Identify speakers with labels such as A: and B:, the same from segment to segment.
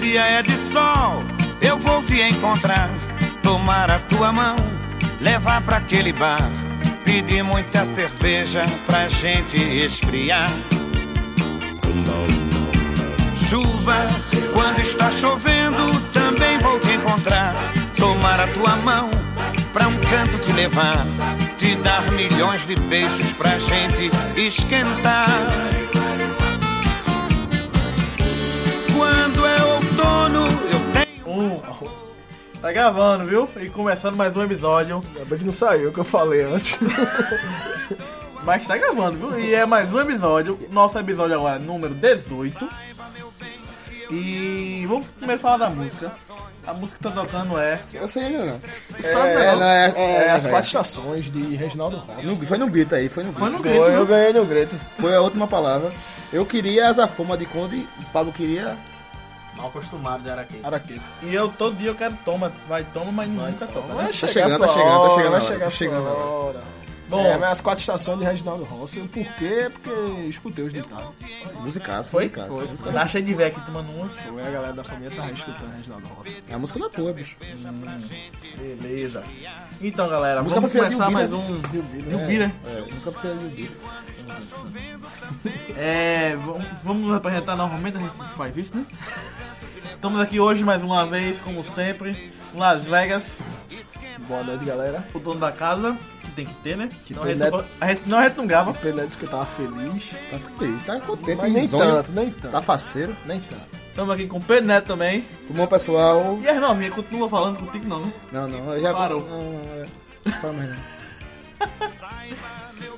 A: dia é de sol, eu vou te encontrar, tomar a tua mão, levar pra aquele bar, pedir muita cerveja pra gente esfriar. Chuva, quando está chovendo, também vou te encontrar, tomar a tua mão, pra um canto te levar, te dar milhões de beijos pra gente esquentar. Quando é outono, eu tenho.
B: Um. Tá gravando, viu? E começando mais um episódio.
C: Ainda bem que não saiu o que eu falei antes.
B: Mas tá gravando, viu? E é mais um episódio. Nosso episódio agora é número 18. E vamos primeiro falar da música. A música que tá tocando é.
D: Eu sei ainda não. É,
B: sabe não.
D: não, é, é,
C: Tá É,
D: é,
C: as
D: velho.
C: quatro estações de Reginaldo Rossi.
D: No- foi no grito aí, foi no grito.
B: Foi no grito,
D: Foi,
B: né?
D: eu ganhei no grito. Foi a última palavra. Eu queria as afomas de Conde, o Pablo queria.
E: Mal acostumado de Araquém.
C: Araqueta.
B: E eu todo dia eu quero toma, vai toma, mas nunca toca. né?
D: Tá
C: Chega
D: chegando, tá
C: a sua
D: chegando, tá
C: hora,
D: chegando, a
C: vai
D: hora,
C: chegar
D: tá
C: a
D: chegando.
C: sua
D: a hora.
C: hora.
B: Bom.
C: é, mas as quatro estações de Reginaldo Rossi. O porquê? Porque eu escutei os ditados.
D: Musicaço,
B: Foi?
D: musicaço. Música da-
B: Tá cheio de velho aqui tomando uma.
C: Foi a galera da família tava escutando Reginaldo Rossi.
D: É a música da porra, bicho.
B: Beleza. Então, galera,
D: Música
B: vamos
D: pra
B: começar
D: filha
C: né?
D: de
B: mais
D: Ubira.
B: um.
C: Deu vida,
B: Deu
C: né?
B: Bira.
D: É, música pra fazer o
B: É, vamos, vamos nos apresentar novamente, a gente faz isso, né? Estamos aqui hoje mais uma vez, como sempre, em Las Vegas,
C: Boa noite, galera.
B: o dono da casa, que tem que ter, né? Senão a gente,
C: pena.
B: não- a gente não retungava.
C: O Pelé disse que eu tava feliz.
D: Tá feliz, tá contente,
C: Mas nem
D: risonho,
C: tanto, nem tanto.
D: Tá faceiro.
C: Nem tanto.
B: Estamos aqui com o Pedro Neto também.
D: Tudo bom, pessoal?
B: E as novinhas, continua falando contigo não, né?
D: Não, não, eu já.
B: Parou.
D: Não, não, é. Fala mais não.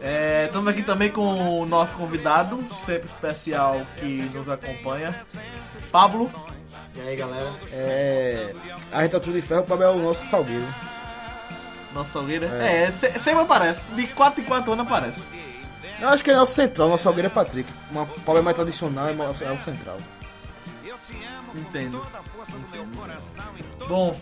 B: É, Estamos aqui também com o nosso convidado, sempre especial, que nos acompanha, Pablo.
E: E aí, galera?
D: É. A retatura de ferro, o Pablo é o nosso salgueiro.
B: Nosso salgueiro. É, se- sempre aparece. De 4 em 4 anos aparece.
D: Eu acho que ele é o central, nosso salgueiro é Patrick. Uma Pablo é mais tradicional, é mais- é o central.
B: Entendo. Bom,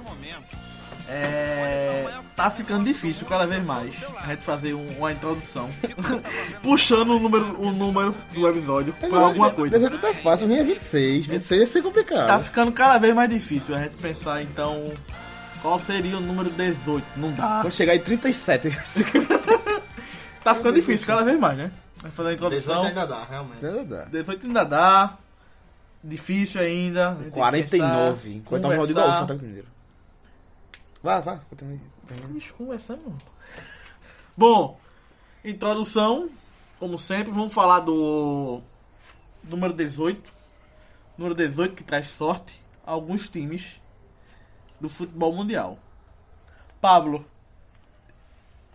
B: é, tá ficando difícil cada vez mais a gente fazer um- uma introdução puxando o número, o número do episódio pra
D: é
B: alguma coisa.
D: 18 tá fácil, o rim é 26. 26 ia ser complicado.
B: Tá ficando cada vez mais difícil a gente pensar então qual seria o número 18. Não dá.
D: Quando chegar em 37.
B: Tá ficando difícil cada vez mais, né? Vai fazer a
E: 18
B: introdução.
E: ainda dá, realmente.
D: Não dá.
B: 18 ainda dá. Difícil ainda. a gente tem que
D: 49.
B: pensar,
D: Coitado Valdir do
B: conversar.
D: Alfa, tá primeiro. Vá, vá. eu também.
B: Bicho, conversando. não. Bom, introdução, como sempre, vamos falar do número 18. Número 18 que traz sorte a alguns times do futebol mundial. Pablo,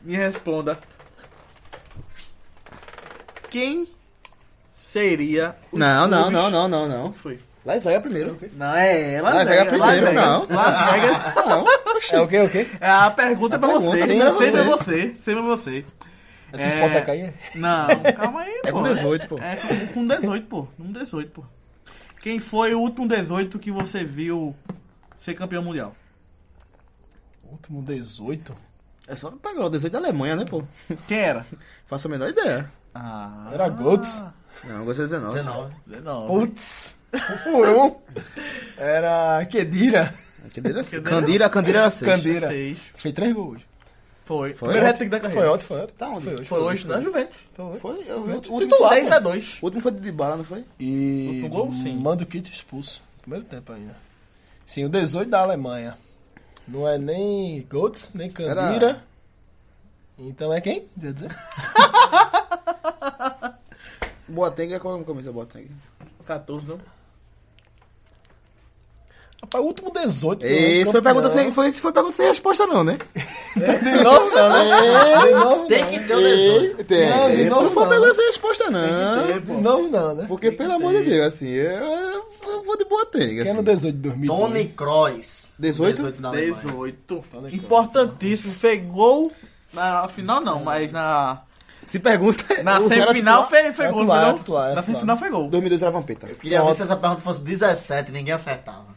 B: me responda. Quem seria os
D: Não, não,
B: clubes-
D: não, não, não, não.
B: O que foi?
D: Lá vai é primeiro.
B: Não, é ela.
D: Las Vegas primeiro, não. Ah,
B: Las Vegas.
D: Não, oxi.
C: É o quê, o quê?
B: É, A pergunta é pra
D: pergunta
B: você.
D: é
B: Sempre
D: pra
B: é você.
D: você.
B: Sempre é você.
C: Esse
B: É.
C: esporte vai cair?
B: Não, calma aí, pô.
D: É com 18, pô.
B: É com, com 18, pô. Um 18, pô. Quem foi o último 18 que você viu ser campeão mundial?
C: Último 18.
D: É só pegar o 18 da Alemanha, né, pô?
B: Quem era?
D: Faço a menor ideia.
B: Ah,
C: Era Götze.
D: Não, eu gostei de 19.
E: 19.
B: 19.
C: Putz. Furou. Era Kedira.
D: Candeira, É Candira, Candira era 6.
C: Candeira.
B: Seis.
C: Fez três gols.
B: Foi.
D: Foi
B: Primeiro
D: ontem?
B: hat-trick da carreira.
C: Foi ontem, foi ontem.
D: Tá onde?
C: Foi hoje.
B: Foi hoje na Juventus.
C: Foi hoje.
D: Foi? Eu vi o último.
C: Titular, pô.
B: 6x2.
D: O último foi de bala, não foi?
C: E
B: No gol, sim.
C: manda o kit expulso. Primeiro tempo ainda. Sim, o 18 da Alemanha. Não é nem Götz, nem Candira.
D: Era-
C: Então é quem? Quer dizer?
D: Boateng é qual é a camisa Boateng?
B: 14, não.
C: Rapaz, o último 18. que eu era
D: Esse foi
C: campeão.
D: pergunta sem, foi, esse foi pergunta sem resposta, não, né? É.
C: De novo não, né? De novo
E: Tem que ter o 18.
C: Não, de
D: Tem. Esse
C: novo
D: é, não foi
C: não.
D: pergunta sem resposta, não. Ah,
C: não. De novo não, né?
D: Porque, pelo amor de Deus, assim, eu, eu vou de Boateng.
C: Quem é no
D: Assim.
C: 18 de 2002?
E: Tony Kroos.
D: 18?
E: 18 da Alemanha.
B: 18. Importantíssimo. Fez gol. Na final não, mas na,
D: Se pergunta...
B: na
D: o cara
B: semifinal
D: titular-
B: fez, fez
C: Era
B: gol,
C: titular,
B: não?
C: era titular, era
B: Na
C: titular.
B: semifinal fez gol.
D: 2002 era Vampeta.
E: Queria ver se essa pergunta fosse 17 ninguém acertava.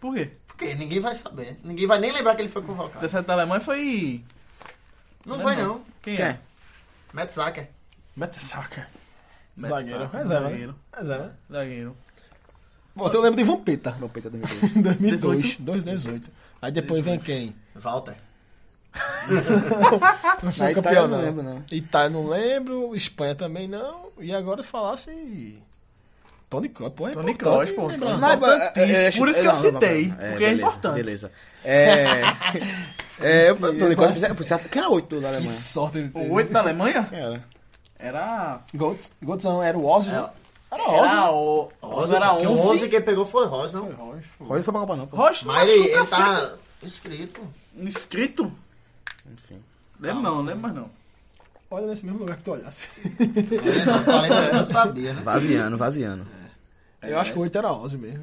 B: Por quê?
E: Porque ninguém vai saber. Ninguém vai nem lembrar que ele foi convocado.
B: 17 da Alemanha foi...
E: Não vai não.
B: Quem
D: Quem
B: é?
D: é?
E: Matt Zucker.
C: Mete saca.
B: Mete
C: Zagueiro.
B: saca,
C: Reserva,
B: zagueiro.
C: né? Reserva.
B: Zagueiro.
C: Bom, então eu lembro de Vampeta.
D: Vampeta é 2002.
C: 2002, 2018. Aí depois vem quem?
E: Walter.
C: Não é
D: Itália tá, eu não lembro, não.
C: Itália não lembro, Espanha também não. E agora se falasse. Tony Kroos, pô, é
B: Tony
C: importante
B: Kroos, pô.
C: lembrar.
B: Não,
D: Importantíssimo.
B: é, é, por isso que eu citei,
D: não, não.
B: porque é importante.
D: Beleza. É. É, eu tô de quatro, eu pensava que era 8 do
C: Que
D: Alemanha.
C: sorte ele teve.
B: O 8 da Alemanha
D: Era.
B: era.
C: Golds, Golds não, era o Ozzy, né? Era o Ozzy.
B: É. Era o.
E: Rosa,
B: Era
E: porque
B: 11.
E: o 11 quem pegou foi o Rosa, não.
D: Roger foi pra Copa não, pô.
B: Rocha, um
E: Mas ele, ele tá inscrito.
B: Inscrito?
D: Enfim.
B: Lembro não, lembro mais não.
C: Olha nesse mesmo lugar que tu olhasse.
E: Eu É, não falei, mas eu não sabia, né?
D: Vaziano, vaziano.
C: Eu acho que o 8 era Ozzy mesmo.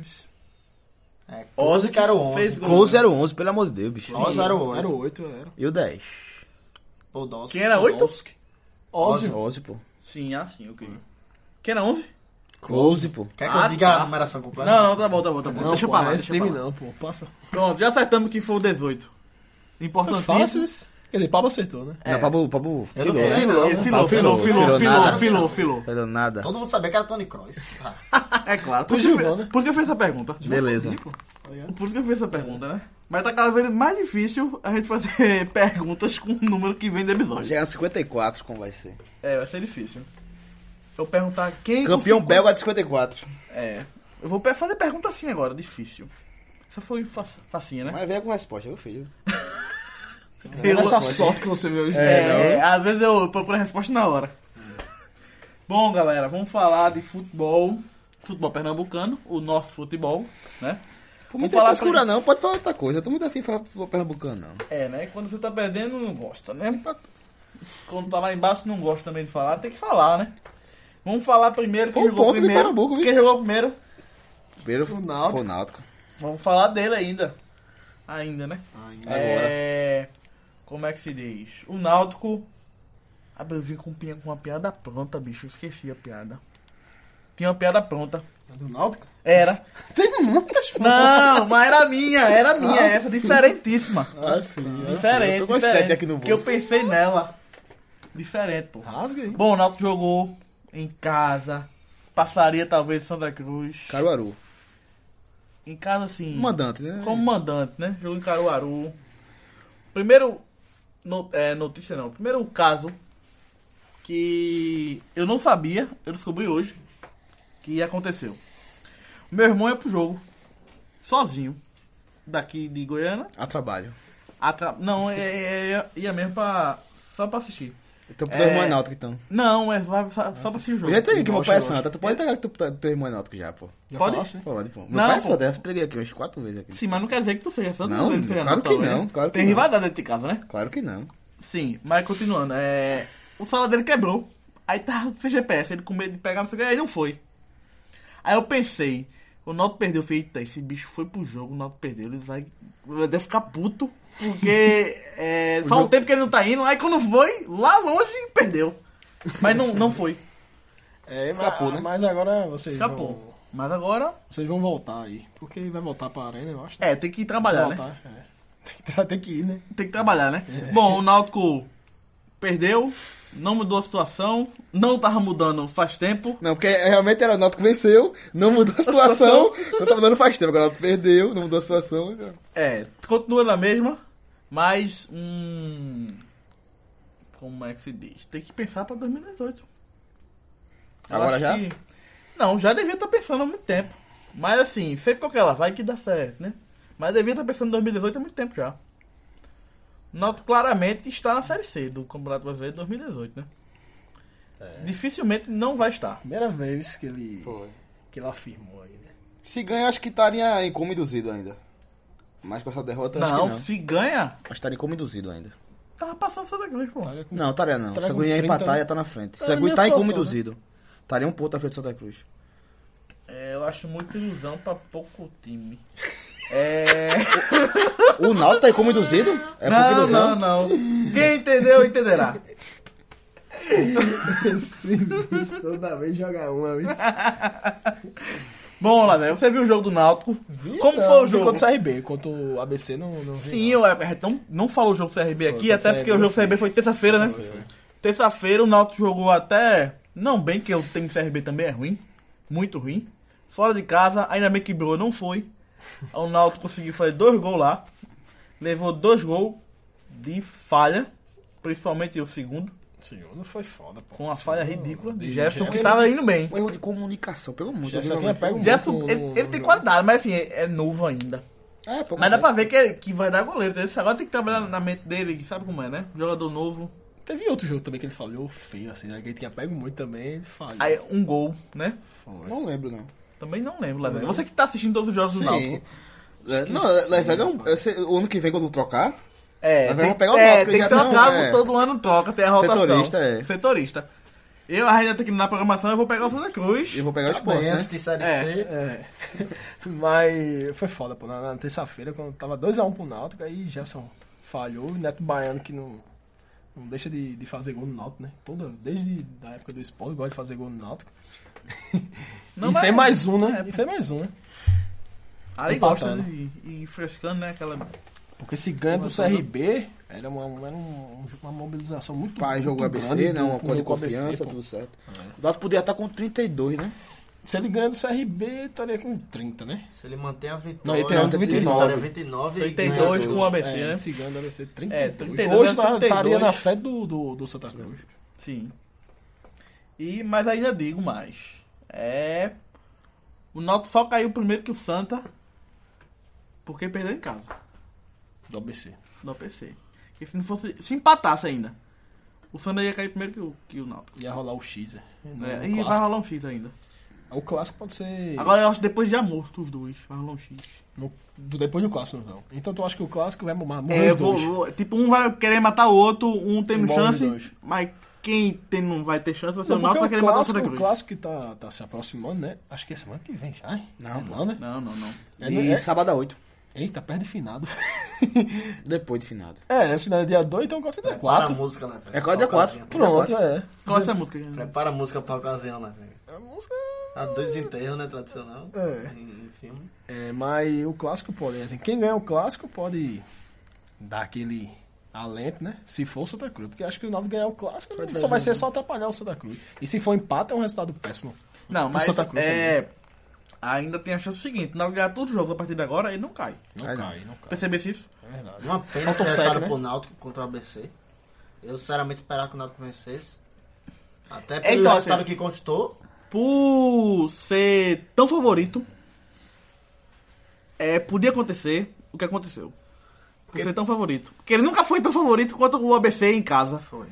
E: É, Ozzy que era o 11.
B: Fez
E: pô.
B: gol.
D: 11 era o 11, pelo amor de Deus, bicho.
E: Ozzy era o 8.
C: Era o 8, era.
D: E o 10?
E: Ou o Dawson.
B: Quem era 8?
C: Ozzy. Ozzy.
D: 11, pô.
B: Sim, ah, sim, ok. Quem era 11?
D: Close, pô.
E: Quer que eu
B: Ah,
E: diga
B: tá.
E: a numeração completa?
B: Não, não, tá bom, tá bom, tá bom.
C: Não,
B: deixa eu
C: pô,
B: parar,
C: esse
B: deixa eu
C: time
B: parar.
C: não, pô. Passa.
B: Pronto, já acertamos que foi o 18.
C: Foi
B: Importantíssimo.
C: fácil isso. Quer dizer, Pablo acertou, né?
D: Não, Pablo, Pablo.
E: Eu não
D: filou,
E: sei,
D: né?
E: não.
B: Ele Filou, filou, filou,
D: Filou
B: filou,
D: nada.
B: filou, filou.
D: Não deu tá nada.
E: Todo mundo sabia que era Tony Kroos. Tá.
B: É claro. Por,
C: Tu
B: isso que
C: jogou,
B: eu-
C: né?
B: por isso que eu fiz essa pergunta.
D: Beleza.
B: Por isso que eu fiz essa pergunta, né? Mas tá cada vez mais difícil a gente fazer perguntas com o número que vem do episódio.
D: Chegar a 54, como vai ser?
B: É, vai ser difícil. Eu perguntar quem.
D: Campeão
B: conseguiu-
D: belga de 54.
B: É. Eu vou pe- fazer pergunta assim agora, difícil. Essa foi fa- facinha, né?
D: Mas venha com resposta, eu filho.
B: Eu-
C: Essa sorte que você vê hoje.
B: É, às vezes eu procuro a resposta na hora. Bom, galera, vamos falar de futebol. Futebol pernambucano, o nosso futebol, né?
D: Por muita
B: falar
D: frescura
B: pra-
D: não, pode falar outra coisa. Eu tô muito afim de falar pro pernambucano, não.
B: É, né? Quando você tá perdendo, não gosta, né? Quando tá lá embaixo, não gosta também de falar. Tem que falar, né? Vamos falar primeiro quem
D: Foi o
B: jogou
D: ponto de
B: primeiro.
D: Pernambuco, viu?
B: quem jogou primeiro.
D: Primeiro
C: O Náutico.
D: foi o Náutico.
B: Vamos falar dele ainda. Ainda, né?
D: Agora.
B: É... Como é que se diz? O Náutico... Ah, eu vim com, pi- com uma piada pronta, bicho. Eu esqueci a piada. Tinha uma piada pronta.
C: Do Náutico?
B: Era.
C: Tem muitas, pô.
B: Não, mas era minha. Era minha.
C: Ah,
B: essa
C: sim.
B: diferentíssima.
C: Ah, sim. ah,
B: Diferente,
D: Eu tô com as
B: diferente.
D: sete aqui no
B: Que eu
D: bolso.
B: pensei nela. Diferente, pô.
C: sim. Rasga aí.
B: Bom, o Náutico jogou em casa. Passaria talvez Santa Cruz.
D: Caruaru.
B: Em casa, assim.
D: Mandante, né?
B: Como mandante, né? Jogou em Caruaru. Primeiro. no- é, notícia não. Primeiro caso que eu não sabia, eu descobri hoje, que aconteceu. Meu irmão ia pro jogo. Sozinho. Daqui de Goiânia.
D: A trabalho.
B: Atra... Não, é- é- é- ia mesmo pra. Só pra assistir.
D: Então, pro
B: É.
D: teu irmão é Náutico, então.
B: Não, é só, só só pra assistir o
D: Eu
B: jogo.
D: já entreguei que meu pai é
C: Gosto,
D: Santa. Tu pode entregar que tu- teu, irmão é Náutico já, pô.
C: Já
B: Pode?
C: falasse?
D: Pode, pô. Meu
B: Não,
D: pai é
B: pô.
D: Santa. Eu entreguei aqui umas quatro vezes aqui.
B: Sim, mas não quer dizer que tu seja santo.
D: Não,
B: nem seja
D: claro
B: Natal,
D: que não,
B: né?
D: claro que
B: Tem
D: não.
B: rivalidade dentro de casa, né?
D: Claro que não.
B: Sim, mas continuando. É... O celular dele quebrou. Aí tava sem GPS, ele com medo de pegar, não sei o que, aí não foi. Aí eu pensei, o Nauto perdeu, eu falei, eita, esse bicho foi pro jogo, o Nauto perdeu, ele vai... Deve ficar puto, porque é, faz um tempo que ele não tá indo, aí quando foi, lá longe, perdeu. Mas não, não foi,
C: É,
D: Escapou,
C: mas,
D: né?
C: Mas agora vocês
B: escapou.
C: Vão,
B: Mas agora,
C: vocês vão voltar aí. Porque vai voltar pra arena, eu acho. né?
B: é, tem que trabalhar, né?
C: voltar, é. Tem que, tra- tem que ir, né?
B: Tem que trabalhar, né? Bom, o Náutico perdeu, não mudou a situação, não tava mudando faz tempo.
D: Não, porque realmente era o Náutico venceu, não mudou a situação. Eu tava dando faz tempo, agora o Náutico perdeu, não mudou a situação. então.
B: É, continua na mesma, mas um. Como é que se diz? Tem que pensar pra 2018. Eu
D: Agora
B: acho
D: já?
B: que- Não, já devia estar pensando há muito tempo. Mas assim, sempre qualquer ela vai que dá certo, né? Mas devia estar pensando em 2018 há muito tempo já. Noto claramente está na Série C do Campeonato Brasileiro de 2018, né?
D: É.
B: Dificilmente não vai estar.
C: Primeira vez que ele, que ele afirmou aí, né?
D: Se ganha, acho que estaria em como induzido ainda. Mas com essa derrota, eu
B: Não,
D: acho que não.
B: se ganha,
D: Mas estaria como induzido ainda.
B: tava passando Santa Cruz, pô.
C: Olha como-
D: Não, estaria não.
C: Estaria
D: Se
C: é com
D: ganhar
C: 30,
D: empatar,
C: né?
D: ia estar na frente.
C: Tá na
D: Se ganhar, tá em
C: minha
D: como
C: situação,
B: né?
D: induzido. Estaria um ponto à frente de Santa Cruz.
B: É, eu acho muita ilusão pra pouco time. É.
D: O Náutico tá em como induzido? É pouca
B: não,
D: ilusão.
B: não, não. Quem entendeu, entenderá.
C: Esse bicho toda vez joga uma. viu?
B: Bom, Lavera, você viu o jogo do Náutico? Como
C: Não,
B: foi o
C: vi
B: jogo?
C: Contra o CRB, contra o ABC não, não vi,
B: Sim, eu, é, então não falou o jogo do CRB aqui,
C: contra
B: até
C: o
B: porque
C: CRB
B: o jogo do CRB foi terça-feira, né? Terça-feira o Náutico jogou até. Não bem que o time do CRB também é ruim. Muito ruim. fora de casa, ainda bem que Broa não foi. O Náutico conseguiu fazer dois gols lá. Levou dois gols de falha, principalmente o segundo,
C: Segundo foi foda, pô.
B: com uma falha ridícula de
C: de
B: Jefferson, que
C: Jefferson.
B: estava indo bem.
D: Um erro de comunicação, pelo amor de
C: Já
D: Deus.
C: só tinha
D: realmente.
C: pego um
B: Jefferson,
C: gol no-
B: ele, ele
C: no
B: tem
C: jogo.
B: qualidade, mas assim, é, é novo ainda.
D: É, pô,
B: Mas dá pra ver que, é- que vai dar goleiro. entendeu? Esse agora tem que trabalhar na mente dele, que sabe como é, né? Jogador novo.
C: Teve outro jogo também que ele falhou feio, assim, né? Que ele tinha pego muito também, ele falhou.
B: Aí, um gol, né?
C: Foi.
D: Não lembro, não.
B: Também não lembro, Levega. Você que tá assistindo todos os jogos do
D: Sim.
B: Náutico.
D: É, não, Levega é um. esse- O ano que vem, quando trocar,
B: É,
D: Mas
B: tem,
D: vamos pegar o
B: é,
D: Náutico,
B: tem
D: já
B: que ter uma
D: não,
B: trava,
D: é.
B: todo ano troca, tem a rotação.
D: Setorista, é.
B: Setorista. Eu ainda tenho que ir na programação, eu vou pegar o Santa Cruz.
D: eu vou pegar o
E: Tá
D: esporte,
E: bem,
D: né?
E: antes de Série
B: É.
E: C.
C: É. Mas foi foda, pô. Na, na terça-feira, quando tava 2x1 pro Náutico, aí Gerson falhou. E Neto Baiano, que não, não deixa de, de fazer gol no Náutico, né? Toda, desde a época do esporte, gosta de fazer gol no Náutico.
B: Não,
C: e
B: mas-
C: fez mais um, né?
B: é,
C: e fez mais um, né?
B: Aí
C: empatando.
B: gosta de ir frescando, né? Aquela...
C: Porque se ganha do
B: Uma-
C: CRB, era uma, era um- uma mobilização muito
D: Pai,
C: muito
D: jogo ABC,
C: grande
D: né?
C: do-
D: Uma
C: pro
D: coisa de
C: jogo ABC,
D: confiança,
C: pô.
D: tudo certo. É. O Dato podia estar com 32, né?
C: Se ele ganha do CRB, estaria com 30, né?
E: Se ele mantém a vitória.
C: Não, ele tem
E: ele
C: 29.
E: vitória 29 e
B: 32
E: ganha
B: com o
E: dois.
B: ABC,
C: É,
B: né?
C: se ganha do ABC, 30.
B: É, 32,
C: Hoje tá-
B: 32.
C: estaria na frente do, do, do Santa Cruz.
B: Sim. E, mas ainda digo mais. É. O Náutico só caiu primeiro que o Santa. Porque perdeu em casa.
C: Do ABC.
B: Do PC. E se não fosse. Se empatasse ainda. O Santa ia cair primeiro que o, que o Náutico.
C: Ia rolar o X, né? No-
B: É,
C: no
B: e vai
C: clássico. Ah,
B: rolar um X ainda.
C: O clássico pode ser.
B: Agora eu acho que depois de amor os dois. Vai rolar um X.
C: no- do, depois do clássico, não. Então tu acha que o clássico vai morrer, morrer
B: É,
C: os
B: vou,
C: dois.
B: vou- tipo, um vai querer matar o outro, um tem
C: Morre
B: chance,
C: os dois.
B: mas quem tem, não vai ter chance vai ser
C: Não,
B: o Náutico vai
C: porque
B: querer
C: o
B: matar o
C: clássico,
B: Santa
C: o
B: Cruz.
C: clássico que tá, tá se aproximando, né? Acho que é semana que vem já, hein?
D: Não,
C: não, né?
B: Não, não, não.
C: É,
D: De
C: é-
D: sábado a 8.
C: Eita, perto de finado.
D: Depois de finado.
C: é, final é dia 2, então o clássico é dia
E: Prepara a
C: 4.
E: música, né, velho?
D: É quase dia
E: Pra ocasião.
D: 4.
C: Pronto, é.
B: Qual é essa música?
E: Prepara a música pra ocasião, né, velho?
C: A música
E: A dois enterros, né? Tradicional.
C: É.
E: Em, em filme.
C: É, mas o clássico pode, assim, quem ganha o clássico pode dar aquele alento, né? Se for o Santa Cruz, porque acho que o Náutico ganhar o clássico não- só
D: né?
C: vai ser só atrapalhar o Santa Cruz. E se for empate é um resultado péssimo.
B: Não,
C: Pro
B: mas
C: Santa Cruz
B: é, ainda tem a chance seguinte, na ganhar todos os jogos a partir de agora, ele não cai.
C: Não
D: Ai,
C: cai, não cai.
B: Percebesse isso?
C: É verdade.
E: Uma pena
C: Faltam
E: ser
C: sete,
E: resultado
C: né?
E: pro Náutico contra o ABC. Eu sinceramente esperava que o Náutico vencesse. Até
B: É,
E: pelo
B: então,
E: resultado
B: assim,
E: que conquistou.
B: Por ser tão favorito, é, podia acontecer o que aconteceu. Por ser tão favorito. Porque ele nunca foi tão favorito quanto o ABC em casa.
E: Foi.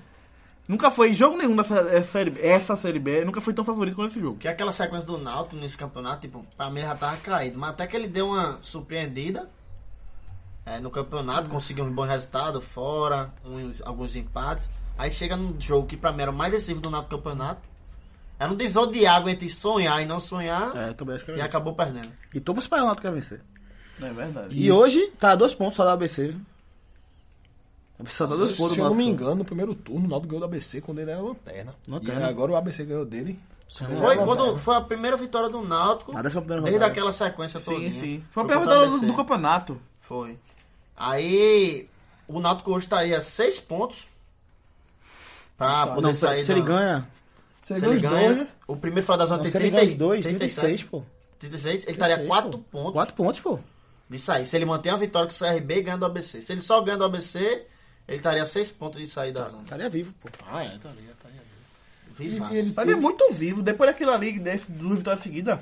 B: Nunca foi, em jogo nenhum dessa essa série, B- essa série B, nunca foi tão favorito quanto esse jogo.
E: Porque aquela sequência do Náutico nesse campeonato, tipo, pra mim ele já tava caído. Mas até que ele deu uma surpreendida é, no campeonato, conseguiu um bom resultado fora, uns- alguns empates. Aí chega num jogo que pra mim era o mais decisivo do Náutico campeonato. Era um desol de água entre sonhar e não sonhar
D: É, também acho que
E: e acabou perdendo.
D: E estamos esperando o Náutico que vai vencer.
B: Não é verdade.
D: E hoje tá a dois pontos só da ABC, viu? A ABC só tá dois
C: Se
D: pontos
C: eu
D: do
C: não me
D: Náutico.
C: engano, no primeiro turno o Náutico ganhou do ABC quando ele era lanterna.
D: Lanterna.
C: E agora o ABC ganhou dele.
E: Foi, quando, foi a primeira vitória do Náutico
D: Tá, A décima primeira
E: desde
D: rodada.
E: aquela sequência toda.
B: Sim, sim. Foi a pergunta do, do campeonato.
E: Foi. Aí o Náutico hoje estaria a seis pontos pra
C: Não,
E: Ah, poder
D: Não,
E: sair
D: se
E: da-
D: ele ganha.
C: Você
E: Se
C: ganhou
E: ele
C: os
E: ganha,
C: dois, né?
E: o primeiro fora da zona
D: Não,
E: tem
D: se ele
E: 30,
D: ganha os dois, 36,
E: 36,
D: pô.
E: 36, ele estaria
D: 36,
E: 4
D: pô.
E: pontos
D: 4 pontos, pô.
E: de sair. Se ele mantém a vitória com o CRB, ganha do ABC. Se ele só ganha do ABC, ele estaria 6 pontos de sair da zona.
D: Estaria vivo, pô.
C: Ah, é, tá ligado, tá ligado.
E: Vivaço.
B: Ele é muito vivo, depois daquilo ali, desse duas vitórias seguidas.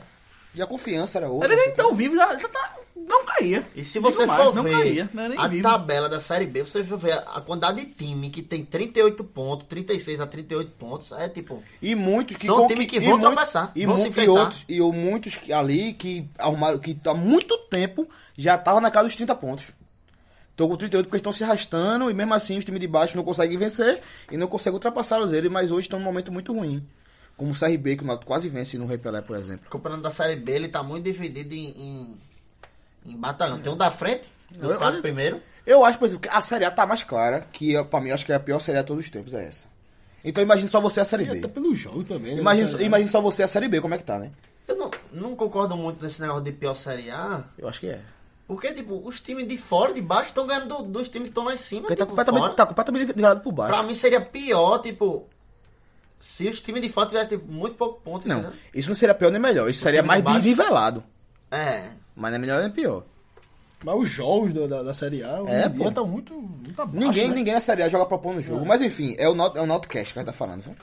D: E a confiança era outra.
B: Ele nem tão vivo, já, já tá. Não caía.
E: E se você
B: Digo mais,
E: for
B: não
E: ver
B: caía, não é nem
E: a
B: vivo.
E: tabela da Série B, você vai ver a quantidade de time que tem 38 pontos, 36 a 38 pontos, é tipo...
D: E muitos que
E: São
D: conqui-
E: times que
D: e
E: vão
D: muito-
E: ultrapassar,
D: E,
E: vão
D: mu-
E: se
D: e
E: enfrentar.
D: outros, e o- muitos que- ali que arrumaram, que há muito tempo já tava na casa dos 30 pontos. Tô com 38 porque estão se arrastando e mesmo assim os times de baixo não conseguem vencer e não conseguem ultrapassar os eles, mas hoje estão num momento muito ruim. Como o CRB, que o Náutico quase vence no Repelé, por exemplo.
E: O campeonato da Série B, ele tá muito dividido em, em, em batalhão. Tem um da frente, os
D: Eu-
E: quatro
D: eu-
E: primeiros.
D: Eu acho, por exemplo, que a Série A tá mais clara, que eu- pra mim eu acho que é a pior Série A de todos os tempos, é essa. Então imagina só você a Série
C: Até
D: B.
C: pelo jogo também, né?
D: Imagina,
C: Você-
D: imagina só você a Série B, como é que tá, né?
E: Eu não, não concordo muito nesse negócio de pior Série A,
D: Eu acho que é.
E: Porque, tipo, os times de fora, de baixo, estão ganhando do- dos times que estão lá em cima.
D: Porque tá
E: Tipo,
D: completamente,
E: fora.
D: tá completamente virado por baixo.
E: Pra mim seria pior, tipo, se os times de fora tivessem tipo, muito pouco ponto,
D: Não,
E: entendeu?
D: isso não seria pior nem melhor. Isso seria
E: time
D: mais
E: do baixo.
D: desnivelado.
E: É.
D: Mas não é melhor nem pior.
C: Mas os jogos do- da, da Série A, hoje
D: É,
C: em dia
D: pô.
C: tá muito, muito abaixo,
D: Ninguém,
C: né?
D: ninguém na Série A joga propondo o jogo. Mas enfim, é o, Naut- é o Nautcast que a gente tá falando, viu?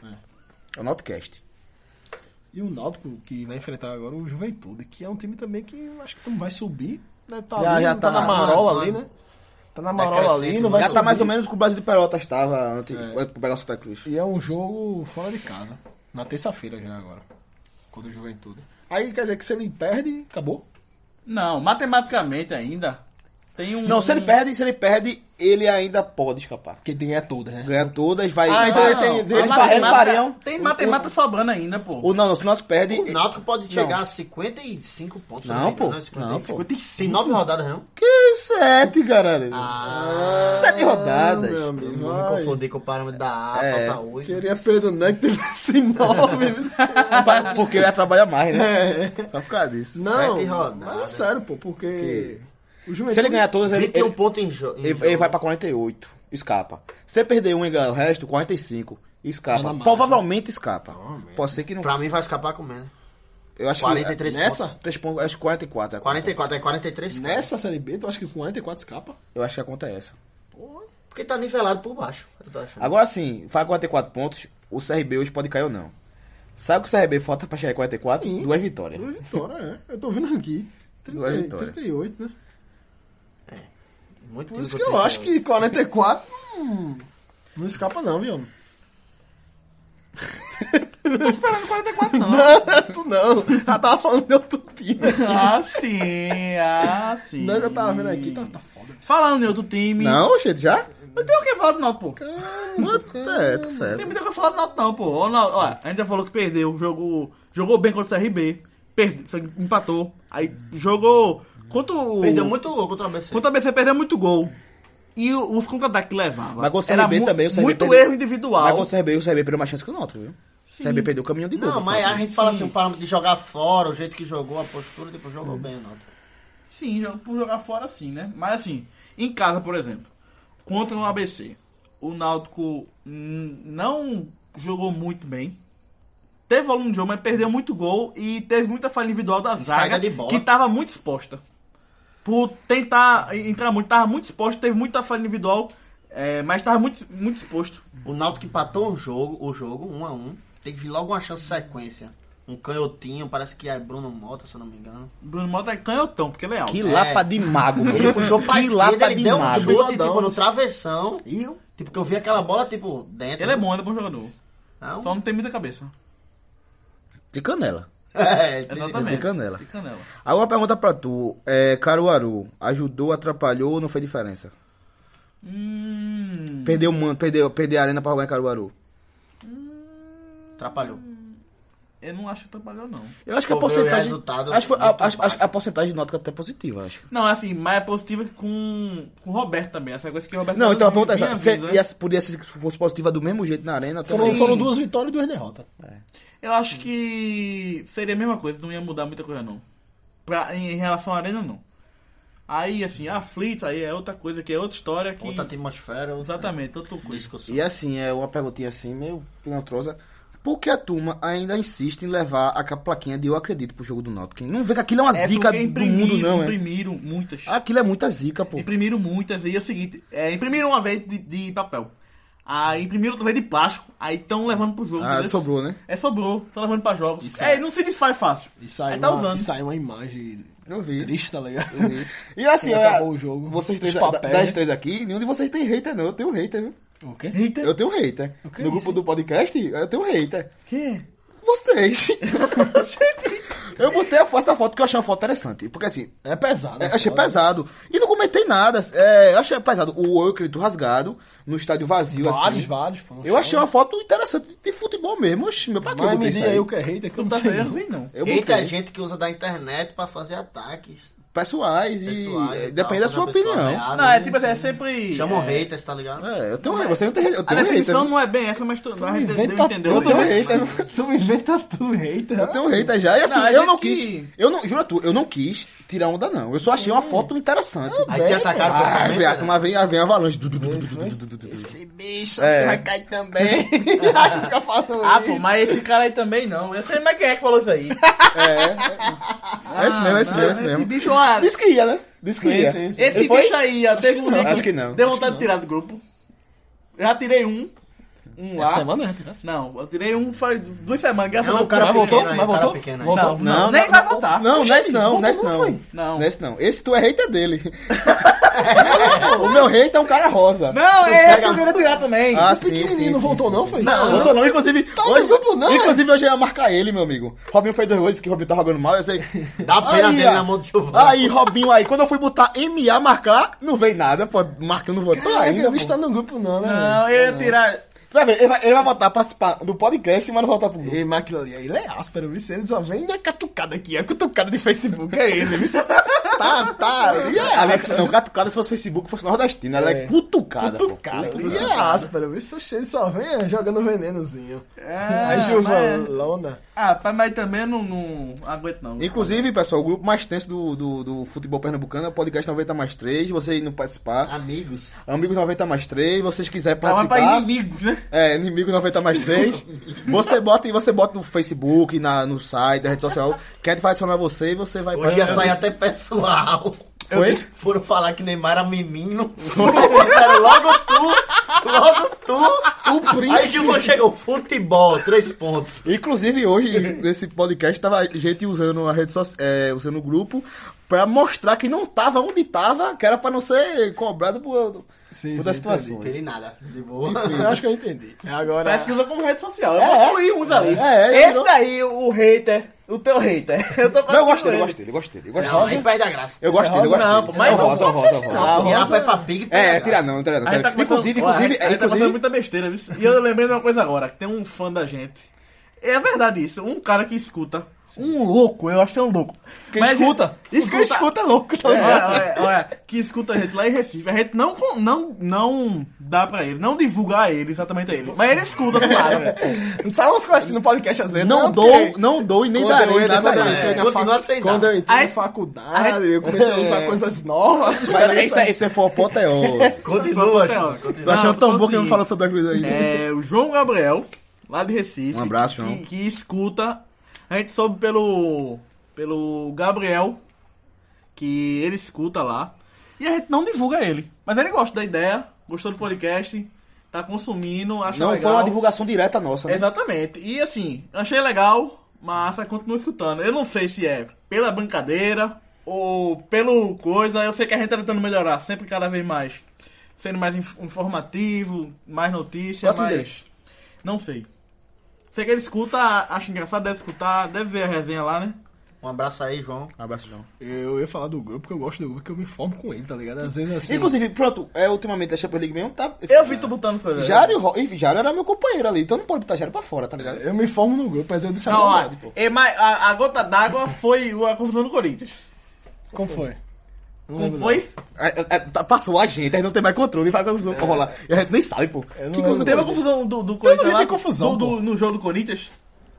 D: É, o Nautcast.
C: E o Náutico, que vai enfrentar agora o Juventude, que é um time também que eu acho que não vai subir. Né? Tá
D: Já-
C: ali,
D: já
C: tá,
D: tá
C: na
D: na-
C: marola
E: na-
C: ali, né? Tá na marola ali,
E: crescente,
C: não
E: né?
C: vai
D: É Já
C: subir.
D: tá mais ou menos com o Brasil de Pelotas estava antes,
C: É.
D: antes de pegar o Santa Cruz.
C: E é um jogo fora de casa. Na terça-feira já agora. Contra o Juventude. Aí quer dizer que se ele perde, acabou.
B: Não, matematicamente ainda. Tem um.
D: Não, se ele perde, se ele perde, ele ainda pode escapar.
C: Porque tem é todas, né?
D: Ganha todas, vai.
C: Ah, então ele
D: vai-
C: tem- ele
B: a
D: fa- ele
B: matemática-
D: faria um-
B: Tem matemática sobrando ainda, pô.
D: Ou não, não, se o Náutico perde.
E: O Náutico pode chegar
D: Não.
E: a 55 pontos.
D: Não,
E: né?
D: pô. Não, pô.
E: 55. Tem nove rodadas, não?
D: Que sete, caralho.
E: Ah,
D: sete rodadas.
C: meu
E: Eu
C: amigo,
E: vou me
C: vai.
E: confundir com o parâmetro da A,
D: É.
E: falta 8.
C: Queria perdonar que tivesse nove.
D: Pa- Porque eu ia trabalhar mais, né? Só por causa disso.
C: Não,
E: Sete rodadas.
C: mas é sério, pô, porque... O Juventude...
D: Se ele ganhar todas, ele,
E: 21
D: ele,
E: pontos em jogo.
D: ele- ele vai pra 48. Escapa. Se ele perder um e ganhar o resto, 45. Escapa.
C: Tá na
D: Provavelmente escapa. Pode ser que não.
E: Pra mim vai escapar comendo.
D: Eu acho
E: 43
D: que.
C: Nessa?
E: pontos.
D: 3 pontos. Acho que 44. é a conta.
E: 44, é 43.
C: Nessa Série B, tu acha que com 44 escapa?
D: Eu acho que a conta é essa.
E: Porque tá nivelado por baixo. Eu tô achando.
D: Agora sim, faz 44 pontos. O CRB hoje pode cair ou não. Sabe o que o CRB falta pra chegar em 44?
C: Sim.
D: Duas vitórias.
C: Duas vitórias, é. Eu tô vendo aqui. 30,
D: Duas vitórias.
C: 38, né?
B: É,
E: Muito
C: Por isso
E: time
C: que eu
E: pra
C: acho que 44 hum, não escapa não, viu?
B: Não tô falando 44, não.
C: é tu não. Já tava falando de outro time.
B: Ah, sim, ah, sim.
D: é
C: Não, que eu tava vendo aqui, tá, tá foda.
B: Falando em outro time.
D: Não, gente, já?
B: Não tem o que falar do Náutico, pô.
D: É, tá
B: Não tem
D: certo.
B: muito o que falar do Náutico, não, pô. Ó, Náutico, ó, a gente já falou que perdeu, jogou, jogou bem contra o CRB, perde, só que empatou, aí jogou contra o...
E: Perdeu muito gol contra o ABC.
B: Contra o ABC perdeu muito gol. E o- os contra-ataques que levava.
D: Mas contra o CRB
B: mu-
D: também, o CRB
B: Muito
D: perdeu.
B: erro
D: Mas
B: individual.
D: com o CRB, o CRB perdeu mais chance que o Náutico, viu? O CRB perdeu o caminhão de gol.
E: Não, mas a gente fala assim, o parâmetro de jogar fora, o jeito que jogou, a postura, tipo, jogou bem, não.
B: Sim, jo- por jogar fora sim, né? Mas assim, em casa, por exemplo, contra o ABC, o Náutico hum, não jogou muito bem. Teve volume de jogo, mas perdeu muito gol e teve muita falha individual da
E: saída
B: zaga
E: de bola.
B: que estava muito exposta. Por tentar entrar muito, estava muito exposto, teve muita falha individual, é, mas estava muito, muito exposto.
E: O Náutico empatou um jogo, o jogo, um a um. Tem que vir logo uma chance de sequência. Um canhotinho, parece que é Bruno Mota, se eu não me engano.
B: Bruno Mota é canhotão, porque ele é alto.
D: Que lapa de mago, mano.
E: Ele puxou pra
D: Que
E: esquerda, ele
D: de
E: deu um
D: mago.
E: chute,
C: Bigodão.
E: tipo, no travessão. Tipo, que eu vi aquela bola, tipo, dentro.
B: Ele é bom, ele é bom jogador.
E: Não?
B: Só não tem muita cabeça.
D: De canela.
E: É, entendi.
B: Exatamente.
D: de canela.
B: De canela.
D: Agora uma pergunta pra tu. É, Caruaru, ajudou, atrapalhou ou não fez diferença?
B: Hum.
D: Perdeu, mano, perdeu, perdeu a arena pra jogar em Caruaru.
E: Atrapalhou.
B: Eu não acho que atrapalhou, não.
D: Eu acho que a
E: Pô, veio
D: porcentagem...
E: resultado tá
D: acho que foi- a,
E: muito
D: acho-
E: baixo.
D: acho- a porcentagem de nota tá até positiva, acho.
B: Não, assim, mas é positivo com com o Roberto também. Essa coisa que o Roberto...
D: Não, então a pergunta é
B: vinha
D: essa. Se-
B: vindo, né?
D: ia- podia ser que fosse positiva do mesmo jeito na arena. tá até-
C: Foram,
B: Sim.
C: foram duas vitórias e duas derrotas.
B: Eu acho que seria a mesma coisa. Não ia mudar muita coisa, não. Pra, em relação à arena, não. Aí, assim, aflito, aí é outra coisa, que é outra história. Que...
E: Outra atmosfera, outra
B: Exatamente, outra coisa.
E: discussão.
D: E assim, é uma perguntinha assim, meio pilantrosa. Por que a turma ainda insiste em levar aquela plaquinha de eu acredito pro jogo do Náutico? Não vê que aquilo é uma
B: É
D: zica
B: porque
D: do mundo, não, é?
B: imprimiram muitas.
D: Aquilo é muita zica, pô.
B: Imprimiram muitas. E é o seguinte, é, imprimiram uma vez de, de papel. Aí imprimiram outra vez de plástico. Aí estão levando pro jogo.
D: Ah,
B: entendeu?
D: sobrou, né?
B: É, sobrou. Estão levando pra jogos.
C: Isso
B: é,
C: é-
B: não se desfaz fácil.
C: E saiu,
B: aí tá
C: uma, e
B: usando.
C: saiu uma imagem
D: Eu vi.
C: triste, tá ligado?
D: E assim,
C: Quando
D: olha,
C: acabou o jogo,
D: vocês
C: os
D: três, da-
C: papéis,
D: das
C: né?
D: três aqui, nenhum de vocês tem hater, não. Eu tenho hater, viu?
C: O quê?
B: Eita,
D: Eu tenho hater.
C: que
D: no
C: é
D: grupo
C: isso?
D: do podcast, eu tenho hater.
B: que?
D: Vocês. Gente, eu botei a- essa foto que eu achei uma foto interessante. Porque assim,
C: É pesado.
D: É, achei
C: foda.
D: pesado. E não comentei nada. É, eu achei pesado. O Euclid rasgado, no estádio vazio,
C: Vários,
D: assim.
C: vários. Pô,
D: Eu achei uma foto interessante de futebol mesmo. Oxi, meu pai, que eu
C: Mas
D: botei
C: me
D: isso
C: diga aí
D: aí.
C: o que é hater, que eu não
B: Tá
C: sei.
B: vendo?
C: não.
B: Vem não.
D: Eu
E: Eita
D: botei.
E: gente que usa da internet pra fazer ataques.
D: Pessoais e...
E: Pessoais e
D: é,
E: tal,
D: depende da
C: tá
E: quando
D: sua
E: a pessoa
C: né?
D: opinião.
E: ameaça.
B: Não, é tipo assim, é sempre.
E: Chamam
B: é,
E: haters, tá ligado?
D: É, eu tenho... Você não tem... Eu
B: A
D: tenho um hater.
B: definição
D: viu?
B: não é bem essa, mas tu, a gente deu-
C: Inventa
B: entendeu.
C: tudo,
D: Eu tenho
B: né?
D: hater.
C: mas- Tu me inventa tu hater.
D: Eu tenho hater já. E assim,
B: Não, a
D: eu não
B: gente
D: quis...
B: que-
D: Eu não... Jura tu, eu não quis tirar onda, não. Eu só achei uma foto interessante.
E: Aí te atacaram
D: Ah,
E: pessoalmente,
D: vem,
E: né?
D: a- uma vem, a- vem a avalanche.
A: Esse bicho
D: É.
A: vai cair também. Aí fica falando
B: Ah,
A: isso.
B: pô, mas esse cara aí também não. Eu sei mais quem é que falou isso aí.
D: É esse mesmo, é esse mesmo,
B: Ah,
D: é esse
B: Esse
D: mesmo.
B: bicho, ó,
D: Disse que ia, né? Disse que ia.
C: sim, sim.
B: Esse
D: Ele foi?
B: bicho aí, ó, teve um
D: não,
B: dia
D: acho que não.
B: Deu vontade de tirar do grupo. Eu já tirei um. Um lá.
C: Essa semana é tirar
B: Não, eu tirei um faz duas semanas, graças a
E: Não,
B: Deus. tá
E: o cara
B: Não,
E: pequeno
C: voltou?
E: aí,
C: Mas
E: o cara
C: voltou?
E: pequeno aí.
B: Não,
C: Voltou?
B: não, nem vai voltar.
D: Não, não é esse não, não é esse não.
B: Não.
D: Não é esse não. Esse tu é hater dele. o meu hater é um cara rosa.
B: Não, é esse que eu queria tirar também.
D: Ah,
C: O pequenino voltou não, foi?
D: Não, voltou não, inclusive.
C: no
D: hoje,
C: grupo não,
D: Inclusive, hoje eu ia marcar ele, meu amigo. Robinho fez dois gols, disse que o Robinho tá jogando mal, eu sei.
E: Dá a pena
D: Aí,
E: dele
D: ó.
E: na mão do Giovanni.
D: Aí, Robinho, aí, quando eu fui botar MA marcar, não veio nada, pô. Marcando votou
C: Caraca,
D: ainda.
C: o bicho
D: pô.
C: tá no grupo não, né?
B: Não, eu ia tirar.
D: Tu vai ver, ele vai, ele vai voltar a participar do podcast, mas não voltar pro grupo.
C: E mas aquilo ali, ele é áspero, viu? Ele só vem na catucada aqui, é a cutucada de Facebook é ele, viu?
D: Tá, tá. E é, Alex, não, catucada se fosse Facebook, fosse nordestina. Ela é cutucada, pô.
C: Cutucada, ele é áspero, viu? Oxe, Ele só vem é, jogando venenozinho.
B: Ah,
C: Aí,
B: mas-
C: Giovanna.
B: Ah, pai, mas também não, não aguento não.
D: Inclusive, pessoal, o grupo mais tenso do, do, do futebol pernambucano é o podcast 90 mais 3. Vocês não participar.
E: Amigos.
D: Amigos 90 mais 3, vocês quiserem
B: Tava
D: participar.
B: pra inimigos, né?
D: É, inimigo 90 mais 3. Você bota e você bota no Facebook, na, no site, na rede social. Quem vai adicionar você e você vai
E: Hoje ia
D: participar.
E: sair até pessoal.
D: Foi?
E: Eles Foram falar é. que Neymar era menino. Disseram logo tu, logo tu.
D: O príncipe.
E: Aí Gilvan chegou, futebol, três pontos.
D: Inclusive, hoje, nesse podcast, tava gente usando a rede social, usando o grupo, pra mostrar que não tava onde tava, que era pra não ser cobrado por,
C: Sim,
D: por das
C: sim, entendi.
D: situações.
E: Ele nada, de boa.
C: Eu acho que eu entendi. Agora.
B: Parece que usa como rede social. Eu
D: É,
B: vou excluir uns ali.
D: é, é,
B: Esse
D: virou-
B: daí, o hater, o teu hater. Eu tô
D: Não, eu
B: passando
D: gostei, eu
B: ele.
D: gostei, eu gostei. Eu gostei,
E: Não,
D: eu
E: aí
D: gostei.
E: perde a graça.
D: Eu gostei, eu
B: Rosa
D: gostei.
B: não, pô, mas
D: É o rosa, é o rosa, é o rosa.
E: Não, tirar Peppa Pig perde
D: É,
E: a graça.
D: tirar não, tirar não.
B: A gente
D: Tirar.
B: tá
D: não. Inclusive,
B: começando-
D: inclusive,
B: a gente tá
D: inclusive,
B: fazendo muita besteira, viu? E eu lembrei de uma coisa agora, que tem um fã da gente. É verdade isso, um cara que escuta. Um louco, eu acho que é um louco.
C: Quem
B: Mas a gente-
C: escuta?
B: Isso que escuta.
C: é louco, tá
B: É,
C: ligado?
B: é, é, é, que escuta a gente lá em Recife. A gente não, con- não, não dá pra ele, não divulga a ele, exatamente a ele. Mas ele escuta, claro.
C: Não sabe umas coisas assim no podcast às vezes.
D: não
C: né?
D: dou,
C: Ok.
D: não dou e nem
C: Quando eu
D: darei né,
C: entrei-
D: nada.
C: quando eu
D: aí.
C: entrei na
E: Continua
C: facu-
E: sem dar.
C: Quando eu entrei
B: Aí-
C: na faculdade, eu comecei a usar
D: É.
C: coisas novas.
D: Mas Isso é, isso é fofota, é ô.
E: Continua,
B: Só-
E: Gilvan, continua.
D: Tô achando tão
B: Não,
D: bom que eu
B: consegui.
D: não falo sobre a coisa aí. né?
B: É, o João Gabriel, lá de Recife.
D: Um abraço,
B: que,
D: João.
B: que escuta. A gente soube pelo. pelo Gabriel, que ele escuta lá. E a gente não divulga ele. Mas ele gosta da ideia, gostou do podcast, tá consumindo, acha
D: Não
B: legal.
D: foi uma divulgação direta nossa, né?
B: Exatamente. E assim, achei legal, massa, continuo escutando. Eu não sei se é pela brincadeira ou pelo coisa. Eu sei que a gente tá tentando melhorar sempre cada vez mais. Sendo mais inf- informativo, mais notícia,
D: Quanto
B: mais.
D: deles?
B: Não sei. Sei que ele escuta, acha engraçado, deve escutar, deve ver a resenha lá, né?
E: Um abraço aí, João.
D: Abraço, João.
C: Eu ia falar do grupo, porque eu gosto do grupo, porque eu me informo com ele, tá ligado? Às vezes assim.
D: Inclusive, pronto, é, ultimamente a Champions League mesmo tá.
B: Eu vi tu botando as coisas.
D: Jário, Ro- enfim, Jário era meu companheiro ali, então não pode botar Jário pra fora, tá ligado?
C: Eu me informo no grupo, mas eu disse a
B: Não, ó,
C: verdade, pô.
B: e, mas a, a gota d'água foi a confusão do Corinthians.
C: Como foi? Não
B: Não
C: lembro,
B: foi?
D: É, é, tá- passou a gente, aí não tem mais controle, vai pra confusão pra rolar. E a gente nem sabe, pô.
C: Eu não
D: Que
C: lembro.
D: coisa-
B: Teve a confusão do, do Corinthians.
C: devia
B: lá,
C: ter
B: do-
C: confusão,
B: do-
C: pô.
B: no jogo do Corinthians?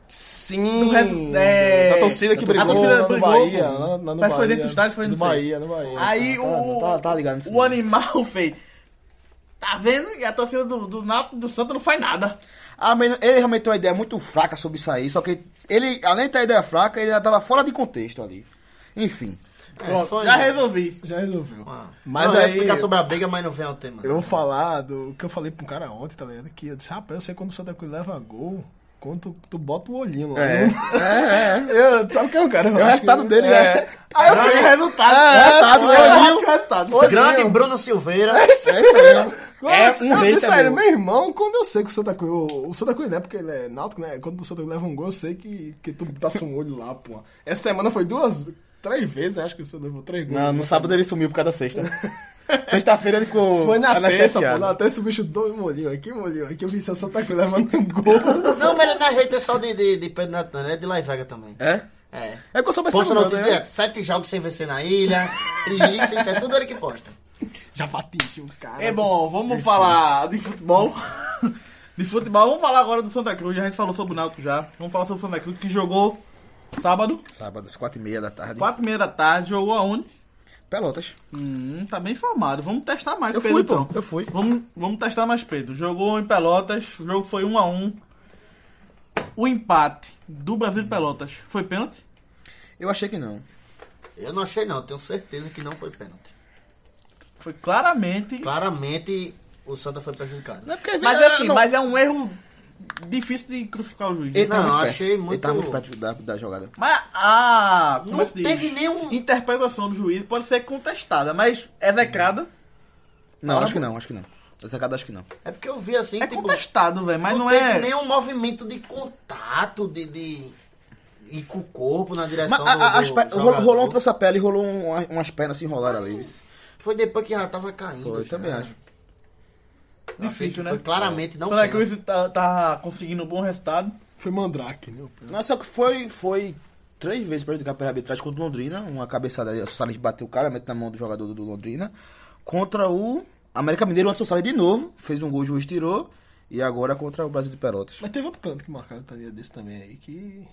C: Sim!
B: Do res- é,
C: Da torcida que
D: da torcida
C: brigou, lá no
B: brigou,
C: Bahia.
B: pô.
C: lá- lá no
B: Mas foi
C: Bahia.
B: dentro do estádio, foi no
C: no
B: centro.
C: Bahia, no Bahia.
B: Aí
D: tá,
B: o.
D: tá, tá ligado nisso
B: O
D: mesmo.
B: animal, feio. Tá vendo? E a torcida do, do Náutico e do Santa não faz nada.
D: Ah, mas ele realmente tem uma ideia muito fraca sobre isso aí, só que ele, além da ideia fraca, ele já tava fora de contexto ali. Enfim.
E: É, foi.
B: Já resolvi.
C: Já resolveu.
E: Ah.
C: Mas
E: Não, eu ia
C: aí.
E: explicar sobre a briga, mas não vem ao tema.
C: Eu vou falar do que eu falei pro cara ontem, tá ligado? Que eu disse, rapaz, eu sei quando o Santa Cruz leva gol, quando tu, tu bota o olhinho lá.
D: É.
C: né? Eu, sabe o que é É um o cara?
B: um
D: É o resultado dele, né?
C: Aí eu falei,
D: Resultado,
B: É,
E: É,
D: resultado,
C: pô,
D: olhinho.
B: Que resultado.
E: O Grande Bruno Silveira.
D: É isso mesmo.
C: É,
D: É um
C: eu
D: rei
C: disse a ele,
D: também.
C: meu irmão, quando eu sei que o Santa Cruz. O, o Santa Cruz não é porque ele é náutico, né? Quando o Santa Cruz leva um gol, eu sei que, que tu passa um olho lá, pô. Essa semana foi duas, três vezes, né, acho que o Santa levou três gols.
D: Não, no sábado ele sumiu por causa da sexta. Sexta-feira ele ficou.
C: Foi na terça, pô.
D: anestesiado.
C: Na terça o bicho dois molhinho aqui, molhinho aqui. Eu vi o Santa Cruz levando um gol.
E: Não, mas ele não é hater só de, de, de Pedro Natan, é de Laivega também.
D: É?
E: É.
D: É que eu sou
C: um
E: Posta
D: pessoa.
E: notícias
C: né?
E: direto. Sete jogos sem vencer na ilha. E isso, isso é tudo ele que posta.
C: Já bati, o cara.
B: É bom, vamos falar de futebol. De futebol, vamos falar agora do Santa Cruz. A gente falou sobre o Náutico já. Vamos falar sobre o Santa Cruz que jogou Sábado,
D: Sábado, às 4h30 da tarde.
B: quatro e meia da tarde, jogou aonde?
D: Pelotas.
B: Hum, tá bem informado. Vamos testar mais,
D: Eu
B: Pedro.
D: fui, pô.
B: então.
D: Eu fui.
B: Vamos, vamos testar mais, Pedro. Jogou em Pelotas, o jogo foi 1 a 1 O empate do Brasil de Pelotas foi pênalti?
D: Eu achei que não.
E: Eu não achei não, tenho certeza que não foi pênalti.
B: Foi claramente.
E: Claramente o Santa foi prejudicado.
D: Não é porque-
B: Mas
D: é,
B: assim,
D: não.
B: mas é um erro difícil de crucificar o juiz.
D: Ele
E: Não,
D: tava muito
E: achei
D: perto.
E: muito-
D: Ele tava muito perto da, da jogada.
B: Mas a como
E: Não
B: é que se
E: teve nenhum-
B: interpretação do juiz pode ser contestada, mas é execrada
D: Não, acho que não, acho que não. Essa jogada acho que não.
E: É porque eu vi assim,
B: é
E: tipo,
B: contestado, velho, mas não,
E: teve
B: é
E: nenhum movimento de contato, de, de... E com o corpo na direção
D: Mas a- a- as
E: do,
D: pe-
E: do
D: rolou,
E: jogador.
D: rolou um trouxe a pele e rolou um- umas pernas se enrolaram ali.
E: Foi depois que já tava caindo.
D: Foi, eu
E: já.
D: também acho.
E: Eu achei
B: difícil,
E: que
B: né?
E: Foi claramente não
B: Será que o
E: pênalti.
B: juiz tá, tá conseguindo um bom resultado?
C: Foi Mandrake, né?
D: Não, só que foi, foi três vezes prejudicado pela arbitragem contra o Londrina. Uma cabeçada, aí, o Salles bateu claramente na mão do jogador do, do Londrina. Contra o América Mineiro, antes o Salles de novo. Fez um gol, o juiz tirou. E agora contra o Brasil de Pelotas.
C: Mas teve outro canto que marcaram um dia desse também aí que.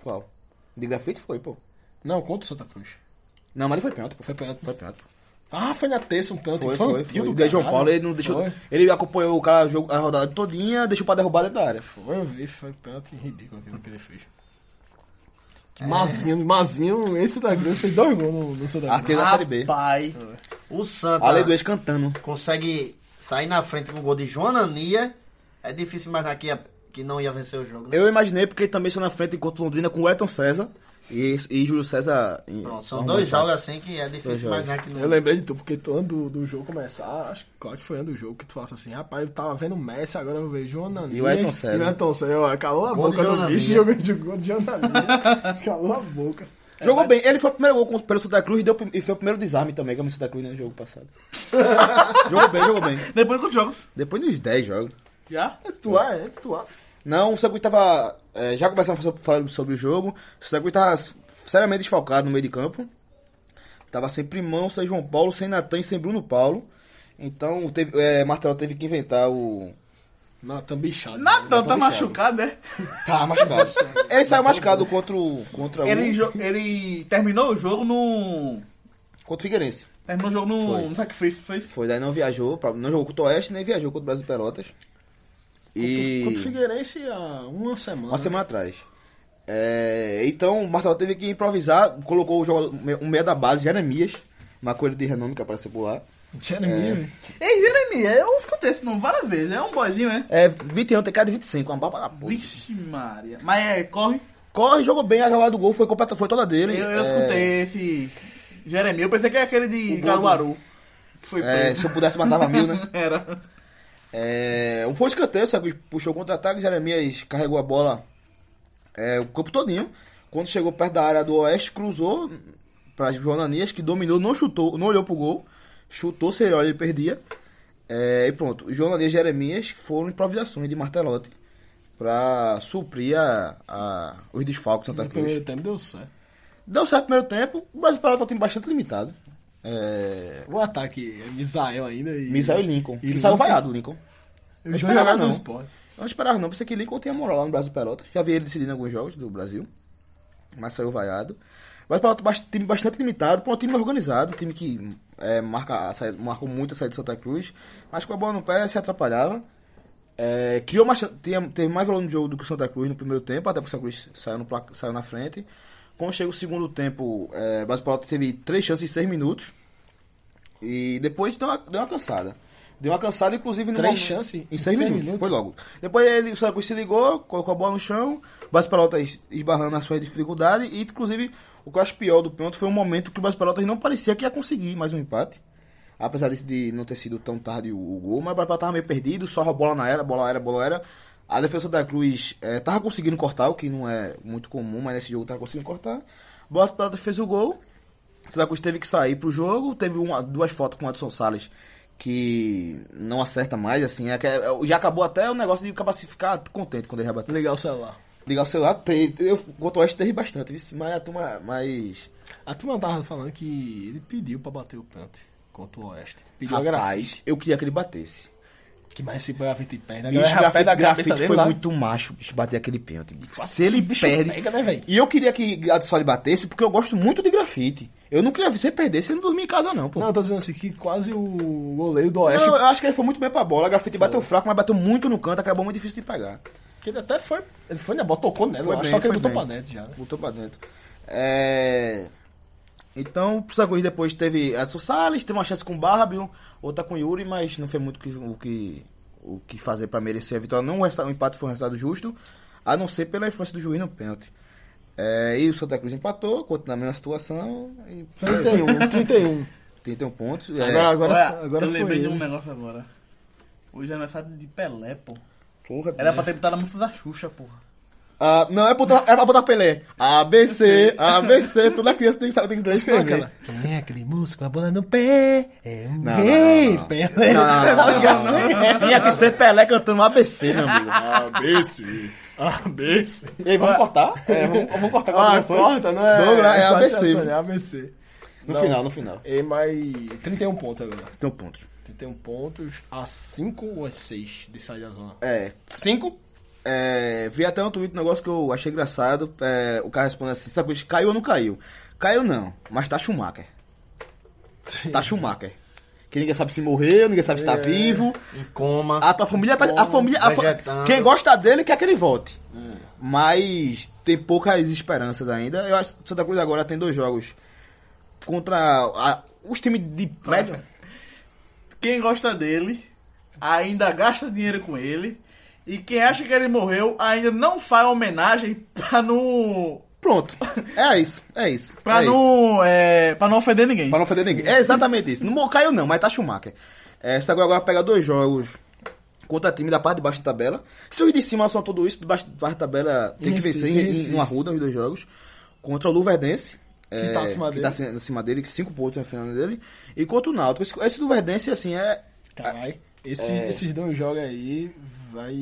D: Qual? De grafite foi, pô.
C: Não, contra o Santa Cruz.
D: Não, mas ele foi pênalti, pô.
C: Foi pênalti.
D: Foi pênalti.
C: Ah, foi na terça um pênalti
D: Foi,
C: infantil
D: foi, foi.
C: do
D: O João
C: caralho.
D: Paulo, ele não deixou.
C: Foi,
D: Ele acompanhou o cara jogo- a rodada todinha, deixou pra derrubar dentro da área.
C: foi, eu vi, foi pênalti ridículo aquilo que ele fez. Que Mazinho, Mazinho, esse da Cruz fez dois gols no, no Santa Cruz.
D: Artilheiro da Série B.
B: Pai,
E: O Santa
D: Além do ex cantando.
E: consegue sair na frente com o gol de Joanania. É difícil imaginar que, ia- que não ia vencer o jogo. Né?
D: Eu imaginei porque ele também saiu na frente contra o Londrina com o Elton César e, e Júlio César. em-
E: Pronto, são
D: arrumando,
E: dois
D: tá?
E: jogos assim que é difícil
D: jogos.
E: imaginar que não.
C: Eu lembrei de tu, porque tu antes do, do jogo começar, acho que claro que foi antes do jogo que tu faça assim, rapaz, eu tava vendo o Messi, agora eu vejo o Ananias.
D: E o Ayrton Senna.
C: E o Ayrton Senna, ó, calou a
E: Gol
C: boca
E: de
C: do
E: Ananias.
C: bicho e eu vejo o gol de Ananias. calou a boca.
D: É, Jogou bem, ele foi o primeiro gol com- pelo Santa Cruz e, deu, e foi o primeiro desarme também com o Santa Cruz né, no jogo passado. jogou bem, jogou bem.
B: depois de quantos jogos?
D: Depois dos 10 jogos.
B: Já?
C: É titular, é titular.
D: Não, o Santa Cruz tava. eh, já começamos a falar sobre o jogo. O Santa Cruz tava seriamente desfalcado no meio de campo. Tava sem Primão, sem João Paulo, sem Natan e sem Bruno Paulo. Então, teve, eh, Martel teve que inventar o.
C: Natan bichado.
B: Nada, tá
D: Depois de
B: machucado, né?
D: Tá machucado. ele saiu machucado contra o. Contra
B: Ele,
D: o.
B: jo- ele terminou o jogo no.
D: Contra o Figueirense.
B: Terminou o jogo no,
D: Foi.
B: no sacrifício, foi?
D: Foi, daí não viajou, pra- não jogou contra o Oeste, nem viajou contra o Brasil de Pelotas. E.
C: Contra o Figueirense há uma semana.
D: Uma semana atrás. É, então, o Marcelo teve que improvisar, colocou o jogador, um meia da base, Jeremias, uma coisa de renome que apareceu por lá.
C: Jeremy,
B: Ei, Jeremias, eu escutei esse nome várias vezes. É um boyzinho, né?
D: É, 21 tem cara de 25, uma baba da porra.
B: Vixe, Maria. Mas é, corre.
D: Corre, jogou bem, a jogada do gol foi, completa, foi toda dele.
B: Eu, eu
D: É,
B: escutei esse Jeremias. Eu pensei que era aquele de
D: O gol
B: Garuaru. Que foi
D: é,
B: preso.
D: se eu pudesse, matava mil, né?
B: Era.
D: É, foi um escanteio, sabe? Puxou contra-ataque, Jeremias carregou a bola é, o campo todinho. Quando chegou perto da área do Oeste, cruzou para Jonanias, que dominou, não chutou, não olhou pro gol. Chutou, se ele olha, ele perdia. É, e pronto, Jonanias e Jeremias foram improvisações de Martelotti para suprir a, a- os desfalques do Santa
C: no
D: Cruz.
C: primeiro tempo deu certo.
D: Deu certo no primeiro tempo, o Brasil Pará tá um time bastante limitado. É,
C: O ataque é Misael ainda e...
D: Misael e Lincoln,
C: E
D: que saiu
C: Lincoln.
D: vaiado, Lincoln.
C: E o
D: Mas
C: João
D: não,
C: jogava no
D: não.
C: esporte.
D: Eu não esperava não, pensei que Lincoln tinha moral lá no Brasil Pelotas. Já vi ele decidindo alguns jogos do Brasil, mas saiu vaiado. Mas Pelotas é bast- time bastante limitado, pô, um time organizado, um time que é, marca a saída- marcou muito a saída de Santa Cruz, mas com a bola no pé se atrapalhava. É, criou mais, chan- tinha- teve mais valor no jogo do que o Santa Cruz no primeiro tempo, até porque o Santa Cruz saiu, no placa- saiu na frente. Quando chega o segundo tempo, é, o Brasil Pelotas teve três chances em seis minutos. E depois deu uma, deu uma cansada. Deu uma cansada, inclusive no
C: Três
D: momento-
C: chances
D: em seis, minutos.
C: minutos.
D: Foi logo. Depois ele, o Santa Cruz se ligou, colocou a bola no chão, o Brasil Pelotas esbarrando nas suas dificuldades. E inclusive o que eu acho pior do pênalti foi um momento que o Brasil Pelotas não parecia que ia conseguir mais um empate. Apesar de, de não ter sido tão tarde o, o gol, mas o Brasil Pelotas tava meio perdido, só a bola na era, bola era, bola era. A defesa da Cruz eh, tava conseguindo cortar, o que não é muito comum, mas nesse jogo tava conseguindo cortar. O Brasil Pelotas fez o gol, Santa Cruz teve que sair pro jogo, teve uma, duas fotos com o Edson Salles que não acerta mais, assim, é que é- já acabou até o negócio de acabar se ficar contente quando ele rebateu.
C: Ligar o celular.
D: Ligar o celular, tem, eu contra o Oeste teve bastante, viu? mas a turma, mas
C: A turma tava falando que ele pediu pra bater o pênalti contra o Oeste. Pediu a grafite.
D: rapaz, eu queria que ele batesse.
C: Que mais esse grafite perde. A
D: Bicho,
C: galera já
D: grafite,
C: perde a
D: grafite
C: cabeça
D: foi
C: dele lá.
D: muito macho, bicho, bater aquele pênalti. bicho. Se ele perde.
C: pega, né, velho?
D: e eu queria que Gadsolli batesse, porque eu gosto muito de grafite. Eu não queria ver você perder se ele não dormir em casa, não, pô.
C: Não, eu tô dizendo assim, que quase o goleiro do
D: eu,
C: Oeste.
D: acho... eu acho que ele foi muito bem pra bola. A grafite bateu fraco, mas bateu muito no canto, acabou muito difícil de pegar.
C: Que ele até foi. Ele foi, né? Botou tocou nela,
D: Foi
C: eu acho,
D: bem,
C: só que ele
D: foi
C: botou
D: bem.
C: pra dentro já. né?
D: Botou pra dentro. É... Então, o Sagui depois teve Edson Salles, teve uma chance com o Barbio, outra com o Yuri, mas não foi muito que- o que, o que fazer pra merecer a vitória. Não, o, resultado- o empate foi um resultado justo, a não ser pela influência do juiz no pênalti. É, e o Santa Cruz empatou, continua na mesma situação, e
C: 31, 31.
D: 31 pontos. é.
C: Agora, agora,
B: Olha,
C: agora
B: eu
C: foi
B: lembrei de um
C: ele.
B: negócio agora. Hoje é aniversário de Pelé, pô.
D: Porra,
B: Era
D: bicho.
B: pra ter botado a música da Xuxa, porra.
D: Ah, não, era pra, botar, era pra botar Pelé. ABC, ABC, toda criança tem que saber, tem que
C: Isso não é
D: escrever.
C: aquela. Quem é aquele músico? A bola no pé. É um
D: Não,
C: gay.
D: não, não, não.
C: Pelé.
D: Não, não, não, não, não. Tinha que ser Pelé cantando um ABC, meu amigo.
C: ABC. ABC.
D: E aí, vamos cortar? É, vamos, vamos cortar com as
C: Ah,
D: versões?
C: corta, não é?
D: Douglas, é
C: não
D: ABC.
C: É ABC.
D: No
C: Não.
D: final, no final.
C: E mais 31 pontos agora.
D: Tem um ponto.
C: 31 pontos a 5 ou a 6 de sair da zona.
D: É, cinco. É, vi até um tweet, um negócio que eu achei engraçado. É, o cara responde assim, sabe, caiu ou não caiu? Caiu não, mas tá Schumacher. Tá Schumacher. Que ninguém sabe se morreu, ninguém sabe se
C: É.
D: tá vivo.
E: Em coma.
D: A tua família tá. A
E: Como,
D: família, a fa-
E: vegetando.
D: quem gosta dele quer que ele volte. Mas tem poucas esperanças ainda. Eu acho que Santa Cruz agora tem dois jogos contra a- os times de médio.
B: Quem gosta dele ainda gasta dinheiro com ele. E quem acha que ele morreu ainda não faz homenagem pra não.
D: Pronto. É isso. É isso.
B: pra
D: é isso.
B: não. É, pra não ofender ninguém.
D: Pra não ofender ninguém. É exatamente isso. Não caiu não, mas tá Schumacher. É, Santa Cruz agora pega dois jogos contra time da parte de baixo da tabela. Se os de cima são tudo isso, de baixo, de baixo da tabela tem que
C: Recife,
D: vencer em, em,
C: Recife.
D: em Arruda os dois jogos. Contra o Luverdense. é,
C: tá acima
D: que tá
C: dele.
D: fi- acima dele, que cinco pontos na final dele. E contra o Náutico. Esse, esse Luverdense, assim, é.
C: Caralho. Esse,
E: É.
C: Esses dois jogos aí vai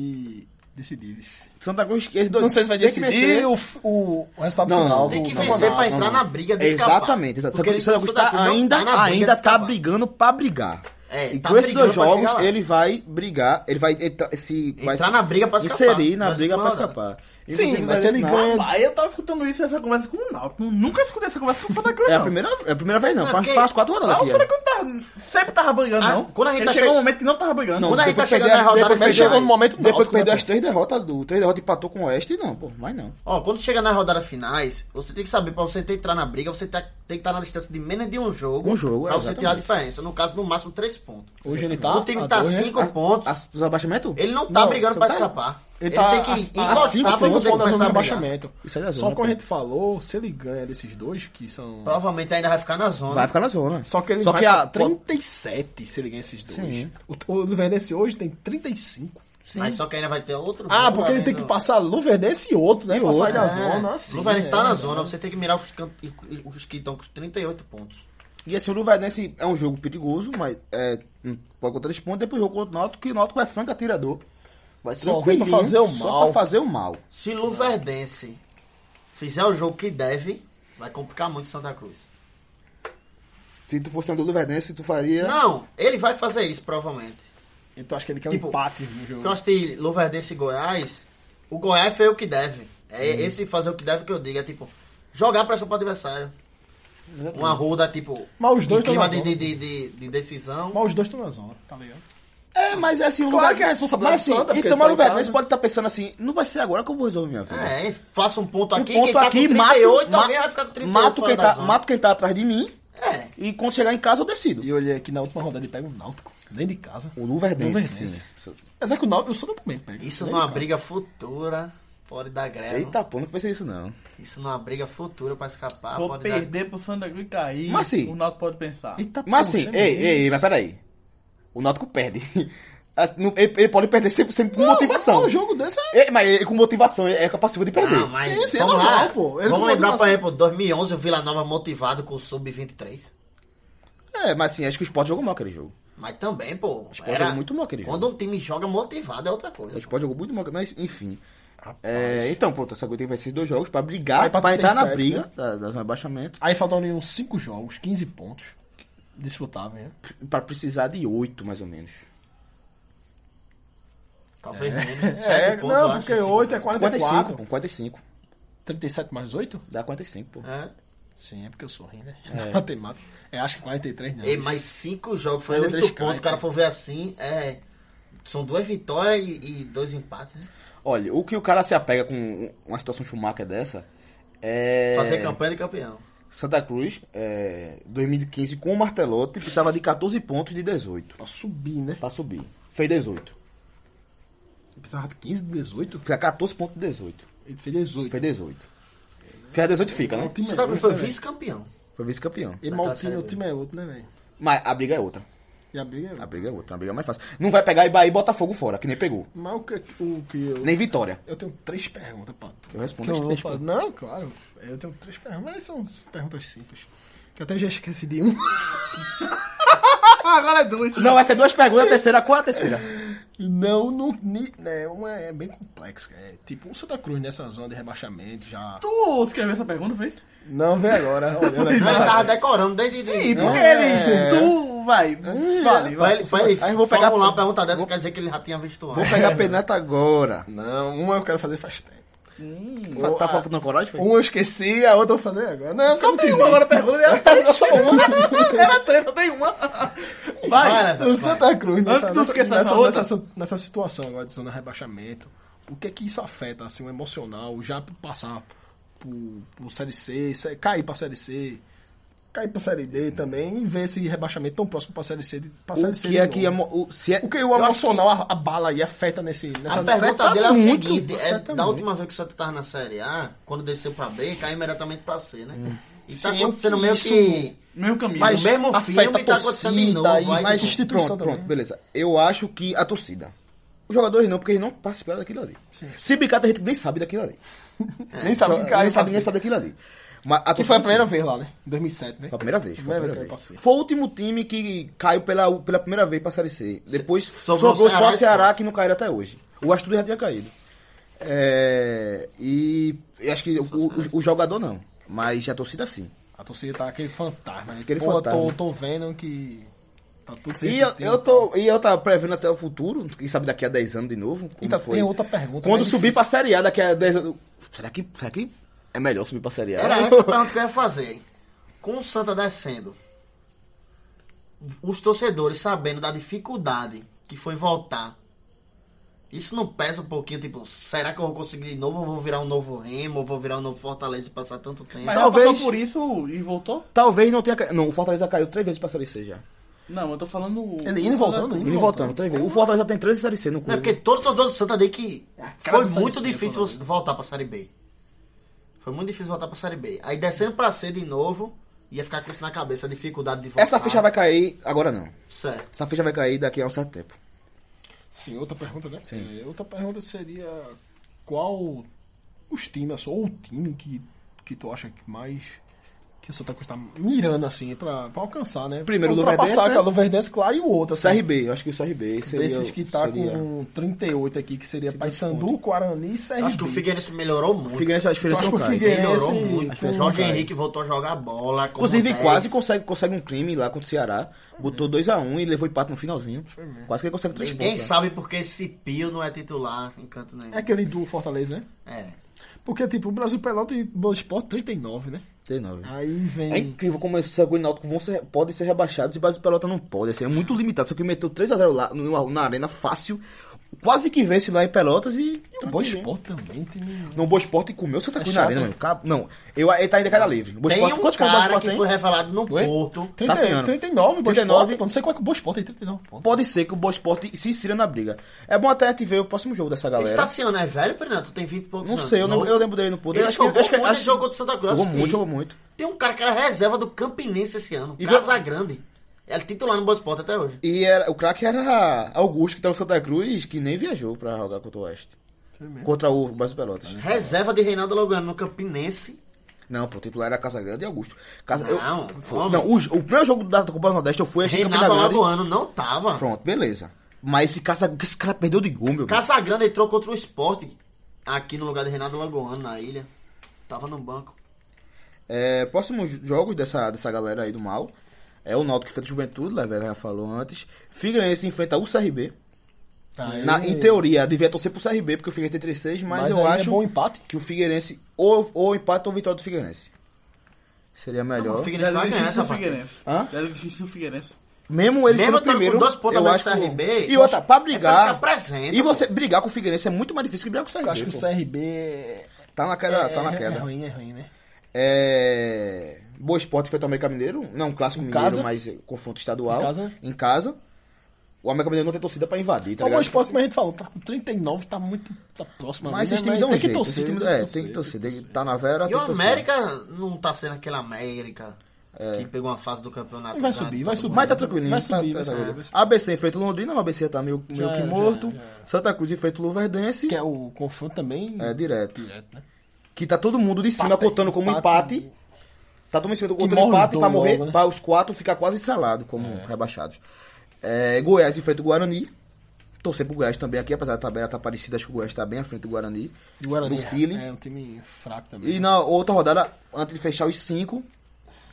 C: decidir. vice.
D: Santa Cruz. Esses dois,
C: Não sei se vai
D: tem que vencer.
C: decidir o, f- o, o resultado
D: Não,
C: final.
D: não,
E: Tem que
C: do- do
E: vencer pra
C: campeonato.
E: entrar na briga de escapar.
D: É, Exatamente, exatamente.
E: Porque
D: Porque
E: ele
D: o Santa Cruz tá
E: Cruz não
D: ainda,
E: na briga
D: ainda
E: de
D: tá
E: escapar.
D: brigando pra brigar.
E: É,
D: e
E: tá
D: com esses dois
E: brigando pra
D: jogos,
E: chegar lá.
D: ele vai brigar, ele vai entra- se vai
E: Entrar
D: se
E: na briga pra escapar.
D: Inserir na
E: Mas
D: briga pra
E: manda.
D: escapar.
C: Sim, mas se ele
D: na-
C: ganha.
B: Rapaz, eu tava escutando isso essa conversa com o Náutico. Nunca escutei essa conversa com o Santa Cruz,
D: É a
B: não.
D: primeira, é a primeira vez, não. Faz,
E: Porque-
D: faz quatro rodadas
B: Não, o
D: aqui.
B: Santa
D: é.
B: Cruz não tava- sempre tava brigando,
E: Ah,
B: não.
E: quando a gente
B: Ele
E: tá
B: chegou
E: che-
B: um momento que não tava brigando.
D: Não,
E: Quando a gente tá
D: depois perder
E: chegando na
D: as- depois um
E: rodada final. é
D: perder as-
C: Chegou no momento do
D: Depois que
C: Náutico,
D: perdeu
C: né,
D: as três derrotas, do três derrotas empatou com o Oeste, não, pô, mas não.
E: Ó, quando chega na rodada finais, você tem que saber, pra você entrar na briga, você tá- tem que estar na distância de menos de um jogo.
D: Um jogo,
E: Pra
D: é,
E: você tirar a
D: exatamente.
E: diferença. No caso, no máximo, três pontos.
C: Hoje ele tá.
E: o time
C: a
E: tá
C: dois, né?
E: cinco pontos.
D: A- Ah, os abaixamentos?
E: Ele não tá
C: Não,
E: brigando
D: você
E: pra
D: tá-
E: escapar.
C: Ele, tá
E: tem que
C: a- a- a cinco
E: encostar pra
C: segundos da
E: poder
C: zona
E: começar
C: de
E: a brigar.
C: abaixamento.
D: Isso aí é da
C: Só
D: zona,
C: como a
D: pô.
C: gente falou, se ele ganha desses dois, que são.
E: Provavelmente ainda vai ficar na zona.
D: Vai ficar na zona.
C: Só que ele
D: Só
C: vai
D: que
C: pra
D: a
C: 37 se ele ganhar esses dois.
D: Sim.
C: O, o Luverdense hoje tem 35.
E: Mas só que ainda vai ter outro
C: Ah,
E: jogo tá
C: porque ele tem
E: ainda.
C: que passar Luverdense e outro, né? Pra sair da zona. Assim,
E: não vai
C: né?
E: estar tá na zona, você tem que mirar os, can- os que estão com 38 pontos.
D: E assim, o Luverdense é um jogo perigoso, mas é, hum, pode contar três pontos, depois o jogo contra o Náutico, que o Náutico é franco atirador. Vai
C: Só vem pra
D: tranquilinho,
C: fazer o
D: Só pra
C: mal.
D: fazer o mal.
E: Se Luverdense fizer o jogo que deve, vai complicar muito Santa Cruz.
D: Se tu fosse treinador do Luverdense, tu faria...
E: Não, ele vai fazer isso, provavelmente.
C: Então acho que ele quer um
E: Tipo,
C: empate no jogo.
E: Porque eu assisti Luverdense e Goiás. O Goiás foi o que deve. É esse fazer o que deve que eu digo. É tipo, jogar pressão pro adversário. Uma roda, tipo,
C: Mas os dois
E: em clima
C: tão na
E: de, de, de, de decisão.
C: Mas os dois estão na zona, tá ligado?
D: É, mas é assim... o
C: Claro
D: Luver-
C: que é a responsabilidade
D: mas, assim,
C: do Santa, porque
D: Então, mas
C: eles
D: o
C: estão em
D: Luverdense
C: casa.
D: pode estar pensando assim, não vai ser agora que eu vou resolver minha vida.
E: É, faça um ponto aqui,
D: ponto
E: quem tá
D: aqui,
E: com
D: mato-
E: 38
D: ma-
E: também vai ficar com 38
D: mato,
E: fora
D: quem
E: da
D: tá,
E: zona.
D: mato quem tá atrás de mim
E: É.
D: e quando chegar em casa eu decido.
C: E eu olhei aqui na última rodada e pega o Náutico, dentro de casa.
D: O Luverdense.
C: Luverdense.
D: sim.
C: Mas é que o Náutico, o Santa também pega.
E: Isso
C: Dentro
E: numa
C: de casa.
E: briga futura, pode dar greve.
D: Eita, pô, não pensei nisso não.
E: Isso numa briga futura pra escapar,
B: Vou
E: pode dar
B: perder pro Santa Cruz cair.
D: Mas sim.
B: O Náutico pode pensar.
C: Eita,
D: Mas
C: porra,
D: assim,
C: você é
D: ei, ei, ei,
C: mesmo.
D: mas peraí. O Náutico perde. Assim, não- Ele ele pode perder sempre, sempre com motivação.
C: Um jogo desse é.
D: É, mas ele com motivação, ele é passivo de perder.
E: Não, mas
C: Sim, sim, é
E: vamos
C: normal,
E: lá.
C: pô. Ele
E: vamos
C: não
E: lembrar,
C: motiva
E: por exemplo, 2011 o Vila Nova motivado com o Sub-23.
D: É, mas assim, acho que o Sport jogou mal aquele jogo.
E: Mas também, pô.
D: Sport jogou muito mal aquele
E: Quando um time joga motivado é outra coisa.
D: O
E: pô.
D: Sport jogou muito mal, mas enfim. É, então, pronto, essa coisa tem que vencer dois jogos pra brigar,
C: Vai pra
D: pra entrar na
C: 37,
D: briga
C: né?
D: da, das abaixamento,
C: Aí faltaram 5 jogos, 15 pontos. Disputável, né?
D: pra precisar de oito, mais ou menos.
E: Talvez menos.
C: É,
E: Sete pontos, eu
C: não,
E: acho,
C: porque
E: assim.
C: 8 é
D: 45,
C: 44.
D: pô. 45.
C: 37 mais 8?
D: Dá 45, pô.
E: É.
C: Sim, é porque eu sou ruim, né? Na matemática. É, acho que 43, né?
E: E mais cinco jogos, foi
C: Quarenta e
E: oito
C: três
E: pontos.
C: cai,
E: O cara
C: né?
E: for ver assim, é. São duas vitórias e, e dois empates, né?
D: Olha, o que o cara se apega com um, uma situação Schumacher dessa é.
E: Fazer campanha de campeão.
D: Santa Cruz, é, 2015, com o Martelotti, precisava de 14 pontos de 18
C: Pra subir, né?
D: pra subir. Fez 18.
C: Precisava de 15, 18.
D: Fez 14 pontos de 18.
C: Ele fez 18.
D: Fez 18. Fez 18 fica, né?
C: O time é
E: Santa Cruz
C: outro,
E: foi
C: né, velho?
E: vice-campeão.
D: Foi vice-campeão.
C: E mal o time, o time é outro, né, velho?
D: Mas a briga é outra.
C: E a briga é
D: A
C: outra.
D: briga é outra. A briga é mais fácil. Não vai pegar Ibaí e Botafogo fora, que nem pegou.
C: Mas o que, o que eu...
D: Ah. Nem Vitória.
C: Eu tenho três perguntas pra tu.
D: Então, Eu respondo
C: Que eu
D: as
C: vou
D: três,
C: fazer.
D: pô.
C: Não, claro. Eu tenho três perguntas, mas são perguntas simples. Que eu até já esqueci de um. Agora é duas.
D: Não, vai ser duas perguntas, a terceira, qual é a terceira?
C: Não, não ni- né, uma é bem complexa. É tipo o Santa Cruz nessa zona de rebaixamento já.
B: Tu escreveu essa pergunta, foi?
C: Não, vem agora, olhando
E: Mas ele
C: é.
E: tava decorando desde.
D: É.
B: Sim,
E: desde-
B: porque ele. Tu vai. Fale,
E: Pra
B: vai.
E: ele, pra ele
D: Aí eu vou pegar-
E: formular uma pergunta dessa, quer dizer que ele já tinha visto
D: Vou
E: antes.
D: pegar a peneta agora.
C: Não, uma eu quero fazer faz tempo.
D: tá faltando coragem? Foi?
C: Uma eu esqueci, a outra eu vou fazer agora. Não,
B: Só
C: como
B: tem
C: que
B: uma
C: vem?
B: agora a pergunta. Era três, só uma. Era três, só tem uma.
E: Vai,
B: Vai.
E: né,
C: O
E: velho? Vai.
C: Santa
B: Antes
C: Cruz, nessa,
B: que tu
C: nessa,
B: esqueça essa
C: nessa,
B: outra.
C: nessa- nessa situação agora de zona de rebaixamento, o que é que isso afeta, assim, o emocional, já por passar pro, pro Série C, sé- cair pra Série C, cair pra Série D também, e ver esse rebaixamento tão próximo pra Série C, de- pra série C
D: O que
C: de
D: é
C: novo.
D: que emo- o, se é,
C: O que o emocional abala e afeta nesse, nessa...
E: A pergunta dele é a
D: muito,
E: seguinte: é,
D: afeta
E: da
D: muito.
E: última vez que o Santa tava na Série A, quando desceu pra B, caiu imediatamente pra C, né? E tá
C: Hum. Sim,
E: acontecendo
C: isso-
E: meio que.
B: Mesmo caminho. Ah,
E: Mas mesmo filme tá
C: a
E: acontecendo
C: torcida
E: de novo.
C: e
E: vai,
C: mais
E: tipo,
C: instituição
D: Pronto,
C: também.
D: pronto, né? beleza. Eu acho que a torcida. Os jogadores não, porque eles não participaram daquilo ali. Se brincar, tem gente que nem sabe daquilo ali. Então,
C: Nem sabe
D: nem
C: que caiu pra
D: sabe, nem
C: C.
D: sabe daquilo ali. Mas a
C: Que
D: torcida-
C: foi a primeira vez lá, né? Em 2007, né?
D: Foi a primeira vez. Foi, a primeira
C: Primeira vez que
D: vez.
C: eu passei.
D: foi o último time que caiu pela, pela primeira vez pra Série C. Depois
E: sobrou
D: sobrou,
E: o
D: os
E: Ceará
D: quatro
E: e
D: Ceará
E: Sport.
D: que não caíram até hoje. O Astúdio já tinha caído. É, e, e acho que o, o- o jogador não. Mas a torcida sim.
C: A torcida tá aquele fantasma, né?
D: Aquele
C: Pô, eu
D: fantasma.
C: Tô, tô vendo que tá tudo se
D: E eu,
C: repetindo.
D: eu tô, e eu tava prevendo até o futuro, quem sabe daqui a 10 anos de novo. como
C: Eita,
D: foi.
C: tem outra pergunta,
D: Quando
C: mas é
D: subir
C: difícil.
D: pra Série A daqui a 10 anos. Será que, será que é melhor subir pra Série A?
E: Era essa a pergunta que eu ia fazer. Com o Santa descendo, os torcedores sabendo da dificuldade que foi voltar, isso não pesa um pouquinho? Tipo, será que eu vou conseguir de novo? Eu vou virar um novo Remo? Eu vou virar um novo Fortaleza e passar tanto tempo?
B: Mas
D: Talvez-
B: ela passou por isso e voltou?
D: Talvez não tenha. ca- Não, o Fortaleza caiu três vezes pra Série C já.
B: Não, eu tô falando.
C: Ele indo e né? voltando,
D: Indo e voltando, três vezes. O Fortaleza tem 13 Série C no
E: Não, é
D: clube.
E: porque todos os donos do Santa daí que
D: É
C: cara
E: foi
C: do Santa
E: muito
C: Cecília,
E: difícil você voltar pra Série B. Foi muito difícil voltar pra Série B. Aí descendo pra C de novo, ia ficar com isso na cabeça, a dificuldade de voltar.
D: Essa ficha vai cair agora não.
E: Certo.
D: Essa ficha vai cair daqui a um certo tempo.
C: Sim, outra pergunta, né? É, outra pergunta seria qual os times, assim, ou o time que, que tu acha que mais que o Santa Cruz tá mirando assim pra, pra alcançar, né?
D: Primeiro, o
C: ultrapassar
D: Luverdense, né?
C: aquela Luverdense, claro, e o outro, assim.
D: CRB, eu acho que é o CRB seria.
C: Desses que tá
D: seria...
C: com 38 aqui, que seria Paysandu, Guarani e CRB.
E: Acho que o Figueirense melhorou muito.
D: É O Figueirense é a
C: Eu
D: diferença
C: acho que
D: não
C: o
D: cai.
C: Figueirense
E: Melhorou muito.
C: tem-
E: O Jorge Henrique voltou a jogar bola. como
D: Inclusive,
E: 10.
D: quase consegue, consegue um crime lá contra o Ceará. Botou 2x1 e levou empate no finalzinho. Quase que ele consegue 3
E: Ninguém
D: pontos. né?
E: sabe porque esse Pio não é titular em canto nenhum.
C: É aquele do Fortaleza, né?
E: É.
C: Porque, tipo, o Brasil Pelota e Boa Esporte 39, né?
D: 39.
C: Aí vem.
D: É incrível como esses Sagulho e Náutico vão ser, podem ser rebaixados e o Brasil Pelota não pode. Assim, é muito limitado. Só que meteu 3x0 lá no- na arena fácil. Quase que vence lá em Pelotas e. um
C: O Boa Esporte também tem.
D: No Boa Esporte comeu Santa
C: É
D: Cruz na
C: chato,
D: arena,
C: né?
D: meu. Cabo- Não, eu, ele tá ainda cada livre. O Boa
E: Tem
D: Esporte,
E: um
D: quantos pontos o Boa
E: cara
D: Esporte
E: que
D: tem?
E: foi revelado no
C: Oi?
E: Porto.
C: 30,
D: Tá assinando.
C: 39, o Boa
D: 39.
C: Esporte, pô. Não sei qual é que o Boa Esporte tem 39, pô.
D: Pode ser que o Boa Esporte se insira na briga. É bom até a gente ver o próximo jogo dessa galera.
E: Estaciano é velho, Fernando? Tu tem 20 e poucos
D: Não
E: anos.
D: sei, eu, não,
E: Novo.
D: eu lembro dele no poder.
E: Ele
D: acho que,
E: jogou um
D: acho que,
E: muito,
D: acho,
E: ele jogou do Santa Cruz.
D: Jogou
E: assim.
D: muito, jogou muito.
E: Tem um cara que era reserva do Campinense esse ano.
D: E
E: Casagrande. Era é titular no Boa Esporte até hoje.
D: E era, o craque era Augusto, que tá no Santa Cruz, que nem viajou pra jogar contra o Oeste. Contra o Brasil Pelotas.
E: Reserva de Reinaldo Logano no Campinense.
D: Não, pô, o titular era Casagrande e Augusto. Casa, eu-
E: Não,
D: foi,
E: homem.
D: não o, o primeiro jogo da Copa do Nordeste eu fui, achei que era
E: Reinaldo
D: Casagrande.
E: Alagoano não tava.
D: Pronto, beleza. Mas esse, caça, esse cara perdeu de gol, meu.
E: Casagrande entrou contra o esporte aqui no lugar de Renato Lagoano, na ilha. Tava no banco.
D: É, próximos jogos dessa, dessa galera aí do mal é o Náutico que enfrenta o Juventude, Lavera já falou antes. Figueirense enfrenta o CRB.
C: Aí-
D: Na- em teoria, devia torcer pro CRB, porque o Figueirense tem 36, mas, eu
C: aí
D: acho
C: é bom empate.
D: que o Figueirense ou, ou empate ou vitória do Figueirense. Seria melhor.
E: O Figueirense
B: Deve
E: vai ganhar
B: desistir
E: é essa
B: do
E: partida.
B: Figueirense.
D: Hã?
B: Deve desistir do Figueirense.
D: Mesmo ele
E: Mesmo
D: sendo o
E: tendo com
D: primeiro,
E: dois pontos
D: eu
E: atrás
D: acho
E: do CRB,
D: que... E outra, pra
E: É pra
D: brigar...
E: ficar presente,
D: e
E: pô.
D: você brigar com o Figueirense é muito mais difícil que brigar com o CRB.
C: Eu acho que
D: pô.
C: o CRB é-
D: Tá na queda, tá na
C: é-
D: queda.
C: É ruim, é ruim, né?
D: É... Boa Esporte foi o América Mineiro. Não, um clássico
C: Em
D: mineiro,
C: casa?
D: mas é confronto estadual.
C: Em casa?
D: Em casa. O América Mineiro não tem torcida pra invadir, tá
C: o Boa
D: ligado?
C: Esporte, como a gente falou, tá com 39, tá muito tá próximo.
D: Mas
C: ali,
D: esses
C: né?
D: times dão um
C: tem que
D: jeito.
C: torcer,
D: esses times-
C: tem
D: é,
C: que
D: tem que
C: torcer,
D: torcer. Tem que tá na vera,
E: E o
D: tem que torcer.
E: América não tá sendo aquele América
D: É.
E: que pegou uma fase do campeonato.
C: Vai
E: já,
C: subir,
E: todo
C: vai subir.
E: mundo.
D: Mas tá tranquilinho.
C: Vai subir,
D: tá,
C: vai
D: tá,
C: subir,
D: tá.
C: vai subir.
D: ABC enfrenta o Londrina, o ABC tá meio, meio que
C: era, já
D: morto.
C: era, já era.
D: Santa Cruz enfrenta o Luverdense.
C: Que é o confronto também.
D: É, direto.
C: direto, né?
D: Que tá todo mundo de cima
C: Empate,
D: contando como
C: empate.
D: empate. Tá todo mundo em cima do
C: Que
D: contando
C: morre
D: empate
C: o
D: pra
C: dom
D: morrer,
C: logo, né?
D: pra os quatro ficar quase salado como rebaixados. É, Goiás enfrenta o Guarani. Torcer pro Goiás também aqui, apesar da tabela tá parecida, acho que o Goiás tá bem à frente do Guarani.
C: E o Guarani
D: Do feeling.
C: É, é um time fraco também.
D: E na outra rodada, antes de fechar os cinco,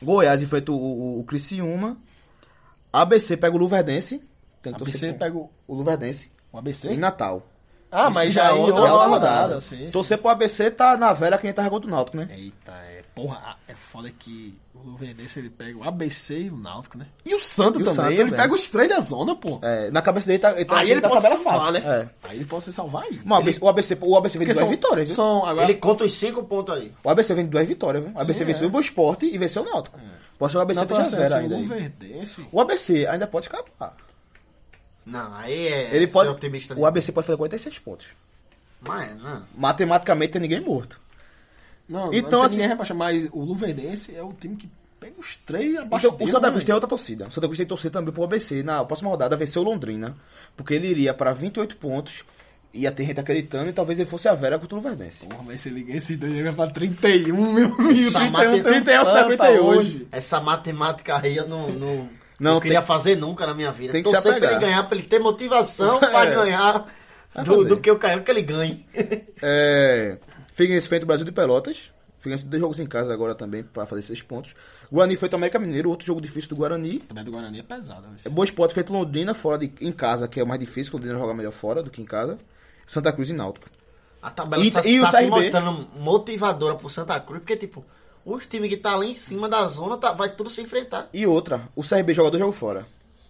D: Goiás enfrenta o, o, o Criciúma. ABC pega o Luverdense. Tem que
C: O ABC
D: pro-
C: pega o,
D: o Luverdense.
C: o ABC?
D: Em Natal.
C: Ah,
D: Isso
C: mas já é outra,
D: outra
C: rodada. sim, sim.
D: Torcer pro ABC tá na velha quem tava contra o Náutico, né?
C: Eita, é, porra, ah, é foda que o Luverdense ele pega o ABC e o Náutico, né? E o Santo
D: E o é.
C: também,
D: Santos
C: ele
D: também.
C: pega os três da zona, pô.
D: É, na cabeça dele tá, ele tá
C: aí ele
D: tá
C: pode se
D: tabela fácil.
C: salvar, né?
D: É.
C: Aí ele pode se salvar aí.
D: Mas o ABC- o ABC, o ABC vem de
C: Porque
D: duas
C: são
D: vitórias, viu?
C: São, agora,
E: Ele conta os cinco pontos aí.
D: O ABC vem de duas vitórias, viu? O ABC
C: Sim,
D: venceu
C: é.
D: o Boa Esporte e venceu o Náutico. Pode ser o ABC
C: Não,
D: tá
C: tá
D: já
C: certo,
D: zero
C: assim,
D: ainda.
C: o
D: aí.
C: Luverdense...
D: O ABC ainda pode escapar.
E: Não, aí é.
D: Ele
E: ser
D: pode,
E: Otimista
C: né?
D: o ABC pode fazer 46 pontos.
C: é,
E: Mas, não.
D: Matematicamente tem ninguém é morto.
C: Não,
D: Então,
C: não tem
D: assim-
C: ninguém rebaixar, mas o Luverdense é o time que pega os três abaixo
D: Então, o
C: dele,
D: Santa
C: né,
D: Cruz tem
C: velho?
D: outra torcida. O Santa Cruz tem que torcer também pro ABC. Na próxima rodada venceu o Londrina. Porque ele iria pra 28 pontos. Ia ter gente acreditando e talvez ele fosse a Vera contra o Luverdense.
C: Porra, mas se liga esses dois aí vai pra 31, meu
D: é
C: amigo.
E: Essa
C: 31, 31,
E: mate-
C: 31,
D: Santa
C: 31 hoje.
E: Essa matemática aí eu não, não, não,
D: Não,
E: queria
D: tem-
E: fazer nunca na minha vida.
D: tem que
E: Torcer
D: se apegar.
E: pra ele ganhar, pra ele ter motivação pra
D: É.
E: ganhar
D: Vai
E: do,
D: fazer.
E: do que eu quero que ele ganhe.
D: É, Figueirense frente o Brasil de Pelotas. Figueirense tem dois jogos em casa agora também pra fazer seis pontos. Guarani feito América Mineiro, outro jogo difícil do Guarani.
C: Também do Guarani é pesado.
D: É Boa Esporte feito Londrina fora de, em casa, que é o mais difícil, Londrina joga melhor fora do que em casa. Santa Cruz e Náutico.
E: A tabela
D: E-
E: tá,
D: e o
E: tá se
D: CRB?
E: mostrando motivadora pro Santa Cruz, porque, tipo, os times que tá lá em cima da zona tá, vai tudo se enfrentar.
D: E outra, o CRB joga dois jogos fora.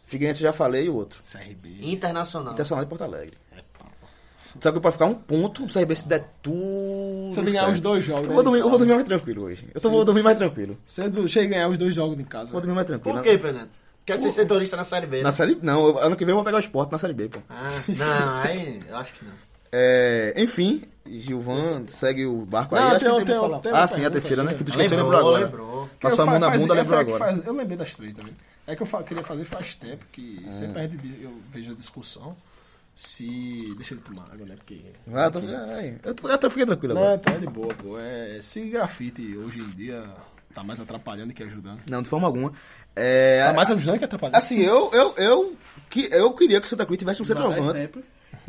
D: Figueirense já falei e o outro.
C: CRB.
E: Internacional.
D: Internacional de Porto Alegre.
C: É
D: Só que pra ficar um ponto, o CRB se der tudo.
C: Se ele ganhar
D: certo.
C: os dois jogos,
D: Eu vou,
C: né,
D: dormir, eu
C: cara?
D: vou dormir mais tranquilo hoje. Eu tô, vou dormir mais tranquilo.
C: Você é do- chega a ganhar os dois jogos em
D: Eu
C: casa.
D: Vou dormir mais tranquilo.
E: Por quê, Fernando? Quer ser setorista na Série B? né?
D: Na série. Não, eu- ano que vem eu vou pegar o esporte na série B, pô.
E: Ah, não, aí eu acho que não.
D: É, enfim, Gilvan segue o barco aí.
C: Não,
D: acho
C: tem-
D: que tem,
C: tem-
D: pra falar.
C: tem uma
D: ah, sim, a
C: pergunta
D: terceira, né?
C: ainda.
D: Que tu esqueceu,
E: Lembrou,
D: lembrou agora.
E: lembrou.
C: Que
D: Passou
C: eu
D: a mão
C: fa-
D: na
C: faz-
D: bunda,
C: essa
D: lembrou
C: é que
D: agora.
C: faz- eu lembrei das três também. É que eu fa- queria fazer faz tempo, que
D: É.
C: sempre a gente- eu vejo a discussão se... Deixa ele tomar água, né? Porque...
D: Ah, tô, é, eu, tô- eu tô- fiquei tranquilo
C: Não,
D: agora.
C: tá de boa, pô. É, se grafite hoje em dia tá mais atrapalhando que ajudando.
D: Não, de forma alguma. É,
C: Tá mais ajudando que atrapalhando.
D: assim, eu, eu, eu, que, eu queria que o Santa Cruz tivesse um
B: Vai
D: centroavante.
B: é sempre.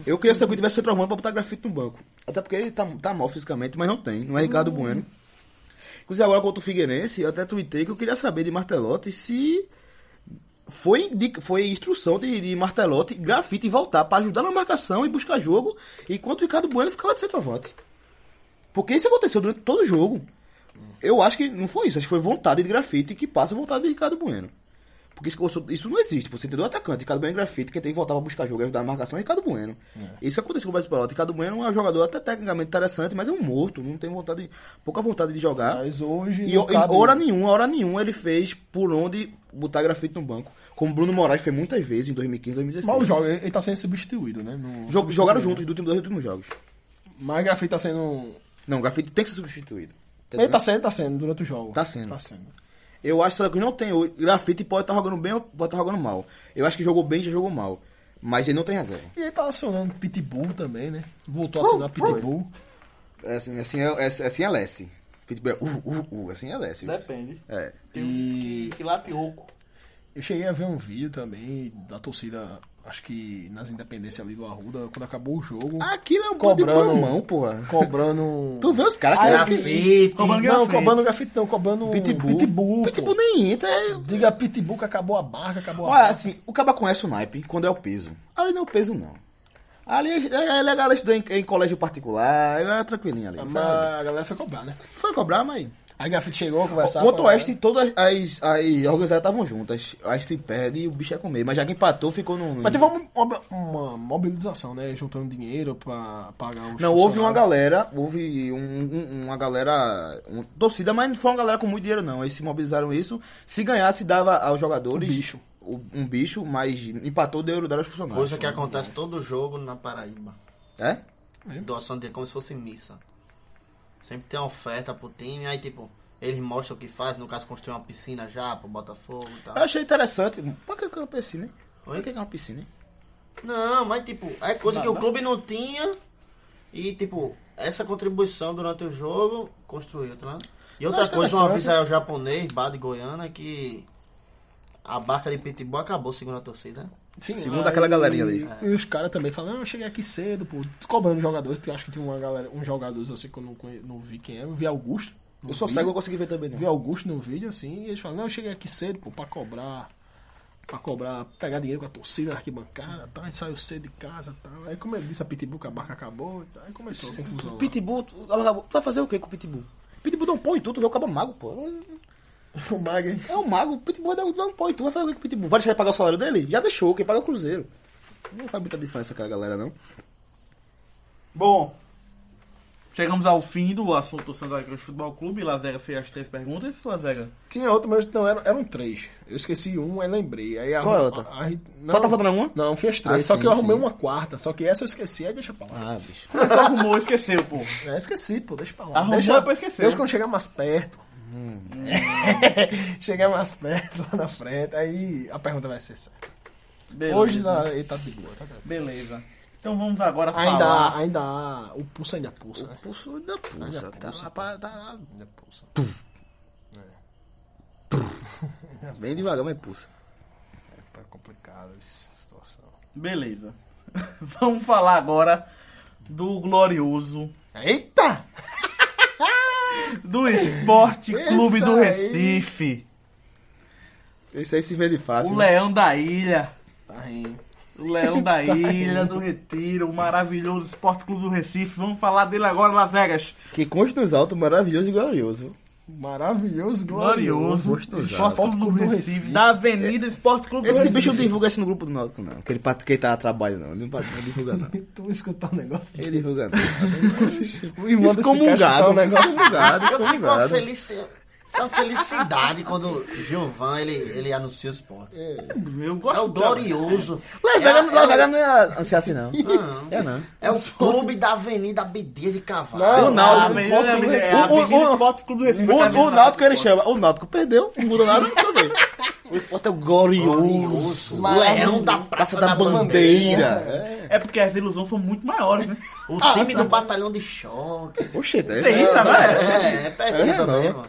D: Eu queria que o Santa Cruz tivesse um centroavante pra botar grafite no banco. Até porque ele tá, tá mal fisicamente, mas não tem. Não é Ricardo Bueno. Inclusive, agora contra o Figueirense, eu até tuitei que eu queria saber de Martelotti se foi, indi- foi instrução de, de Martelotti, grafite, voltar pra ajudar na marcação e buscar jogo, enquanto o Ricardo Bueno ficava de centroavante. Porque isso aconteceu durante todo o jogo. Eu acho que não foi isso, acho que foi vontade de grafite que passa a vontade de Ricardo Bueno. Porque isso, isso não existe, você entendeu? Atacante, Ricardo Bueno e grafite, quem tem que voltar pra buscar jogo e ajudar na marcação é Ricardo Bueno. Isso que aconteceu com o Brasil Pelotas. Ricardo Bueno é um jogador até tecnicamente interessante, mas é um morto, não tem vontade, de- pouca vontade de jogar.
C: Mas hoje...
D: E,
C: não
D: o- e
C: cabe-
D: hora nenhuma, hora nenhuma ele fez por onde botar grafite no banco. Como Bruno Moraes fez muitas vezes em 2015, 2016.
C: Mal joga, ele ele tá sendo substituído, né? No-
D: Jo- jogaram
C: substituído,
D: juntos dos últimos, dois últimos jogos.
C: né? Mas o grafite tá sendo.
D: Não, grafite tem que ser substituído. Quer
C: Ele
D: dizer,
C: tá sendo, tá sendo, durante o jogo.
D: Tá sendo.
C: Tá sendo.
D: Eu acho que o Santa Cruz não tem. hoje. Grafite pode estar jogando bem ou pode estar jogando mal. Eu acho que jogou bem e já jogou mal. Mas ele não tem reserva.
C: E ele tá acionando Pitbull também, né?
D: Uh,
C: Voltou a acionar Pitbull.
D: É assim, assim é, é, é assim é Lessie. Pitbull é uh, uh, uh, assim é Lessie.
B: Depende.
D: É.
B: Tem um que, que late oco.
C: Eu cheguei a ver um vídeo também da torcida, acho que nas independências ali do Arruda, quando acabou o jogo.
D: Aquilo é um
C: Cobrando.
D: bando de mão, porra.
C: Cobrando.
D: Tu vê os caras que
C: Ah,
D: acham
C: acho
D: que...
E: Grafite.
B: Cobrando
C: Não,
B: grafite.
C: cobrando grafite não, cobrando.
D: Pitbull.
C: Pitbull. pô.
D: Pitbull Tipo, nem entra. é-
C: Diga Pitbull que acabou a barca, acabou a
D: Olha,
C: barca.
D: assim, o cara conhece o naipe quando é o peso. Ali não é o peso, não. Ali é é legal, ela estudou em, em colégio particular, era tranquilinha ali.
C: Ah, Mas a galera foi cobrar, né?
D: Foi cobrar, mas.
C: Aí Grafite chegou a conversar.
D: Contra o
C: com a
D: Oeste, todas as, as organizadas estavam juntas. O Oeste perde e o bicho ia comer. Mas já que empatou, ficou no. no-
C: Mas teve um uma, uma- uma mobilização, né? Juntando dinheiro pra pagar os
D: Não, houve
C: funcionários.
D: uma galera, houve um- um- uma galera um, torcida, mas não foi uma galera com muito dinheiro, não. Eles se mobilizaram isso. Se ganhasse, dava aos jogadores.
C: Um bicho.
D: o- Um bicho, mas empatou, deu deu aos funcionários.
E: Coisa que acontece todo jogo na Paraíba.
D: É?
E: Doação de como se fosse missa. Sempre tem uma oferta pro time, aí tipo, eles mostram o que faz, no caso construir uma piscina já pro Botafogo e tal.
D: Eu achei interessante. Pra que que é uma piscina, hein?
E: Oi?
D: Pra que que é uma piscina, hein?
E: Não, mas tipo, é coisa que o clube não tinha e tipo, essa contribuição durante o jogo construiu, tá ligado? E outra
D: Acho
E: coisa, um
D: interessante.
E: aviso ao japonês, Bar de Goiânia, que a barca de pitbull acabou, segundo a torcida. né?
C: Sim,
D: Segundo aquela galerinha ali.
C: E os caras também falando, "Não, eu cheguei aqui cedo, pô, cobrando jogadores, porque eu acho que tinha uma galera, uns jogadores assim que eu não, conhe- não vi quem é, eu vi Augusto. no
D: Eu sou
C: vídeo.
D: cego, eu consegui ver também, né? não.
C: Vi Augusto no vídeo, assim, e eles falam, não, eu cheguei aqui cedo, pô, pra cobrar, pra cobrar, pegar dinheiro com a torcida na arquibancada, tá, e saiu cedo de casa, tá. Aí como eu disse, a Pitbull, que a barca acabou, tá, aí começou a confusão. lá.
D: Pitbull, tu, tu vai fazer o que com o Pitbull? Pitbull dá um pau em tu, tu vê o cabo mago, pô.
C: O Mag, hein?
D: É um mago, o Pitbull dá dá um pau em tu, vai fazer o que com o Pitbull? Vai deixar ele pagar o salário dele? Já deixou, quem paga é o Cruzeiro. Não faz muita diferença aquela galera, não.
B: Bom, chegamos ao fim do assunto Santa Cruz Futebol Clube. Lazera fez as três perguntas. Lazera,
C: Tinha outro, mas não, eram, eram três. Eu esqueci um, aí lembrei. Aí a,
D: Qual é a outra?
C: a- a- não,
D: Só tá faltando alguma?
C: Não, fui as três,
D: Ah,
C: só
D: sim,
C: que eu arrumei
D: sim.
C: uma quarta, só que essa eu esqueci, aí deixa pra lá.
D: Ah, bicho.
B: tu arrumou, esqueceu, pô.
C: É, esqueci, pô, deixa pra lá.
B: Arrumou,
C: deixa,
B: depois esqueceu.
C: Deixa quando chegar mais perto. Hum. chegar mais perto lá na frente, aí a pergunta vai ser certa.
B: Beleza.
C: Hoje tá- ele tá de boa, tá de boa.
B: Beleza. Então vamos agora
C: Ainda,
B: falar.
C: ainda há- o pulso ainda pulsa, né?
D: Pulso da pulsa, tá lá, pra- tá lá.
C: Ainda pulsa.
D: Bem devagar, mas pulsa.
C: É, tá complicado essa situação.
B: Beleza. vamos falar agora do glorioso,
C: Eita!
B: do Esporte Clube do
C: Isso aí.
B: Recife.
D: Esse aí se vende fácil.
B: O
D: né?
B: Leão da Ilha.
C: Tá rindo.
B: O Leão da Ilha, do Retiro, o maravilhoso Esporte Clube do Recife. Vamos falar dele agora, Las Vegas.
D: Que consta nos altos, maravilhoso e glorioso.
C: Maravilhoso, glorioso.
B: Glorioso.
D: gostoso.
B: Esporte Clube do Recife. Da Avenida Esporte Clube do
D: Esse
B: Recife.
D: bicho não divulga isso no grupo do Náutico, não. Que ele, pat- que ele tá a trabalho, não. Ele não pat- não divulga, não.
C: Tu escutar um negócio
D: Ele divulga, não.
C: O irmão
D: Excomungado,
C: desse cara escutar um negócio
D: excomungado,
E: Eu fico uma
D: excomungado.
E: felicidade. Isso é uma felicidade quando o Gilvan ele, ele anuncia o esporte. É,
B: Eu
E: o
B: gosto dele.
E: glorioso.
D: Lavega
E: é, a- é,
D: não é ansiar assim, não.
E: Não.
D: É, não.
E: a- é o clube da Avenida Abdias de Cavalho.
D: Não, não.
B: Ah,
D: Náutico,
B: mas
D: Esporte
B: é,
D: Clube do
B: é,
D: Recife.
B: a Avenida
D: O- o-
B: Esporte Clube do Recife. É Essa
D: O,
B: avenida
D: o Náutico ele
B: Esporte.
D: chama. O Náutico perdeu, não muda nada, não perdeu. O esporte é o glorioso.
E: Glorioso. Leão da
D: Praça
E: Praça
D: da
E: da
D: Bandeira.
B: É porque as ilusões são muito maiores, né?
E: O time do Batalhão de Choque.
D: Oxe, é.
B: Tem isso né? agora?
E: É, é perdido
D: É,
E: também,
D: não.
E: mano.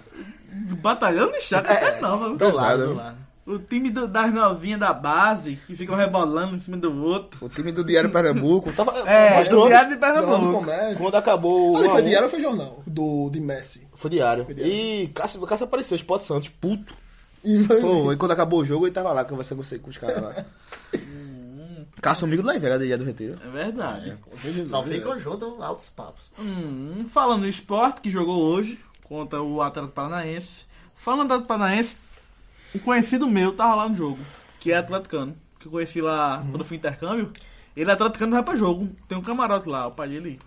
B: Do Batalhão de Chaco, é nova.
E: Do lado,
D: Pesado. né?
E: do lado.
B: O time do- das novinhas da base, que ficam rebolando em cima do outro.
D: O time do Diário Pernambuco. Tava,
B: É,
D: mas
B: do
D: quando-
B: Diário de
C: Jornal do
B: Pernambuco.
C: Comércio.
D: Quando acabou.
C: Ali
D: um a
C: foi
D: um,
C: diário ou foi jornal? Do, de Messi.
D: Foi diário.
C: diário.
D: E Cássio, Cássio apareceu, Sport Santos, puto.
C: E foi...
D: Pô, e quando acabou o jogo, ele tava lá conversando com, você- com os caras lá. Cássio, amigo do Laivega, do Diário do Retiro.
B: É verdade.
E: Só ficam juntos altos papos.
B: Hum, falando do esporte que jogou hoje contra o Atlético Paranaense. Falando do Atlético Paranaense, um conhecido meu tava lá no jogo, que é atleticano, que eu conheci lá quando eu fui intercâmbio. Ele é atleticano não vai pra jogo. Tem um camarote lá, o pai dele.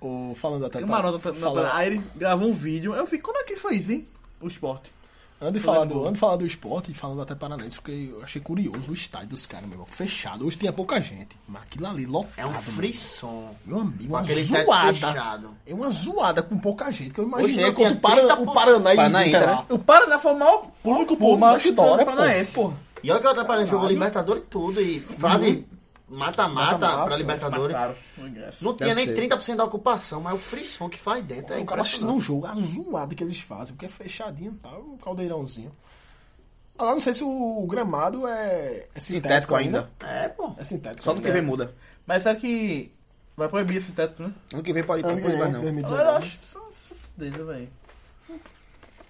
B: um
C: O, falando até...
B: Camarote na- na-
C: falando,
B: Aí ele gravou um vídeo. Eu fico, quando é que foi isso, hein? O esporte.
C: Antes de falar do, antes de falar do esporte e falando até paranaense, porque eu achei curioso o estádio dos caras, meu irmão. Fechado. Hoje tinha pouca gente. Mas aquilo ali lotado.
E: É um
C: meu.
E: frisson.
C: Meu amigo,
E: Com
C: uma
E: aquele teto
C: zoada.
E: fechado.
C: É uma zoada com pouca gente. Que eu
D: Hoje
C: imaginei
D: tinha
C: quando o, Paraná
E: 30%.
C: o Paraná
D: Paraná
C: e
D: entra,
C: Inter
D: né?
C: lá.
B: O Paraná foi o maior público, pô.
C: público da
B: maior que tá- o
C: história, pô.
B: Paranaense, pô.
E: E olha que eu atrapalhei jogo Libertadores e tudo. E frase mata-mata pra Libertadores.
B: o ingresso.
E: Não tinha
D: Deve
E: nem
D: ser.
E: 30% da ocupação, mas o frisson que faz dentro é
C: O cara
E: impressionante.
C: não joga a zoada que eles fazem, porque é fechadinho e tal, um caldeirãozinho. Agora não sei se o gramado é, é sintético,
D: Sintético ainda.
C: ainda.
E: É, pô.
C: É sintético.
D: Só no que
C: ainda.
D: vem muda.
B: Mas será que vai proibir esse teto, né?
D: Ano que vem pode pode
C: É,
D: mais não.
C: 2019.
B: Eu acho que só se fuder, velho.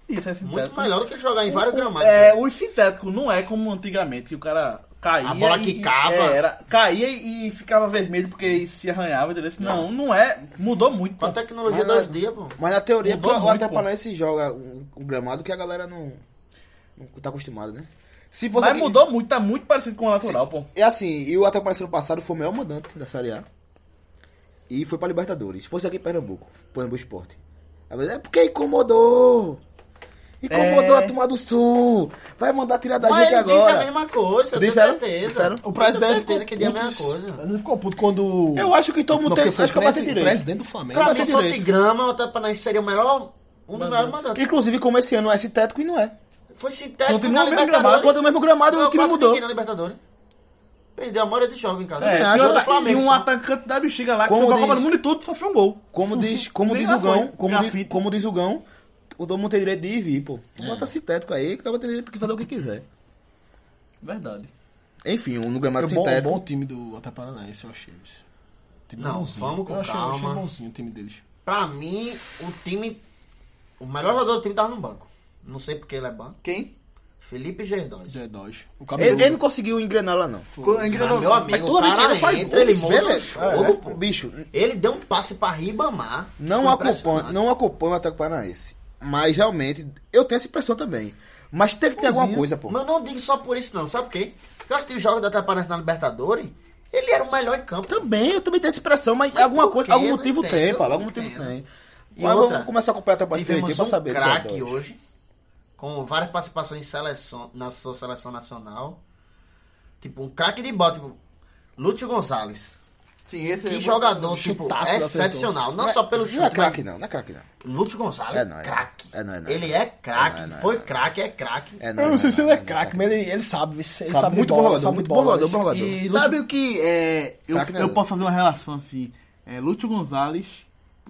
B: Isso é sintético.
E: Muito melhor do que jogar em vários gramados.
B: É, o sintético não é como é antigamente, que o cara caía.
E: A bola
B: e-
E: quicava.
B: E, é, era, caía e ficava vermelho porque se arranhava, entendeu? Não, não é. Mudou muito.
E: Com a
B: pô.
E: tecnologia
D: Mas-
E: dos dias, pô.
D: Mas na teoria,
B: Mudou
D: o
B: muito,
D: Atapanoense joga um, um gramado que a galera não, não tá acostumada, né? Se fosse
B: Mas
D: aqui-
B: mudou muito, tá muito parecido com o natural, pô.
D: É assim, e o Atapanoense no passado foi o melhor mandante da Série A. E foi pra Libertadores. Se fosse aqui em Pernambuco, Pernambuco Esporte. Aí vai dizer, É porque incomodou. Incomodou
B: É.
D: a turma do Sul. Vai mandar tirar da
E: Mas
D: gente
E: ele
D: agora.
E: disse a mesma coisa, eu tenho
D: Disseram?
E: certeza.
D: Disseram?
E: Eu
C: O
E: tenho
C: presidente
E: certeza que ele disse a mesma
C: puto-
E: coisa.
C: Ele ficou puto quando.
D: Eu acho que todo mundo
C: não,
D: tem.
C: porque foi
D: Acho que eu passei
C: presi-
D: direito.
C: presidente do Flamengo.
E: Pra mim, se
D: Bateu
E: fosse
D: direito.
E: grama, o Atapanaense seria o melhor, um dos melhores mandantes.
D: Inclusive, como esse ano é sintético e não é.
E: Foi sintético
B: Continua
E: na
B: o mesmo
E: Libertadores.
B: gramado,
D: Quando o mesmo gramado,
E: Não,
D: o time
E: quase
D: mudou.
E: ninguém na Libertadores. Perdeu a maioria de jogos em casa.
B: É, e
D: acho
E: Perdeu
B: outra-
E: do Flamengo,
B: e um
E: só.
B: atacante da bexiga lá que
D: Como
B: foi pra
D: diz-
B: Copa do Mundo e tudo, sofreu um gol.
D: Como diz, como
B: Nem
D: diz
B: lá
D: o Gão,
B: foi.
D: como
B: Já
D: diz,
B: fita.
D: como diz o Gão, todo mundo tem direito de ir e vir, pô. Bota sintético aí, que o cara tem direito de fazer o que quiser.
B: Verdade.
D: Enfim, um no gramado
C: Foi É bom,
D: sintético.
C: bom time do Até Paranaense, eu achei. isso. Time
E: Não,
C: bonzinho.
E: vamos com
C: eu achei, Eu achei
E: calma.
C: bonzinho o time deles.
E: Pra mim, o time. O melhor jogador do time tava no banco. Não sei porque ele é banco.
B: Quem?
E: Felipe Gerdós.
C: Zé Dóis. O
D: Ele,
C: cabelo.
D: ele não conseguiu engrenar lá, não.
E: Ah, meu
D: Mas
E: amigo, o
D: toda vez que
E: cara
D: ele faz
E: entra, ele
D: gol,
E: muda o
D: beleza.
E: jogo,
D: É,
E: pô.
D: Bicho,
E: Ele deu um passe pra Ribamar.
D: não
E: Foi
D: acompanho,
E: impressionante.
D: não acompanho o Atlético Paranaense. Mas realmente, eu tenho essa impressão também. Mas tem que ter alguma coisa, pô.
E: Mas eu não digo só por isso, não. Sabe por quê? Porque eu assisti os jogos da Atlético na Libertadores. Ele era o melhor em campo.
D: Também, eu também tenho essa impressão, mas, alguma
E: por
D: coisa,
E: quê?
D: algum
E: Não
D: motivo
E: entendo,
D: tem, pá.
E: não
D: Algum motivo
E: entendo.
D: tem.
E: E
D: Mas
E: outra,
D: vamos começar a acompanhar o Atlético Paranaense
E: Tivemos
D: pra
E: um
D: saber. desse
E: craque
D: Zé Dóis.
E: hoje, com várias participações em seleção, na sua seleção nacional. Tipo, um craque de bola, tipo, Lúcio Gonzalez.
B: Sim, esse
E: Que
B: é-
E: jogador, tipo,
C: chutaço ele
E: excepcional. Não só pelo chute,
D: Não é
E: mas-
D: craque, não. Não é craque, não.
E: Lúcio Gonzalez,
D: É, não, é.
E: craque.
D: É, não, é, não.
E: Ele é craque,
D: É, não, é,
E: foi
D: não.
E: craque, é craque.
D: É,
C: Eu não sei se ele é
D: não
C: craque, mas ele, ele sabe. Ele sabe,
D: Sabe muito
C: de
D: bom
C: bola,
D: jogador,
C: sabe
D: muito
C: de
D: bom
C: bola,
D: jogador,
C: isso.
D: bom jogador.
B: E
C: E
B: sabe o que é, eu,
D: Craque não é
B: eu
D: doido.
B: posso fazer uma relação assim? É, Lúcio Gonzalez,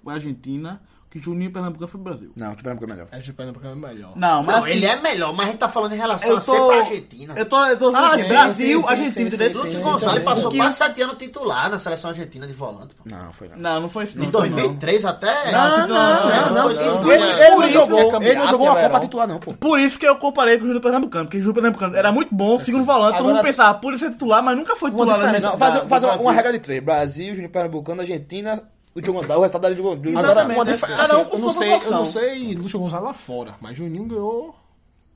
B: Argentina, que Juninho Pernambucano foi pro Brasil.
D: Não, o Pernambuco é melhor.
C: É, de Pernambuco é melhor.
B: Não, mas
E: Não,
B: assim,
E: ele é melhor, mas a gente tá falando em relação
B: eu
E: a ser pra
B: tô,
E: Argentina.
B: eu tô, eu tô
C: Ah,
B: assim,
C: sim,
B: Brasil,
C: sim, sim,
B: Argentina,
C: sim,
B: entendeu?
C: sim,
E: Lúcio
C: sim,
E: Gonzalez
C: também.
E: passou
B: Porque-
E: quase sete anos titular na seleção argentina de volante. pô.
D: Não, foi não.
B: Não, não foi isso.
E: De
B: não, foi
E: 2003 até...
B: Não, não,
E: não,
B: não,
E: não, não.
D: Ele,
E: Ele-
D: não
B: isso
D: jogou,
C: é
D: ele não jogou uma
C: campeão,
D: Copa
C: Verão.
D: titular, não, pô.
B: Por isso que eu comparei com o Júnior Pernambucano, porque o Júnior Pernambucano era muito bom, segundo volante, todo mundo
C: Agora-
B: pensava, por isso é titular, mas nunca foi titular.
C: Uma
B: né?
C: diferença-
B: Não,
C: um-
D: Fazer
B: do
D: fazer
B: Brasil.
D: uma regra de três. Brasil, Júnior Pernambucano, Argentina, o Diogo Gonçalves, o resultado da Diogo Diogo
C: Agora,
D: Gonçalves.
B: Exatamente.
C: uma
B: né?
C: dif-
B: Cada
C: assim,
B: um com
C: eu, não
B: sua
C: sei, eu
B: proporção.
C: não sei Lúcio Gonzalez lá fora, mas Juninho ganhou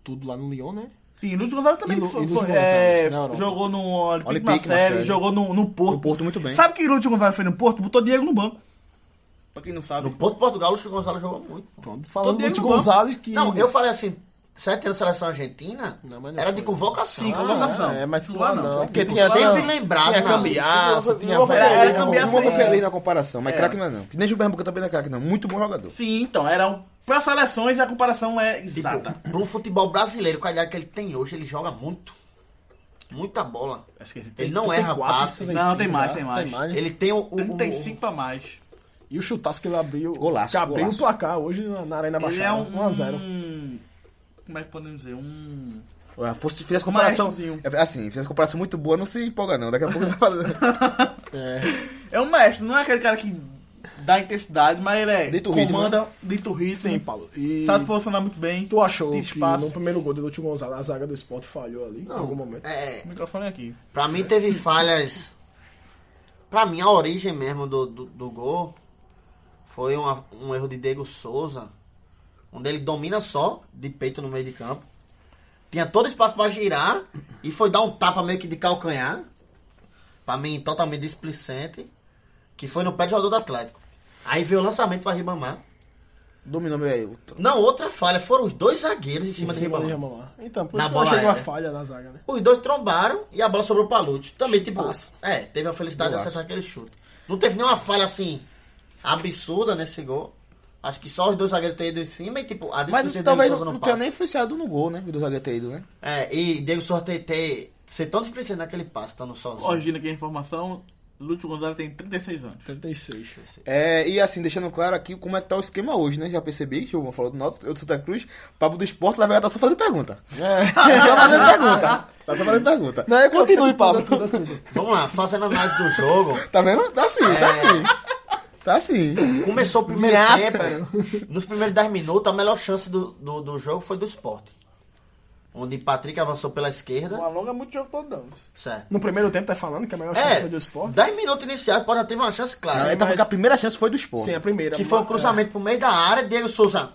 C: tudo lá no Lyon, né?
B: Sim, Lúcio Gonzalez também
C: E Lu-
B: foi-
C: e Lúcio
B: foi- é,
C: Gonzalez, na Europa.
B: jogou no Olympique,
D: Olympique,
B: Marseille,
D: Marseille.
B: jogou no, no Porto.
D: No Porto, muito bem.
B: Sabe que Lúcio Gonzalez foi no Porto? Botou Diego no banco. Pra quem não sabe.
E: No Porto Portugal, o Lúcio Gonzalez jogou muito.
C: Pronto, falando
B: Todo
C: do
B: ele
C: Lúcio
B: no banco.
C: Gonzalez que...
E: Não, eu falei assim, sete anos seleção argentina,
C: Não, mas não
E: era
C: foi.
E: de convocação.
B: Sim,
C: Ah,
B: convocação.
C: é, mas
B: Titular
C: titular não.
B: foi
C: Porque
B: titular.
C: tinha-
E: Sempre
C: Não.
E: lembrado.
C: Tinha
E: na
C: cambiaça,
E: lista.
C: Ah, tinha
E: Não vou-
B: Era, era
C: Não,
B: cambiar
D: Não vou
B: sem-
D: feliz na comparação, mas
B: É.
D: craque não assim. é não. Nem Júnior Pernambucano também não é craque, não. Muito bom jogador.
B: Sim, então, era um... Pra seleções a comparação é exata.
E: Tipo, pro futebol brasileiro, com a idade que ele tem hoje, ele joga muito. Muita bola.
B: Acho que
E: Ele não
D: é
C: Tem
E: erra
C: quatro,
E: passe.
C: três,
B: Não,
C: cinco,
B: tem mais,
C: né?
B: tem mais.
C: né?
E: Ele tem o. o- o-
B: 35 pra mais.
C: E o chutaço que ele abriu.
D: Golaço,
C: Que abriu
D: golaço.
C: o placar hoje na, na Arena
B: Ele
C: Baixada.
B: é um...
C: 1x0.
B: Como é que podemos dizer? Um...
D: Ah, Fosse, fizesse comparação.
B: Maestrozinho.
D: É, Assim, fizesse comparação muito boa, não se empolga, não. Daqui a pouco tá falando.
B: É um mestre, não é aquele cara que dá intensidade, mas ele é...
D: Dita o ritmo,
B: comanda, dita o ritmo.
C: Sim, Paulo. E
B: Sabe se posicionar muito bem.
C: né? tu achou
B: tem
C: que
B: espaço.
C: no primeiro gol do Lúcio Gonzalez a zaga do esporte falhou ali em algum momento?
E: É,
B: O microfone é aqui.
E: pra mim teve falhas. Pra mim, a origem mesmo do, do, do gol foi uma- um erro de Diego Souza, onde ele domina só, de peito no meio de campo. Tinha todo espaço pra girar e foi dar um tapa meio que de calcanhar. Pra mim, totalmente displicente. Que foi no pé do jogador do Atlético. Aí veio o lançamento pra Ribamar.
D: Dominou meu aí.
E: Não, outra falha. Foram os dois zagueiros em
C: Em
E: cima, de
C: cima do
E: Ribamar.
C: Ribamar. Então, por
E: Na
C: isso que eu
E: bola
C: achei uma
E: aérea.
C: falha na zaga, né?
E: Os dois trombaram e a bola sobrou pra Lute. Também, tipo,
C: Chutaço.
E: é, teve a felicidade de
D: Golaço.
E: acertar aquele chute. Não teve nenhuma falha assim absurda nesse gol. Acho que só os dois zagueiros terem ido em cima e, tipo, a
D: Mas
E: desplicência de Diego
D: talvez
E: Souza
D: não,
E: não
D: não tenha
E: passa.
D: nem influenciado no gol, né? O do zagueiro ter ido, né?
E: É, e Diego Souza ter, ter ser tão displicente naquele passe, estando sozinho.
B: Origina aqui a informação, Lúcio Gonzalez tem 36 anos.
C: 36.
D: É, e assim, deixando claro aqui como é que tá o esquema hoje, né? Já percebi que o João falou do Náutico, eu do Santa Cruz, Pablo do Esporte, lá vai tá só fazendo pergunta. Só fazendo pergunta. Tá só fazendo pergunta. É. Não, é continue, Pablo.
E: Vamos lá, fazendo análise do jogo.
D: Tá vendo? Tá sim, tá sim. Tá sim.
E: Começou o primeiro
D: Graça.
E: tempo. Nos primeiros 10 minutos, a melhor chance do, do, do jogo foi do esporte. onde Patrick avançou pela esquerda.
F: Não alonga muito o jogo todo, não.
E: Certo.
C: No primeiro tempo tá falando que a melhor chance
E: É,
C: foi do esporte.
E: 10 minutos iniciais, pode já teve uma chance
D: Aí
E: clara.
D: tava
C: mas-
D: que a primeira chance Ah, então foi do esporte.
C: Sim, a primeira. é?
E: que foi um
D: é.
E: cruzamento pro meio da área, Diego Souza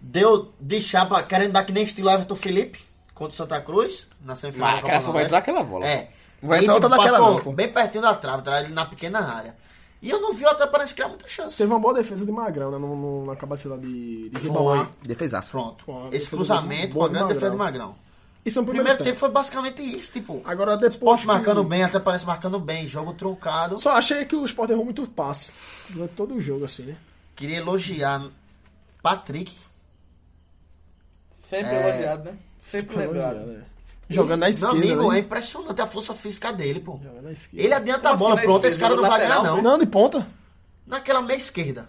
E: deu de chapa, querendo dar que nem estilo Everton Felipe contra o Santa Cruz, na semifinal.
D: Ah,
E: da Copa
D: cara, só vai
E: Nordeste.
D: entrar aquela bola.
E: É.
D: Não vai
E: Ele
D: entrar outra daquela
E: passou
D: não, pô.
E: bem pertinho da trave, tá? na pequena área. E eu não vi outra para criar muita
C: É.
E: chance.
C: Teve uma boa defesa de Magrão, né? no- no- na capacidade de, de
D: um
E: Foi.
C: ribalar.
D: Defesaça.
E: Pronto.
C: Pô,
E: Esse
C: defesa do-
E: cruzamento com
C: boa
E: a
C: do
E: grande defesa de
C: Magrão.
E: Magrão.
C: Isso é um
E: O
C: primeiro, tempo.
E: foi basicamente isso, tipo.
C: Agora depois.
E: Esporte
C: que-
E: marcando bem, até parece marcando bem, jogo truncado.
C: Só achei que o Sport errou muito passo. Durante todo o jogo, assim, né?
E: Queria elogiar Patrick.
F: Sempre elogiado, né? Sempre lembrado.
C: Né? Jogando na
E: Meu
C: esquerda.
E: amigo,
C: né?
E: é impressionante a força física dele, pô.
C: Jogando na esquerda.
E: Ele adianta a
F: Como
E: bola,
F: assim, na
E: pronto, esse cara
F: esquerda,
E: não vai ganhar,
F: lateral,
E: não.
C: Não, de ponta.
E: Naquela meia esquerda.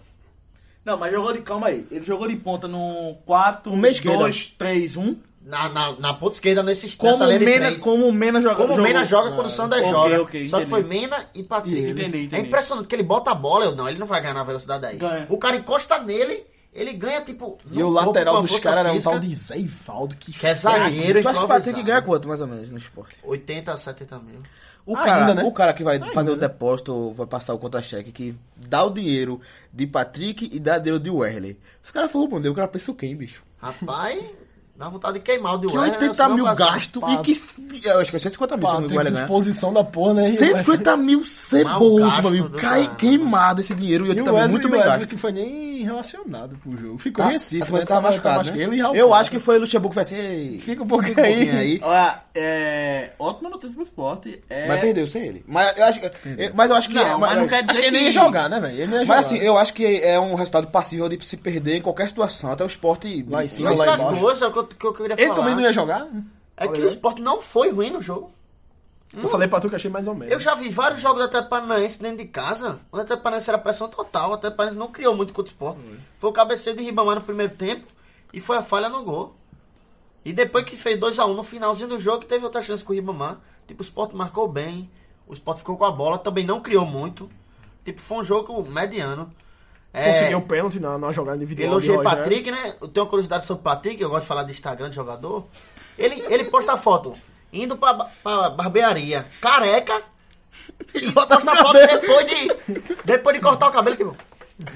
B: Não, mas jogou de calma aí. Ele jogou de ponta no 4,
D: meia esquerda.
B: 2, 3, 1.
E: Na, na, na ponta esquerda, nesse instante,
B: Como
E: essa
B: o
E: linha de
B: Mena,
E: três.
B: como o Mena joga.
E: Como o
B: jogou.
E: Mena joga quando o Sander
B: ok,
E: joga.
B: ok,
E: Só que
B: entendi.
E: foi Mena e Patrick.
B: Entendi, entendi.
E: É impressionante que ele bota a bola. Eu, não, ele não vai ganhar na velocidade aí.
B: Ganha.
E: O cara encosta nele, ele ganha, tipo.
C: E
E: no
C: o
E: corpo, com
C: lateral
E: a
C: dos
E: força
C: caras era um
E: física,
C: tal de Zé Ivaldo. Que
E: Que é zagueiro e
D: Só
E: só
D: se bater que
E: avisado.
D: ganha quanto, mais ou menos, no esporte?
E: 80, 70 mil.
D: O
C: Ainda,
D: cara,
C: né?
D: o cara que vai fazer o depósito, vai passar o contra-cheque, que dá o dinheiro de Patrick e dá o dinheiro de Werley. Os caras foram responder, o cara pensa o quem, bicho?
E: Rapaz, dá vontade de queimar o né? de
D: Que 80 mil gasto e que. Eu acho que é 150 mil, se não me
C: Patrick,
D: engano, né?
C: disposição da porra, né? E o Wesley-
D: 150 mil
E: Mal
D: cebolos,
E: gasto
D: meu amigo.
E: do
D: Cai
E: cara.
D: queimado esse dinheiro e
C: E
D: 80
C: o
D: mil,
C: Wesley,
D: muito
C: muito
D: bem gasto.
C: que foi nem relacionado pro jogo. Ficou
D: Tá?
C: em Recife,
D: Acho que
C: né?
D: tava machucado,
C: machucado.
D: né?
C: Ele e Raul
D: Eu
C: Paulo.
D: acho que foi o Luxemburgo que foi assim. "Ei,
C: Fica um pouquinho
D: fica
C: aí."
B: Olha, é, ótima notícia pro esporte. É,
D: Mas perdeu sem ele. Mas eu acho, eu- mas eu acho que.
B: Não,
D: é,
B: mas não quer
C: Acho
B: dizer
C: que ele ia jogar, né, velho? Ele ia jogar.
D: Mas assim, eu acho que é um resultado passível de se perder em qualquer situação, até o esporte.
C: Lá em cima,
E: Mas
C: lá
E: isso é
C: embaixo.
E: uma coisa que eu, que eu queria
C: Ele
E: falar.
C: também não ia jogar?
E: É que o esporte não foi ruim no jogo.
C: Eu falei pra tu que achei mais ou menos.
E: Eu já vi vários jogos do Atlético Paranaense dentro de casa. O Atlético Paranaense era pressão total. O Atlético Paranaense não criou muito contra o esporte. Foi o cabeceio de Ribamar no primeiro tempo e foi a falha no gol. E depois que fez 2x1 no finalzinho do jogo, teve outra chance com o Ribamar. Tipo, o esporte marcou bem. O esporte ficou com a bola. Também não criou muito. Tipo, foi um jogo mediano. É,
C: Conseguiu o pênalti na, na jogada individual.
E: Elogiei
C: de
E: o
C: Rogério.
E: Patrick, né? Eu tenho uma curiosidade sobre o Patrick, eu gosto de falar de Instagram de jogador. Ele, ele posta a foto indo pra, ba- pra barbearia, careca, e posta a foto depois de, depois de cortar o cabelo, tipo,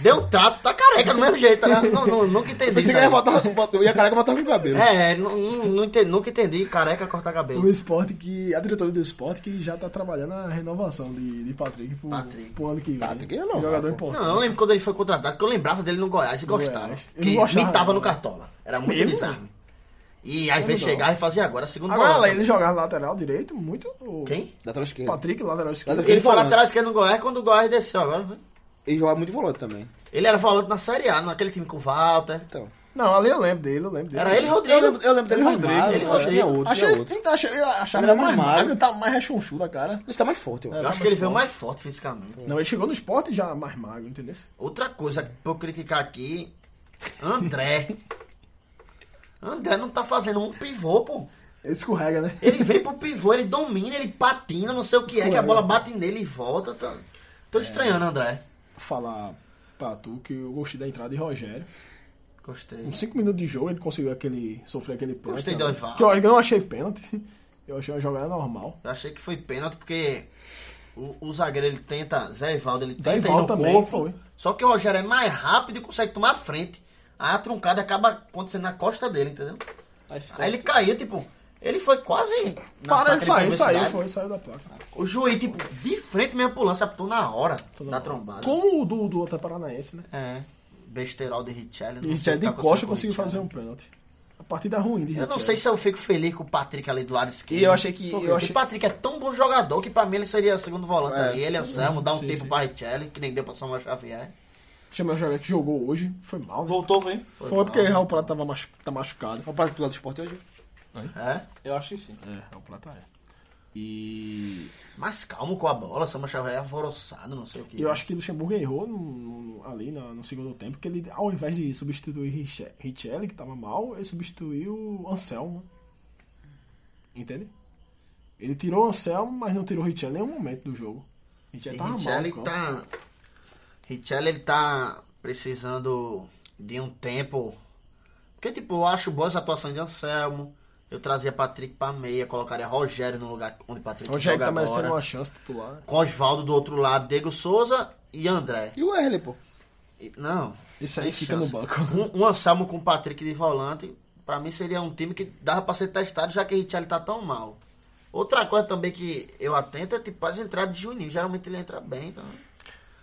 E: deu um trato, tá careca do mesmo jeito, né? Não, não, nunca entendi.
D: Pensei que ia
E: cara.
D: botar, botar, ia caraca botar com o cabelo.
E: É, não, não, não entendi, nunca entendi careca cortar
C: O
E: cabelo.
C: esporte que. A diretoria do esporte que já tá trabalhando a renovação de, de Patrick, pro,
E: Patrick.
C: pro ano que vem. Um
D: Patrick é louco,
C: Jogador
D: pô.
C: importante.
E: Não, eu lembro quando ele foi contratado, que eu lembrava dele no Goiás e gostava.
C: Goiás. Eu
E: Que
C: não gostava,
E: mitava
C: não.
E: no Cartola. Era muito
C: Mesmo?
E: bizarro. E aí veio chegar e fazia agora, segundo
C: Agora, é
E: volante.
C: além de jogar lateral direito, muito. o-
E: Quem?
D: Lateral esquerdo.
C: Patrick, lateral esquerdo.
D: Lateral-
E: Ele foi
D: Volante.
E: lateral esquerdo no Goiás quando o Goiás desceu agora. foi?
D: Ele joga muito volante também.
E: Ele era volante na Série A, naquele time com o Walter.
D: Então.
C: Não, ali eu lembro dele, eu lembro dele.
E: Era ele e Rodrigo.
D: Eu lembro, eu lembro dele
C: Ele
D: Rodrigo.
C: Rodrigo,
D: Ele
E: ele
D: Tinha
E: Rodrigo.
D: outro,
C: Achei,
D: tinha outro.
C: então, achei, eu achava
D: Ele
C: ele
D: era
C: mais
D: mais magro.
C: magro, tá mais rechonchudo a cara.
D: Ele tá mais forte, eu
E: Eu
D: acho.
E: acho que ele veio mais forte fisicamente.
C: Não, ele chegou no esporte já mais magro, entendeu?
E: Outra coisa pra eu criticar aqui, André. André não tá fazendo um pivô, pô.
C: Ele escorrega, né?
E: Ele vem pro pivô, ele domina, ele patina, não sei o que é, que a bola bate nele e volta. Tô, tô estranhando, André.
C: Falar pra tu que eu gostei da entrada de Rogério.
E: Gostei.
C: Com 5 minutos de jogo, ele conseguiu aquele, sofrer aquele pênalti.
E: Gostei
C: né?
E: do Osvaldo.
C: Que eu, eu não achei pênalti. Eu achei uma jogada normal.
E: Eu achei que foi pênalti porque o, o zagueiro ele tenta, Zé Ivaldo ele
C: Zé
E: tenta ir
C: Ivaldo
E: no
C: também,
E: corpo.
C: foi.
E: Só que o Rogério é mais rápido e consegue tomar a frente. Aí a truncada acaba acontecendo na costa dele, entendeu? Aí ele caiu, tipo, ele foi quase. na
C: Para, ele
E: placa de
C: saiu,
E: velocidade.
C: saiu, foi, saiu da placa.
E: O juiz, tipo, de frente mesmo pro lance, apitou na hora da trombada.
C: Como o do, do outro Paranaense, né?
E: É. Besteirol de Richelli.
C: E Richelli de Costa conseguiu fazer um pênalti. A partida ruim de
E: Eu não
C: Richelli.
E: sei se eu fico feliz com o Patrick ali do lado esquerdo.
C: E eu achei que- eu
E: Porque
C: achei-
E: O Patrick é tão bom jogador que pra mim ele seria o segundo volante ali. Ele, Anselmo, dá um
C: Sim,
E: tempo
C: sim.
E: pra Richelli, que nem deu pra Samuel Xavier.
C: Chamei o jogador que jogou hoje, foi mal. né?
B: Voltou, foi?
C: Foi, porque o Raul Prata tava machu- tá machucado.
D: Vamos para do lado do esporte hoje.
E: É.
F: Eu acho que sim.
C: É, Raul Prata é. E
E: Mais calmo com a bola, Samuel Xavier é alvoroçado, não sei o que.
C: eu acho que o Luxemburgo errou no- no- ali na- no, segundo tempo, porque ele, ao invés de substituir Riche- Richelli, que tava mal, ele substituiu Anselmo. Entende? Ele tirou o Anselmo, mas não tirou o Richelli em nenhum momento do jogo. Richelli É
E: E
C: tava
E: Richelli
C: mal. cara.
E: tá. Richelli ele tá precisando de um tempo. Porque, tipo, eu acho boas atuações de Anselmo, Eu trazia Patrick pra meia, colocaria Rogério no lugar onde Patrick
C: Rogério
E: joga
C: tá merecendo uma
E: agora.
C: chance titular.
E: Com Osvaldo do outro lado, Diego Souza e André.
D: E o Erle, pô.
E: E- Não.
C: Isso aí
E: tem
C: fica no
E: chance.
C: banco.
E: Um, um Anselmo com o Patrick de volante, pra mim seria um time que dava pra ser testado, já que o Richelli tá tão mal. Outra coisa também que eu atento é tipo as entradas de Juninho. Geralmente ele entra bem. Então...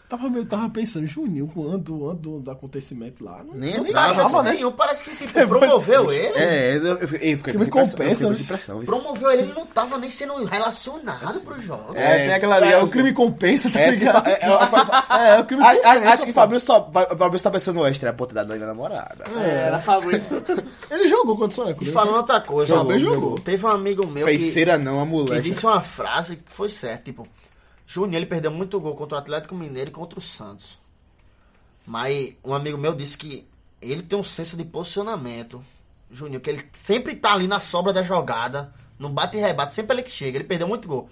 C: Tava, eu tava pensando, Juninho, com o ano do, do acontecimento lá. Não,
D: Nem
E: Não
D: ele
E: dá chance
D: tava, né?
E: nenhum. Parece que tipo, promoveu ele.
D: É, eu, eu, fiquei- eu fiquei
C: Que
D: com
C: me
D: essa
C: compensa,
D: impressão, eu fiquei
C: viu?
D: com essa impressão, viu?
E: Promoveu ele, ele não tava nem sendo relacionado pro jogo.
C: É, tem aquela ali, é, o crime compensa, tá
D: É, se
C: ligado?
D: fa- é, é, é, fa-
C: É, é o crime
D: A- a-
C: compensa.
D: Acho que o
C: pô.
D: Fabrício só- Fa- Fabrício tá pensando no extra, a ponta da doida namorada.
F: Era Fabrício.
C: Ele jogou contra o Santa
E: E
C: Cruz.
E: falando outra coisa,
C: Jogou, jogou.
E: teve um amigo meu que,
D: Feiticeira não, a
E: que
D: moleque.
E: disse uma frase que foi certa, tipo, Juninho ele perdeu muito gol contra o Atlético Mineiro e contra o Santos. Mas um amigo meu disse que ele tem um senso de posicionamento, Juninho, que ele sempre tá ali na sobra da jogada, no bate e rebate, sempre ele que chega, ele perdeu muito gol.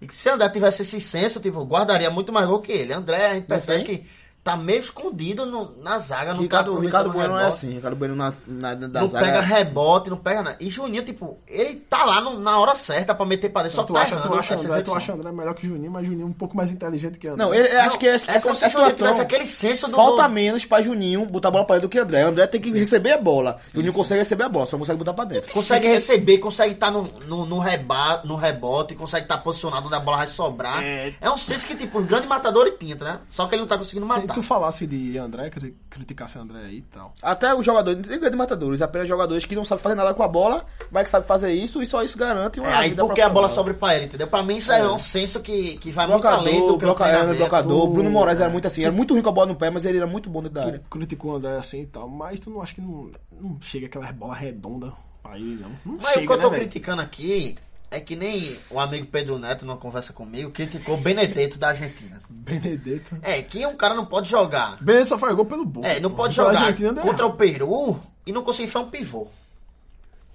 E: E que se André tivesse esse senso, tipo, guardaria muito mais gol que ele. André, a gente percebe que tá meio escondido no- na zaga, não tá
D: Ricardo, Ricardo
E: aproveitando o
D: Bueno não é
E: rebote
D: assim, Ricardo Bueno na, na, na da
E: não
D: zaga.
E: pega rebote, não pega nada. E Juninho, tipo, ele tá lá no- na hora certa pra meter parede, só
C: tu,
E: tá
C: acha,
E: errando
C: tu, acha
E: essa
C: André, tu
E: execução.
C: acha André melhor que Juninho, mas Juninho é um pouco mais inteligente que André.
D: Não, ele,
E: Não,
D: acho que essa,
E: é
D: essa,
E: como se Juninho tivesse
D: situação
E: aquele senso do...
D: falta
E: do...
D: menos pra Juninho botar a bola pra dentro do que André. André tem que receber a bola. Juninho consegue receber a bola, só consegue botar pra dentro.
E: Consegue receber, consegue estar no, no, no, reba, no rebote, consegue estar posicionado onde a bola vai sobrar. É, um senso que, tipo, um grande matador ele tinha, né? Só que ele não tá conseguindo
C: Se
E: matar.
C: tu falasse de André, cri- criticasse André aí e tal.
D: Até os jogadores, não tem grandes matadores, apenas jogadores que não sabem fazer nada com a bola, mas que sabem fazer isso e só isso garante uma
E: É, aí
D: vida
E: porque a bola
D: profissional.
E: sobre pra ele, entendeu? Pra mim isso é, um senso que, que vai muito além
D: Blocador,
E: do que é o
D: bloca, era
E: treinamento.
D: blocador. Bruno Moraes era muito assim, era muito ruim com a bola no pé, mas ele era muito bom dentro da área.
C: Tu criticou o André assim e tal, mas tu não acha que não, não chega aquelas bolas redondas aí, não? Não
E: Mas
C: chega,
E: o que eu tô
C: né, velho?
E: criticando aqui é que nem o amigo Pedro Neto, numa conversa comigo, criticou o Benedetto da Argentina.
C: Benedetto.
E: É, que um cara não pode jogar.
C: Benedetto só faz gol pelo Boca.
E: É, não
C: pô.
E: pode
C: Então, a
E: jogar
C: Argentina deu
E: contra
C: errado.
E: o Peru e não conseguir fazer um pivô.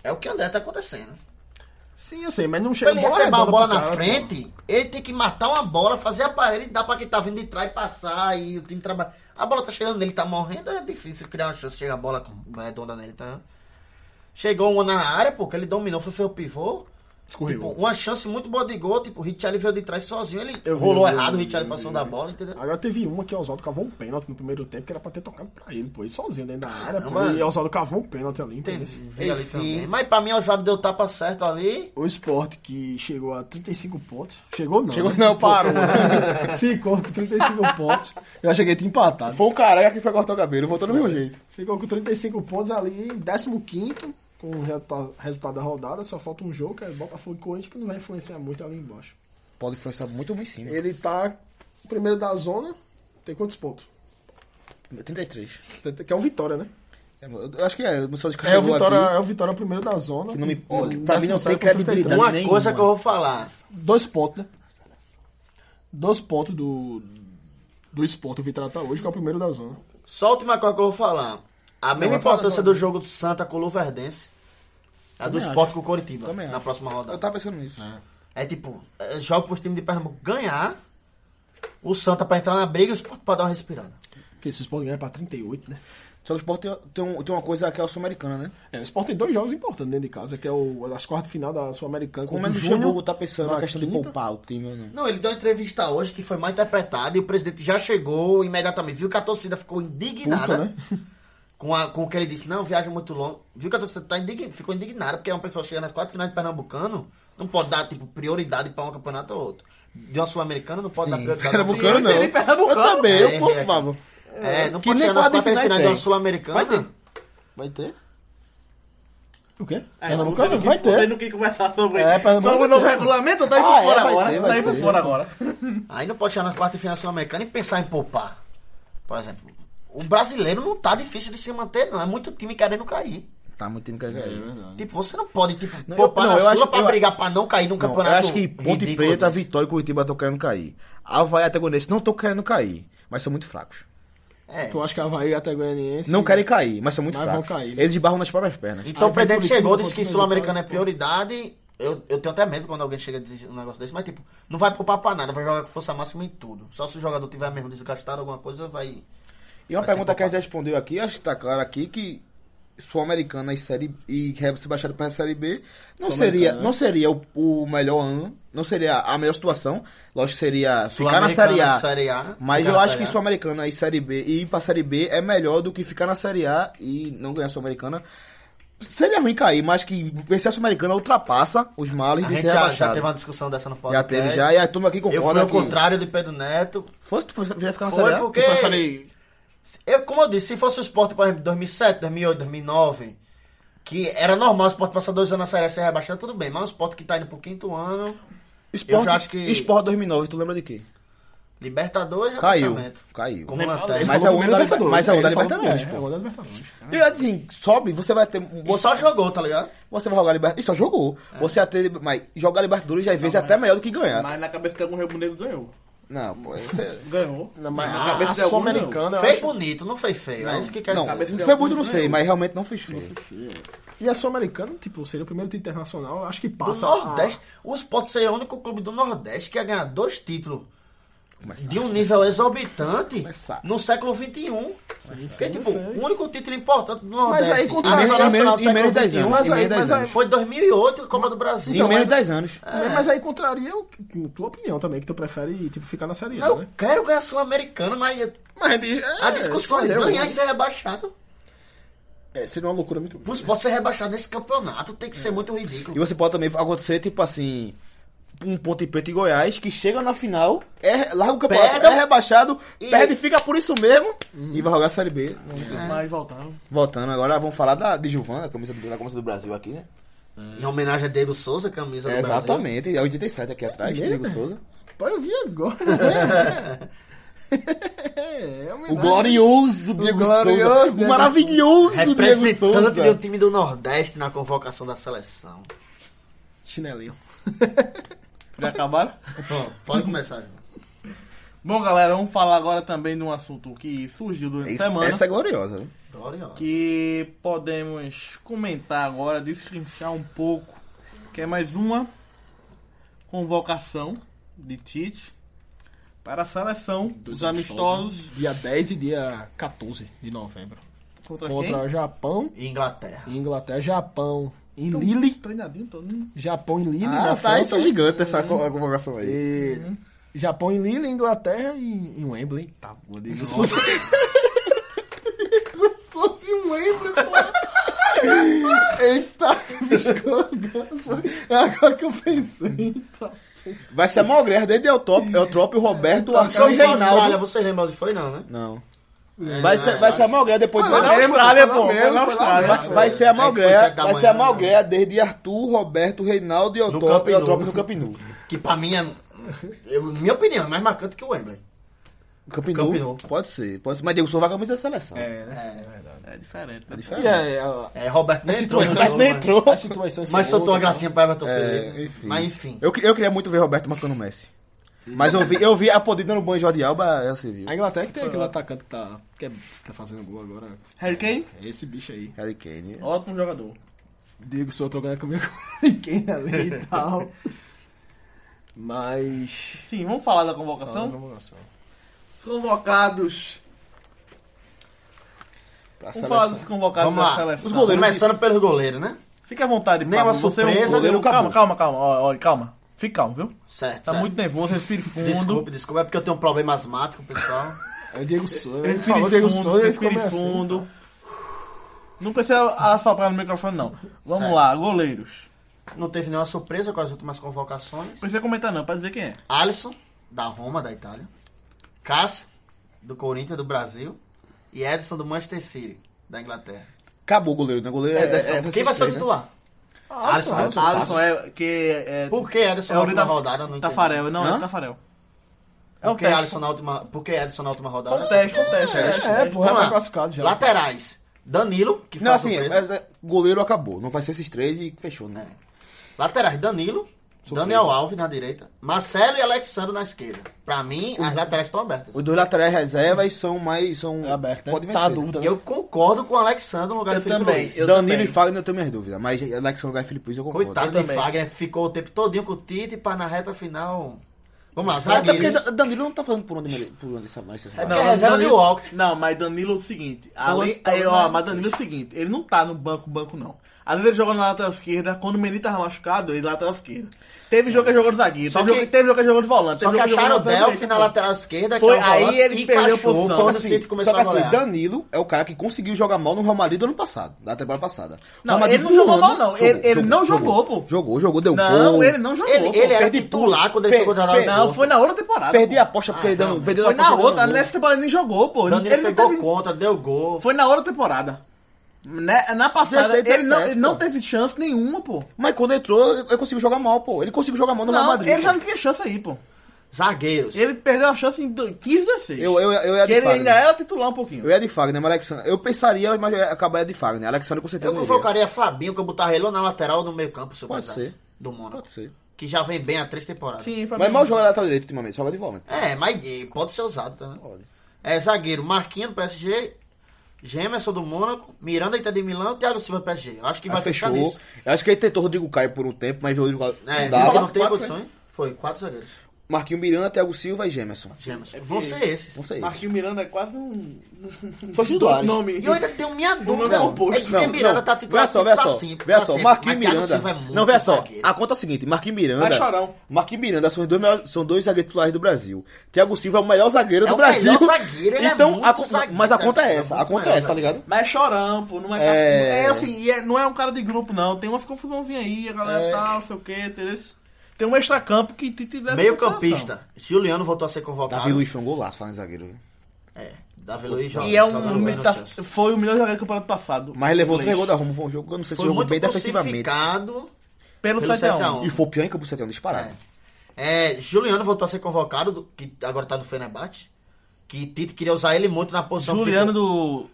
E: É o que o André tá acontecendo.
C: Sim, eu sei, mas não
E: Pra
C: chega
E: ele receber
D: é
E: uma
C: redonda
E: bola
C: pro
E: na
C: cara, pô.
E: frente, ele tem que matar uma bola, fazer a parede e dar pra quem tá vindo de trás passar e o time trabalha. A bola tá chegando nele, tá morrendo, é difícil criar uma chance de chegar a bola com- redonda nele, tá? Chegou uma na área, pô, que ele dominou, foi feio o pivô. Tipo,
C: Escorregou.
E: uma chance muito boa de gol, tipo, o Richelli veio de trás sozinho, ele
C: Eu vi,
E: rolou
C: eu vi,
E: errado,
C: eu
E: o
C: vi,
E: Richelli
C: eu vi,
E: passou
C: eu
E: da
C: vi.
E: bola, entendeu?
C: Agora teve uma que o Oswaldo cavou um pênalti no primeiro tempo que era pra ter tocado pra ele, pô. Ele sozinho dentro da área, pô.
E: Caramba.
C: E o Oswaldo cavou um pênalti ali, entendeu?
E: Vi ali também. Mas pra mim o Osvaldo deu o tapa certo ali.
C: O esporte que chegou a 35 pontos. Chegou não.
D: Chegou
C: né?
D: não, parou.
C: Ficou com 35 pontos. Eu cheguei tinha empatado.
D: Foi um careca que foi cortar o cabelo, voltou do mesmo jeito.
C: Ficou com 35 pontos ali, 15 com o resulta- resultado da rodada. Só falta um jogo, que é Botafogo e Corinthians, que não vai influenciar muito ali embaixo.
D: Pode influenciar muito ruim sim.
C: Ele tá o primeiro da zona, tem quantos pontos?
D: 33.
C: Que é o Vitória, né?
D: Eu acho que é, eu não sou de
C: É o
D: carregou
C: Vitória,
D: aqui.
C: é o Vitória primeiro da zona.
D: Que não me-
C: com-
D: olha,
C: com
D: pra mim não
C: 17
D: tem
C: com 33.
D: credibilidade.
E: Uma
D: nenhuma.
E: coisa que eu vou falar.
C: Dois pontos, né? Dois pontos do. Do esporte, o Vitória tá hoje, que é o primeiro da zona.
E: Só a última coisa que eu vou falar. A mesma
D: vai falar,
E: importância
D: fala.
E: do jogo do Santa com o Luverdense. A do
D: Também
E: Sport
D: acho.
E: com o Coritiba.
D: Também
E: Na
D: acho.
E: próxima
D: Eu
E: rodada.
D: tava pensando nisso.
E: É tipo, é, joga pros times de Pernambuco ganhar. O Santa pra entrar na briga e o Sport pra dar uma respirada.
C: Porque esse esporte ganha pra 38, né?
D: Só que o Sport tem, tem, um- tem uma coisa que é o Sul-Americana, né?
C: É, o Sport tem dois jogos importantes dentro de casa, que é o, as quartas de final da Sul-Americana
D: Como é
C: contra o
D: que o
C: Júnior.
D: Luxemburgo tá pensando na
C: na
D: questão de
C: quinta?
D: poupar o time ou não?
E: Não, ele deu uma entrevista hoje que foi mal interpretada e o presidente já chegou imediatamente. Viu que a torcida ficou indignada
C: Puta, né?
E: com, a- com o que ele disse. Não, viagem muito longa. Viu que a torcida tá indign- ficou indignada porque uma pessoa chega nas quatro finais de Pernambucano, não pode dar, tipo, prioridade pra um campeonato ou outro. De uma sul-americana não pode dar prioridade. pra outra.
D: Pernambucano não.
F: Ele
D: Eu
F: pernambucano.
D: também,
E: É,
D: eu
E: é.
D: poupava.
E: É, não
D: Que
E: pode
D: nem
E: chegar nas
D: quadra
E: quatro
D: finais
E: finais de uma
D: tem.
E: sul-americana.
D: Vai ter?
C: O quê?
F: É,
C: Pernambucano?
F: você não
C: vai
F: quis- Você
C: ter.
F: não quer conversar sobre,
C: É, Pernambuco
F: sobre o
C: vai
F: novo
C: ter.
F: regulamento? Tá aí
D: Ah,
F: por
D: é,
F: fora
D: vai
F: agora.
D: ter, vai
F: tá aí por
D: ter.
F: fora agora.
E: Aí não pode chegar nas quartas finais sul-americana e pensar em poupar. Por exemplo, o brasileiro não tá difícil de se manter, não. É muito time querendo cair.
D: Tá, muito time que ganhar.
E: Tipo, você não pode, tipo,
D: Não, eu-
E: poupar
D: não,
E: na
D: eu
E: sula
D: acho-
E: pra
D: eu-
E: brigar pra não cair num
D: Não,
E: campeonato.
D: eu acho que Ponte
E: ridículo
D: Preta,
E: desse.
D: Vitória e Curitiba estão querendo cair. Havaí e até Goianiense não estão querendo cair, mas são muito fracos.
E: É.
C: Tu acha que Havaí até Goianiense...
D: Não querem cair, mas são muito
C: Mas vão
D: fracos.
C: cair, né?
D: Eles barram nas próprias pernas.
E: Então
C: Aí
E: o presidente
C: vem Curitiba,
E: chegou, disse que
C: Portugal,
E: sul-americano é
C: Brasil.
E: prioridade. Eu, eu tenho até medo quando alguém chega a dizer um negócio desse, mas tipo, não vai poupar pra nada, vai jogar com força máxima em tudo. Só se o jogador tiver mesmo desgastado alguma coisa, vai.
D: E uma
E: Vai ser
D: pergunta que a gente
E: poupado.
D: respondeu aqui, acho que tá claro aqui, que Sul-Americana e, série, e ser baixado para a Série B, não seria, não seria o, o melhor ano, não seria a melhor situação. Lógico que seria ficar na Série A.
E: Série A
D: Mas
E: ficar
D: eu
E: na
D: acho
E: Série
D: que
E: A.
D: Sul-Americana e Série B e ir pra Série B é melhor do que ficar na Série A e não ganhar a Sul-Americana. Seria ruim cair, mas que vencer a Sul-Americana ultrapassa os males
E: A
D: de
E: gente
D: ser
E: já,
D: rebaixado.
E: já teve uma discussão dessa no
D: é Já
E: podcast.
D: teve, já, e a turma aqui
E: Eu fui
D: concorda
E: ao
D: que...
E: contrário de Pedro Neto.
D: Fosse tu já ficar na Série
E: Foi
D: A?
E: porque...
B: Eu falei,
E: Eu, como eu disse, se fosse o esporte, por exemplo, 2007, 2008, 2009, que era normal o esporte passar dois anos na Série A e ser rebaixado, tudo bem. Mas o esporte que tá indo pro quinto ano,
D: Sport,
E: Eu já acho que-
D: Sport 2009, tu lembra de quê?
E: Libertadores é
D: Caiu,
E: rebaixamento.
D: caiu.
E: Como lanterna.
D: Mas é o ano da Libertadores. Mas é o ano da Libertadores,
C: É,
D: pô.
C: agora é Libertadores.
D: E assim, sobe, você vai ter...
E: E
D: Você,
E: só jogou, tá ligado?
D: você vai jogar Libertadores. E só jogou. Você vai ter... Mas jogar Libertadores, às vezes, é até melhor do que ganhar.
B: mas na cabeça de algum rebo negro ganhou.
D: Não, pô, é- você...
B: Ganhou.
C: Não, mas
B: Na
C: a-
D: é
B: cabeça
C: a
B: de algum,
C: Sul-Americana, eu
E: Fez
C: acho-
E: bonito, não fez feio. É isso que quer
D: não,
E: dizer.
B: cabeça de
D: foi
B: alguns
D: muito, não sei,
B: ganhou.
D: mas realmente não fez feio.
C: E a Sul-Americana, tipo, seria o primeiro título internacional, eu acho que
E: Do
C: passa. a-
E: Nordeste, o Sport seria o único clube do Nordeste que ia ganhar dois títulos de um nível exorbitante
D: Começar.
E: no século XXI. Porque, tipo,
C: sei.
E: o único título importante do
C: Mas
E: Nordeste.
C: aí
E: a
C: contrata-
E: nível
D: em menos-
E: nacional do
D: em menos de
E: século
D: 10
E: XXI.
D: anos.
C: Mas
D: Em
C: aí-
D: menos de 10
C: mas aí-
D: anos.
E: Foi 2008 a Copa do Brasil.
D: Em menos de 10 anos.
C: É, Mas aí contraria o que- tua opinião também, que tu prefere, tipo, ficar na Série A,
E: Não,
C: né?
E: Então, eu quero ganhar Sul-Americana, mas
C: Mas de- é,
E: a discussão é
C: escolheu.
E: ganhar e ser rebaixado.
C: É, seria uma loucura muito
E: O
C: grande.
E: Sport ser rebaixado nesse campeonato tem que ser muito ridículo.
D: E você pode também acontecer, tipo assim, um Ponte Preta e Goiás que chega na final, é, larga o campeonato,
E: Perde.
D: é rebaixado,
E: E- Uhum.
D: perde, fica por isso mesmo e vai jogar a Série B.
B: mas voltaram.
D: Voltando agora, vamos falar da, de Giovana, a camisa do, da camisa do Brasil aqui, né?
E: Em homenagem a Diego Souza, camisa do Brasil.
D: exatamente, é 87 aqui atrás,
C: né?
D: Diego Souza.
C: Pô, eu vi agora. É, é uma
D: O glorioso Diego
C: né? glorioso
D: Souza. O
C: Diego
D: maravilhoso Diego
E: Representante
D: Souza.
E: do time do Nordeste na convocação da seleção.
C: chinelinho.
B: Já acabaram?
E: Bom, pode começar, João.
B: Bom, galera, vamos falar agora também de um assunto que surgiu durante
D: Esse-
B: a semana.
D: Essa é gloriosa, né?
E: Gloriosa.
B: Que podemos comentar agora, destrinchar um pouco. Que é mais uma convocação de Tite para a seleção dos amistosos
C: Dia 10 e dia 14 de novembro.
B: contra,
C: Contra
B: quem?
C: Japão
E: E Inglaterra.
C: e Inglaterra. Japão em Lille.
B: Treinadinho todo mundo.
C: Japão em Lille,
D: Ah,
C: na
D: tá, isso
C: França.
D: é gigante, essa co- a convocação aí.
C: E-
E: Uhum.
C: Japão em Lille, Inglaterra e em Wembley. Tá, vou dizer.
D: Souza em Wembley, pô. Eita,
C: É agora que eu pensei. então.
D: Vai ser a maior guerra desde Eutrópio, Eutrópio Roberto, Arthur
E: Jogo
D: e
E: com a Austrália,
D: Reinaldo.
E: vocês lembram onde foi, não, né?
D: Não. Vai ser, vai ser a maior guerra depois de...
C: Foi lá mesmo,
D: Austrália,
C: foi lá
D: pô.
C: mesmo,
D: Foi na
C: foi lá
D: Austrália.
E: mesmo.
D: Vai- Vai ser a maior
E: É que foi sete
D: guerra,
E: da
D: vai
E: manhã,
D: ser a maior
E: né?
D: guerra desde Arthur, Roberto, Reinaldo e
E: Camp
D: Eutrópio, e
E: Nou.
D: Eutrópio no Camp Nou.
E: Que pra mim é. eu- minha opinião, é mais marcante que o Wembley.
D: Camp
E: Camp
D: Nou?
E: Nou.
D: Pode ser, pode ser. Mas Diego Souza vai com a camisa da seleção.
E: É,
B: É diferente. né?
C: E aí, a,
E: é, Roberto nem
C: Mas
E: entrou,
C: situação- é
E: mas
D: Nem entrou.
C: a situação é
E: Mas soltou a
C: outra,
E: gracinha pra Everton
D: É,
E: Felipe.
D: enfim.
E: Mas enfim.
D: Eu, que- eu queria muito ver Roberto marcando o Messi. Mas eu vi, eu vi a podrida no banho de Jordi Alba, já se viu.
C: A Inglaterra que tem aquele atacante que tá, que é, que tá fazendo gol agora.
B: Harry Kane,
C: É esse bicho aí.
D: Harry Kane.
B: ótimo jogador.
C: Diego Souza trocando a camisa com ninguém ali e tal. Mas.
B: Sim, vamos falar da convocação? Os convocados.
D: Pra
B: Vamos falar dos
D: seleção.
B: convocados
E: Vamos
B: da
E: lá.
B: seleção.
E: Os goleiros. Começando pelos goleiros, né?
B: Fique à vontade,
E: Nem uma
B: Você é um
E: surpresa,
B: goleiro.
D: nem um
B: Calma,
D: caboclo.
B: calma, calma. Olha, olha, calma. Fique calmo, viu?
E: Certo.
B: Tá
E: certo.
B: muito nervoso, respire fundo.
E: Desculpe, desculpe. É porque eu tenho um problema asmático, pessoal.
C: É o Diego Souza. Ele
B: Respire
C: falou Diego
B: fundo,
C: Souza
E: é
C: ele ficou
B: respire
C: meio assim.
E: então.
B: fundo. Não precisa assoprar no microfone, não. Vamos
E: Certo.
B: lá, goleiros.
E: Não teve nenhuma surpresa com as últimas convocações.
B: Não precisa comentar, não, pra dizer quem é.
E: Alisson, da Roma, da Itália. Cássio, do Corinthians, do Brasil. E Edson, do Manchester City, da Inglaterra.
D: Acabou o goleiro, né? O goleiro é, é- é-
E: Quem vai ser o
D: né?
E: titular?
C: Alisson,
E: Alisson.
B: Alisson é. Que é
E: Por que Edson
B: é
E: na
B: o
E: última
B: da
E: rodada? eu Não entendi.
B: Tafarel, não, é
D: Hã?
B: o Tafarel. É o
E: Por que
B: teste.
E: Alisson na última, por que Edson na última
B: É o
E: rodada?
B: teste, é o teste. é o teste.
C: É, porra,
E: Vamos
C: tá
E: lá.
C: classificado já.
E: Laterais. Danilo, que foi
D: Não,
E: a
D: assim,
E: surpresa.
D: mas, é, goleiro acabou. Não vai ser esses três e fechou, né?
E: Laterais, Danilo, Daniel Alves na direita, Marcelo e Alexandro na esquerda. Pra mim, as laterais estão abertas.
D: Os dois laterais reservas são mais. São,
C: É aberto, né?
D: Pode vencer.
C: Tá a dúvida,
E: E Eu concordo com o Alexandro no lugar
B: Eu
E: de Felipe
B: também,
E: Luiz.
B: eu-
D: Danilo
B: também.
D: e Fagner eu tenho minhas dúvidas, mas Alexandre Lugar e Felipe Luiz eu concordo.
E: Coitado
B: eu
E: de
B: também.
E: Fagner, ficou o tempo todinho com o Tite pra na reta final Vamos lá,
D: Até É, porque
E: zagueiro.
D: Dan- Danilo não tá falando por onde, mere- por onde essa mais essa-
E: Não, é reserva de Walker.
B: Não, mas Danilo é o seguinte. Além,
E: tá
B: aí,
E: falando
B: ó,
E: mais-
B: mas Danilo é o seguinte, ele não tá no banco, banco não. Às vezes ele joga na lateral esquerda, quando o Menino tava machucado, ele lateral esquerda. Teve jogo que ele jogou de zagueiro,
E: Só
B: teve,
E: que-
B: jogo, teve jogo que ele jogou de volante.
E: Só
B: teve
E: que
B: jogo ele
E: acharam o
B: jogou de volante,
E: Delphi na
D: né,
B: pô.
E: lateral esquerda.
B: Foi,
E: que é o
B: aí
E: volante,
B: ele perdeu a
E: encaixou,
B: posição.
E: Foi
D: Só
E: quando
D: que
E: o
D: assim,
E: City começou
D: só que
E: a
D: assim,
E: golear.
D: Danilo é o cara que conseguiu jogar mal no Romário do ano passado, da temporada passada.
B: Não,
D: Romário
B: ele não jogou
D: fulano
B: mal, não. Ele- ele não jogou, pô.
D: Jogou, jogou, deu
B: Não,
D: gol.
B: ele não jogou.
E: Ele,
B: pô.
E: ele era
D: perdi
E: titular quando ele
D: per-
E: foi contratado.
D: per-
E: no
B: Não,
E: Porto.
B: foi na outra temporada.
D: Perdi
B: pô. Ah,
D: a aposta porque ele
E: não,
D: dando, perdeu a
B: Foi
D: aposta
B: na
D: dando
B: outra, né?
D: gol.
B: nessa temporada ele nem jogou, pô.
E: Danilo
B: ele
E: foi
B: não
E: gol
B: teve...
E: contra, deu gol.
B: Foi na outra temporada. Né, Na passada,
D: 16,
B: ele, não,
D: 17,
B: ele não
D: pô.
B: teve chance nenhuma, pô.
D: Mas quando entrou, ele ele conseguiu jogar mal, pô. Ele conseguiu jogar mal no Real
B: Não,
D: Madrid.
B: ele já
D: pô.
B: não tinha chance aí, pô.
E: Zagueiros.
B: Ele perdeu a chance em do- 15, 16.
D: Eu, eu, eu ia
B: que
D: de
B: ele ainda
D: Fagner.
B: era titular um pouquinho.
D: Eu ia de Fagner, mas Alexandre... Eu pensaria, mas eu ia acabar de Fagner. Alexandre com certeza
E: Eu
D: não iria.
E: convocaria Fabinho, que eu botava ele ou na lateral ou no meio campo, se eu
D: Pode
E: precisasse.
D: ser.
E: Do Mônaco.
D: Pode ser.
E: Que já vem bem há três temporadas.
B: Sim, foi
D: Mas
B: bem.
D: mal joga lateral direito ultimamente, joga de volante.
E: É, mas eh, pode ser usado, tá? né?
D: Pode.
E: É, zagueiro, Marquinhos do PSG, Gemerson do Mônaco, Miranda Inter de Milão, Thiago Silva do PSG. Eu acho que
D: Aí
E: vai fechar
D: fechou.
E: ficar nisso.
D: Eu acho que ele tentou Rodrigo Caio por um tempo, mas Rodrigo Caio não
E: É, porque
D: dava.
E: não tem
D: Quatro,
E: condições. Foi quatro zagueiros.
D: Marquinhos Miranda, Thiago Silva e Gemerson.
E: Gemerson. Vão ser esses.
D: Não sei.
B: Marquinhos Miranda é quase um.
D: Foi titular.
B: nome.
E: E eu ainda tenho minha
B: nome
E: dúvida.
B: é oposto.
E: É que tem Miranda tá titular.
D: Vê só, vê
E: pra
D: só.
E: sempre,
D: Vê
E: pra
D: só,
E: sempre.
D: Marquinhos
E: Mas Thiago
D: Miranda.
E: Silva é muito
D: Não, vê só.
E: zagueiro.
D: A conta é a seguinte: Marquinhos Miranda.
B: Vai chorão.
D: Marquinhos Miranda são os dois, melhores- são dois zagueiros titulares do Brasil. Thiago Silva é o melhor zagueiro
E: É
D: do
E: o
D: Brasil.
E: melhor zagueiro, ele é
D: então,
E: muito
D: a con-
E: zagueiro,
D: Mas a
E: Thiago
D: conta é
E: Silva,
D: essa. A
E: muito
D: conta é
E: melhor
D: essa, tá ligado?
B: Mas é chorão, pô. Não é,
D: É.
B: é... assim, é- não é um cara de grupo, não. Tem umas confusãozinhas aí, a galera tá, não sei o que, entendeu? Tem um extracampo que te, te leva
E: Meio
B: pra seleção.
E: campista. Juliano voltou a ser convocado.
D: Davi Luiz foi um golaço falando em zagueiro. viu?
E: É. Davi Luiz joga-
B: E é
E: joga
B: um.
E: bem no
B: tá-
E: Chelsea.
B: foi o melhor jogador do campeonato passado.
D: Mas levou três
B: Inglês.
D: gols da Roma. Foi um jogo que eu não sei se
E: Foi
D: jogou
E: muito
D: bem defensivamente.
E: crucificado.
B: Pelo,
E: Pelo
B: 7x1.
E: 7x1.
D: E foi o pior em campo do Setão disparado.
E: É, Juliano voltou a ser convocado, do- que agora tá no Fenerbahçe. Que Tite queria usar ele muito na posição
B: Juliano
E: que-
B: do.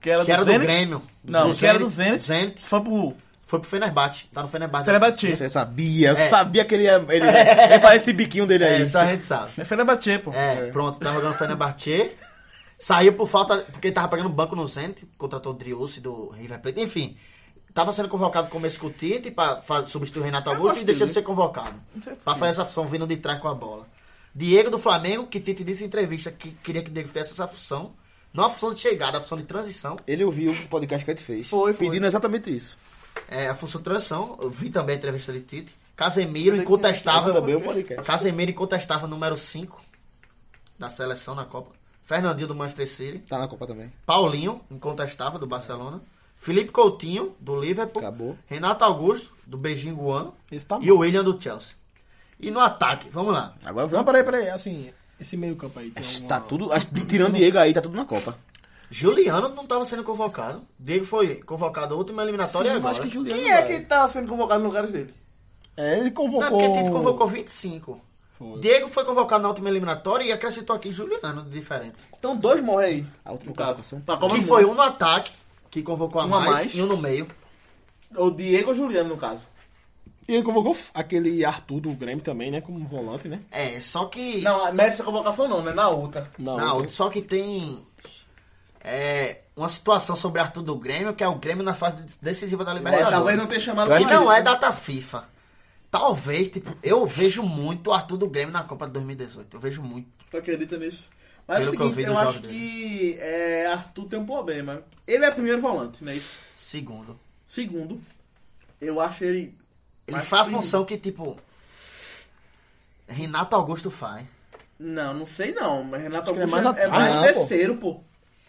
B: Que era,
E: que era do,
B: Zenit.
E: Grêmio.
B: Não, que era do
E: Zenit.
B: Zenit. Foi pro
E: Foi pro Fenerbahçe. Tá no Fenerbahçe.
B: Fenerbahçe.
D: Você sabia, sabia que ele ia. Ele, ele faz esse biquinho dele
E: É,
D: aí.
E: isso a gente sabe.
B: É. É Fenerbahçe, pô.
E: É, pronto, tá jogando Fenerbahçe. Saiu por falta, porque ele tava pagando banco no Zenit, contratou o Driussi do River Plate, enfim. Tava sendo convocado como com o Tite pra fa- substituir o Renato Augusto e
B: gosto
E: deixou
B: dele.
E: de ser convocado. Pra fazer essa função vindo de trás com a bola. Diego do Flamengo, que Tite disse em entrevista que queria que Diego fizesse essa função. Não a função de chegada, a função de transição.
D: Ele ouviu o podcast que a gente fez.
B: Foi, foi.
D: Pedindo exatamente isso.
E: É, a função de transição. Eu vi também a entrevista de Tite. Casemiro incontestável.
D: Também o podcast.
E: Casemiro incontestável número 5 da seleção na Copa. Fernandinho do Manchester City.
D: Tá na Copa também.
E: Paulinho, incontestável, do Barcelona. Felipe Coutinho, do Liverpool.
D: Acabou.
E: Renato Augusto, do Beijing Guan.
C: Esse tá
E: e o William, do Chelsea. E no ataque, vamos lá.
D: Agora
C: Não, peraí, peraí. Assim, esse meio campo aí tem alguma...
D: Tá tudo. acho que Tirando Diego aí, tá tudo na Copa.
E: Juliano não estava sendo convocado. Diego foi convocado a última eliminatória e
D: eu
E: agora.
D: acho que Juliano.
B: Quem é que tava sendo convocado no lugar dele?
C: É, ele
E: Não,
C: convocou...
E: porque Tite convocou 25.
C: Foi.
E: Diego foi convocado na última eliminatória e acrescentou aqui Juliano, de diferente.
B: Então dois morrem aí.
D: A última
B: No caso.
D: convocação.
B: Pra Copa
E: que
B: do
E: foi
B: Mundo.
E: um no ataque, que convocou a
B: é? Um a
E: mais,
B: mais.
E: e um no meio.
B: O Diego ou Juliano, no caso.
C: E ele convocou f- aquele Arthur do Grêmio também, né? Como volante, né?
E: É, só que...
B: Não, nessa convocação não, né? Na outra.
C: Não,
E: Não, só que tem é, uma situação sobre Arthur do Grêmio, que é o Grêmio na fase decisiva da
B: Mas É, talvez
E: Libertadores.
B: não tenha chamado
D: Eu acho
E: E
D: que-
E: não é data FIFA. Talvez, tipo, eu vejo muito o Arthur do Grêmio na Copa de 2018. Eu vejo muito.
B: Tu acredita nisso? Mas é o
E: Pelo que eu
B: seguinte, eu,
E: vi dos
B: acho
E: jogos
B: que é, Arthur tem um problema. Ele é primeiro volante, né? Isso.
E: Segundo.
B: Segundo, eu acho ele.
E: Ele
B: Mas
E: faz a
B: primeiro.
E: função que, tipo, Renato Augusto faz.
B: Não, não sei não, mas Renato
C: que ele é
B: Augusto
C: mais
B: é, é
C: atrás,
B: mais
D: né, pô?
B: terceiro, pô.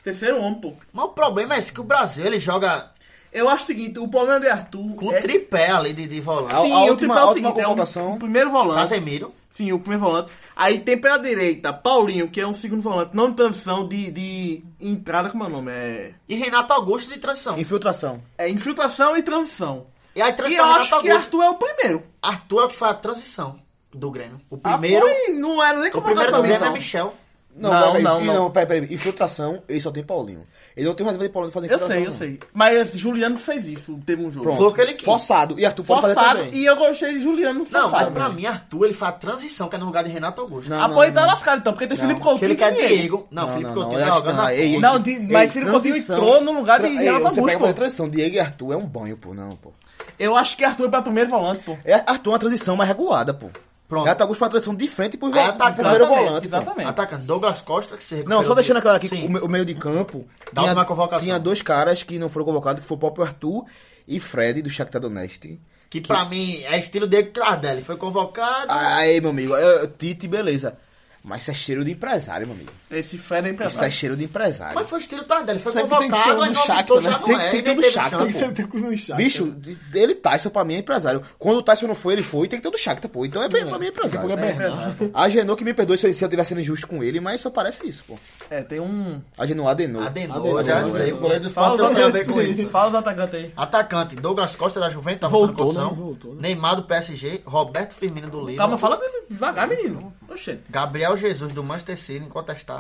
B: Terceiro homem, pô.
E: Mas o problema é esse que o Brasil, ele joga
B: Eu acho o seguinte, o problema de Arthur.
E: com
B: é...
E: tripé ali de, de
D: A-
E: volante.
B: Sim,
D: a
B: o
D: última-
B: tripé é
D: a
B: o
D: última
B: seguinte, é o-
D: convocação.
B: o primeiro volante.
E: Casemiro.
B: Sim, o primeiro volante. Aí tem pela direita Paulinho, que é um segundo volante, não de transição, de, de entrada, como é o nome? É,
E: E Renato Augusto de transição.
D: Infiltração.
B: é infiltração e transição.
E: E aí
B: E
E: transição
B: eu
E: Renato
B: acho que
E: Augusto.
B: Arthur é o primeiro.
E: Arthur é o que faz a transição do Grêmio. O
B: Ah,
E: primeiro.
B: Apoio não era nem
E: O primeiro do
B: convocatório,
E: Grêmio é
B: então.
E: Michel.
B: Não,
D: peraí,
B: não,
D: e
B: não.
D: peraí, peraí. Infiltração, ele só tem Paulinho. Ele não tem reserva de Paulinho pra fazer
B: Eu
D: infiltração.
B: sei, eu
E: então.
D: não.
B: sei. Mas Juliano fez isso, teve um jogo.
D: Pronto.
E: Foi o que ele quis.
D: Forçado. E Arthur pode fazer
B: Forçado,
D: também.
B: e eu gostei de Juliano
E: Não,
B: forçado.
E: mas pra mim, Arthur, ele faz a transição, que é no lugar de Renato Augusto.
D: Não,
B: Ah, pô, ele tá lascado então, porque tem Felipe
E: Porque
B: Coutinho
E: ele
B: que
E: quer
B: é Diego.
E: Diego. Não, Felipe Coutinho
D: eu
E: tá
D: acho-
E: jogando
D: não,
E: na
D: ei, ei,
B: Não, de- mas
D: ei,
B: Felipe Coutinho
D: transição.
B: entrou no lugar de
D: Ei,
B: Renato
D: Você
B: Augusto,
D: pega pra
B: pô.
D: transição. Diego e Arthur é um banho, pô. Não, pô.
B: Eu acho que Arthur é pra primeiro volante, pô.
D: É, Arthur é uma transição mais regulada, pô.
E: Pronto.
D: Renato Augusto foi atração de frente pro,
E: Aí
D: vo- pro
E: atacando,
D: primeiro
E: exatamente,
D: volante. pô.
B: Exatamente.
E: Atacando Douglas Costa, que se recuperou
D: Não, só
E: do-
D: deixando claro aqui,
E: Sim.
D: o, me- o meio de campo
E: Da última convocação.
D: tinha dois caras que não foram convocados, que foi o próprio Arthur e Fred, do Shakhtar Donetsk.
E: Que pra mim é estilo Diego Tardelli. Foi convocado.
D: Aí, meu amigo, é, é, Tite, beleza. Mas isso é cheiro de empresário, meu amigo.
B: Esse fera é
D: Isso é
B: empresário.
D: cheiro de empresário.
E: Mas foi estilo Tardelli. Foi
C: Sempre tem
E: convocado,
C: todo
E: mas não
C: chato, né?
E: apostou, já não
D: Sempre
E: é.
D: tem
E: Ele nem
D: todo
E: teve
D: chato,
E: chance.
D: pô.
C: Sempre tem com né? o Shakhtar.
D: Bicho, ele Tyson pra mim é empresário. Quando o Tyson não foi, ele foi, tem que ter o do Shakhtar, pô. Então é pra, pra mim é empresário.
C: Porque é Bernardo.
D: A Genô que me perdoe se, eu- se eu estiver sendo injusto com ele, mas só parece isso, pô.
B: É, tem um.
D: A Genoa adenou.
E: Adenou, já
D: Adenou,
E: disse. O
D: adenou.
E: goleiro do
B: Fala
E: Sport
B: os,
E: tem a ver com
B: atacantes,
E: isso.
B: fala os atacantes aí.
E: Atacante, Douglas Costa da Juventus, tá voltando
C: Voltou,
E: à condição.
C: né? Voltou, né?
E: Neymar do PSG, Roberto Firmino do Liverpool.
B: Calma, fala dele devagar, menino. Oxente.
E: Gabriel Jesus do Manchester City, incontestável.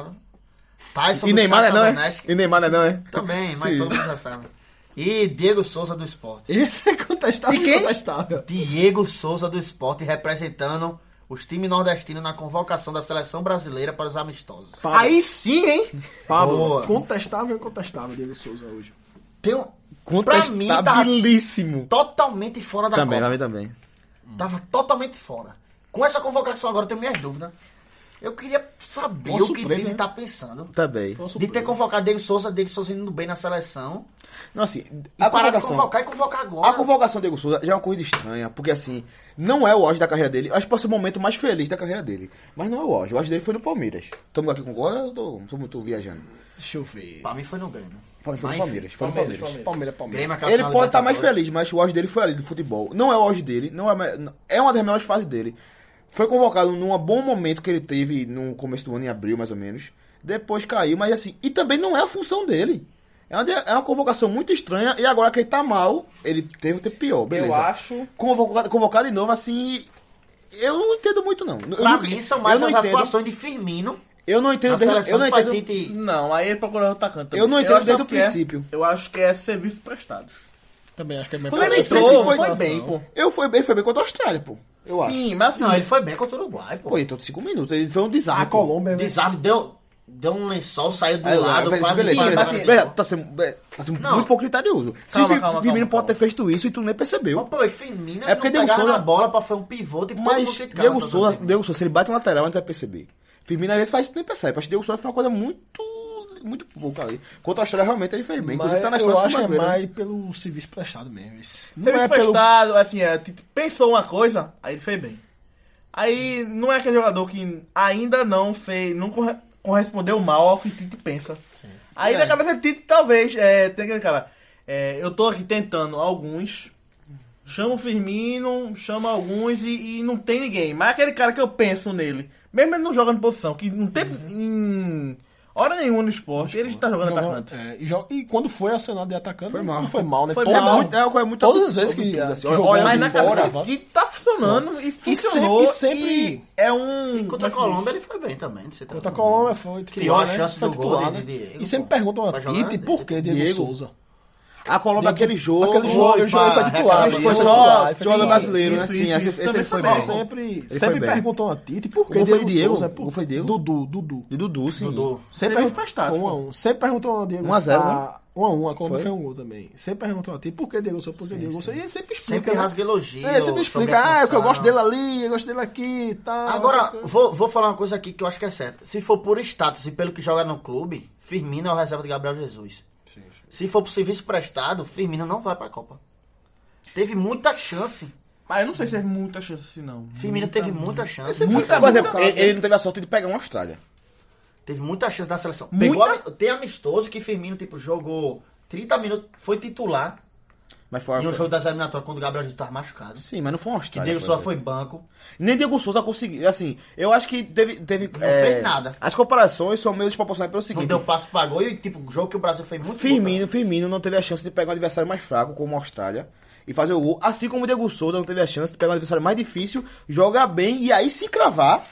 E: Tyson
D: E
E: do
D: Neymar não é
E: Shakhtar
D: não, é?
E: Donetsk.
D: E Neymar não é não, é?
E: Também, mas
D: Sim.
E: todo mundo já sabe. E Diego Souza do Sport.
C: Esse é contestável.
D: E quem?
C: Contestável.
E: Diego Souza do Sport representando os times nordestinos na convocação da seleção brasileira para os amistosos.
C: Pablo.
D: Aí sim, hein?
C: Pablo,
E: Boa.
C: contestável e incontestável, Diego Souza hoje.
E: Tem um... Pra mim, tá
D: Contestabilíssimo.
E: totalmente fora da
D: Também, pra
E: Copa.
D: mim também.
E: Tava totalmente fora. Com essa convocação agora, eu tenho minhas dúvidas. Eu queria saber
C: Uma
E: o que
C: surpresa,
E: ele
C: né?
E: tá pensando.
D: Também.
E: De ter convocado Diego Souza, Diego Souza indo bem na seleção.
D: Não, assim,
E: E
D: a
E: parar de
D: convocação...
E: convocar e convocar tá agora.
D: A convocação do Diego Souza já é uma coisa estranha, porque assim, não é o auge da carreira dele. Acho que pode ser o momento mais feliz da carreira dele. Mas não é o auge. O auge dele foi no Palmeiras. Estamos aqui com concorda? Eu tô, tô muito viajando.
C: Deixa eu ver.
E: Pra mim foi no né? Grêmio.
D: Foi no
E: Mas, enfim,
D: Palmeiras. Foi no Palmeiras.
C: Palmeiras, Palmeiras.
E: Grêmio, é aquela
D: Ele
E: final
D: pode estar mais
E: Libertadores.
D: feliz, mas o auge dele foi ali do futebol. Não é o auge dele, não é, é uma das melhores fases dele. Foi convocado num bom momento que ele teve no começo do ano, em abril mais ou menos. Depois caiu, mas assim, e também não é a função dele. É uma, de- é uma convocação muito estranha e agora que ele tá mal, ele teve um tempo pior, beleza.
B: acho-
D: Convocado, convocado de novo, assim. Eu não entendo muito, não. Eu
E: Pra
D: não-
E: mim são mais
D: eu
E: as
D: não entendo-
E: atuações de Firmino
D: Eu não entendo
E: na
D: desde, eu
E: seleção
D: não
E: do
D: entendo,
E: Fatite.
B: Não, aí ele procurou atacante. também.
D: Eu não entendo
B: acho
D: desde o
B: que é-
D: princípio.
B: eu acho que é serviço prestado.
C: Também acho que é mais
B: Quando ele
D: sei
B: entrou,
D: se foi
B: foi, bem, pô.
D: Eu fui bem, foi bem contra a Austrália, pô. Eu acho.
B: Sim, mas assim,
E: Não, ele foi bem contra o Uruguai, pô.
D: Pô, então de 5 minutos. Ele foi um desastre.
C: A Colômbia é
E: Desarme, deu, deu um lençol, saiu do
D: Aí,
E: lado,
D: beleza,
E: quase
D: beleza,
E: faz-
D: beleza.
E: faz-
D: Beleza, tá sendo, é, tá sendo
E: Não.
D: muito pouco criterioso.
B: Calma,
D: Se o
B: calma,
D: Firmino
B: calma,
D: pode ter feito isso e tu nem percebeu.
E: Mas, pô, é que Firmino
D: É porque Diego
E: não pegava
D: Souza-
C: né?
E: na bola pra fazer um pivô, tipo, todo mundo
D: Mas
E: criticava,
C: um
D: Diego
E: todo
D: Souza,
E: mundo.
D: Diego Souza, se ele bate um lateral, a gente vai perceber. Firmino às vezes faz isso tu nem percebe. Acho que Diego Souza foi uma coisa muito, muito pouca ali. Contra a Austrália, realmente ele fez bem. Inclusive tá na
C: eu
D: história
C: acho que é
D: brasileira.
C: mais pelo serviço prestado mesmo. Isso Não
B: serviço
C: é pelo...
B: prestado, assim, é, t- pensou uma coisa, aí ele fez bem. Aí não é aquele jogador que ainda não fez, não corre- correspondeu mal ao que Tite pensa. Aí
C: É.
B: na cabeça de Tite, talvez, é, tem aquele cara, é, eu tô aqui tentando alguns, chama o Firmino, chama alguns e, e não tem ninguém. Mas aquele cara que eu penso nele, mesmo ele não jogando posição, que não tem em hora nenhuma Uhum. no esporte, ele está jogando
C: Jogou-
B: atacante.
C: é, e, joga- e quando foi acionado de atacante,
D: Foi
C: não-
D: mal.
C: não foi mal, né?
B: Foi
C: Toda-
B: mal.
D: É muito- é uma coisa muito
C: Todas as vezes que,
D: absurda,
C: que
D: assim.
C: jogou
D: Olha,
B: Mas
C: ele
B: na
C: fora,
B: cabeça de Tite tá funcionando e funcionou.
C: e sempre-
B: e é um.
E: Contra a
B: como é que
E: Colômbia ele foi bem também. não sei
C: Contra a
E: como.
C: Colômbia foi
E: Criou
C: titular,
E: a
C: né?
E: chance
C: Foi
E: do
C: titular,
E: gol de-
C: né?
E: de Diego,
C: E sempre
E: pô.
C: perguntam a
E: Vai jogar,
C: Tite
E: né?
C: por que Diego,
D: Diego.
C: Souza?
D: A Colômbia, aquele jogo.
C: Aquele jogo, ele jogou e foi
E: pá,
C: titular.
D: Mas
E: Ele
D: foi
E: foi
D: só
C: titular, ele foi
D: jogador
C: titular.
D: brasileiro, né?
B: Isso,
D: Assim,
B: isso,
D: esse,
B: isso
D: esse
B: também
D: foi
B: foi
D: bem.
B: bom.
C: Sempre,
D: foi
C: sempre
D: bem.
C: perguntam a Tite por que
D: Ou foi
C: Diego
D: Diego,
C: Souza? é Por...
D: ou foi Diego.
C: Dudu, Dudu.
D: De Dudu, sim.
E: Dudu.
C: Sempre
B: Teve
C: pergun-
B: uns prestados,
C: foi um a
B: pô.
C: um. Sempre perguntou a Diego.
D: 1 a 0,
C: a- 1 a 1 a Colômbia
D: Foi?
C: fez um gol também. Sempre perguntou a Tite por que Diego Souza, por que Diego Souza. E ele sempre explica.
E: Sempre
C: né?
E: rasga elogio.
C: É, sempre
E: sobre
C: explica.
E: a
C: Ah, é que eu
E: função.
C: gosto dele ali, eu gosto dele aqui e tal.
E: Agora,
C: essas coisas.
E: vou, vou falar uma coisa aqui que eu acho que é certa. Se for por status e pelo que joga no clube, Firmino é o reserva de Gabriel Jesus. Se for por serviço prestado, Firmino não vai pra Copa. Teve muita chance.
B: Mas eu não sei se é muita chance assim, não.
E: Firmino teve muita chance.
B: Muita,
D: Por
B: muita,
D: exemplo, ele, ele não teve a sorte de pegar uma Austrália.
E: Teve muita chance na seleção.
B: Muita?
E: Pegou ami- tem amistoso que Firmino, tipo, jogou 30 minutos, foi titular
D: Mas foi,
E: em um
D: foi-
E: jogo das eliminatórias quando o Gabriel Jesus tava machucado.
D: Sim, é. mas não foi uma
E: Que
D: Austrália.
E: Diego
D: por
E: só
D: exemplo.
E: foi banco.
D: Nem Diego Souza conseguiu. Assim, eu acho que teve. teve é,
E: Não fez nada.
D: As comparações são meio desproporcionais pelo
E: Não
D: seguinte:
E: deu passo pra gol e, tipo, o jogo que o Brasil foi muito
D: Firmino, Firmino não teve a chance de pegar um adversário mais fraco, como a Austrália, e fazer o gol. Assim como o Diego Souza não teve a chance de pegar um adversário mais difícil, jogar bem e aí se cravar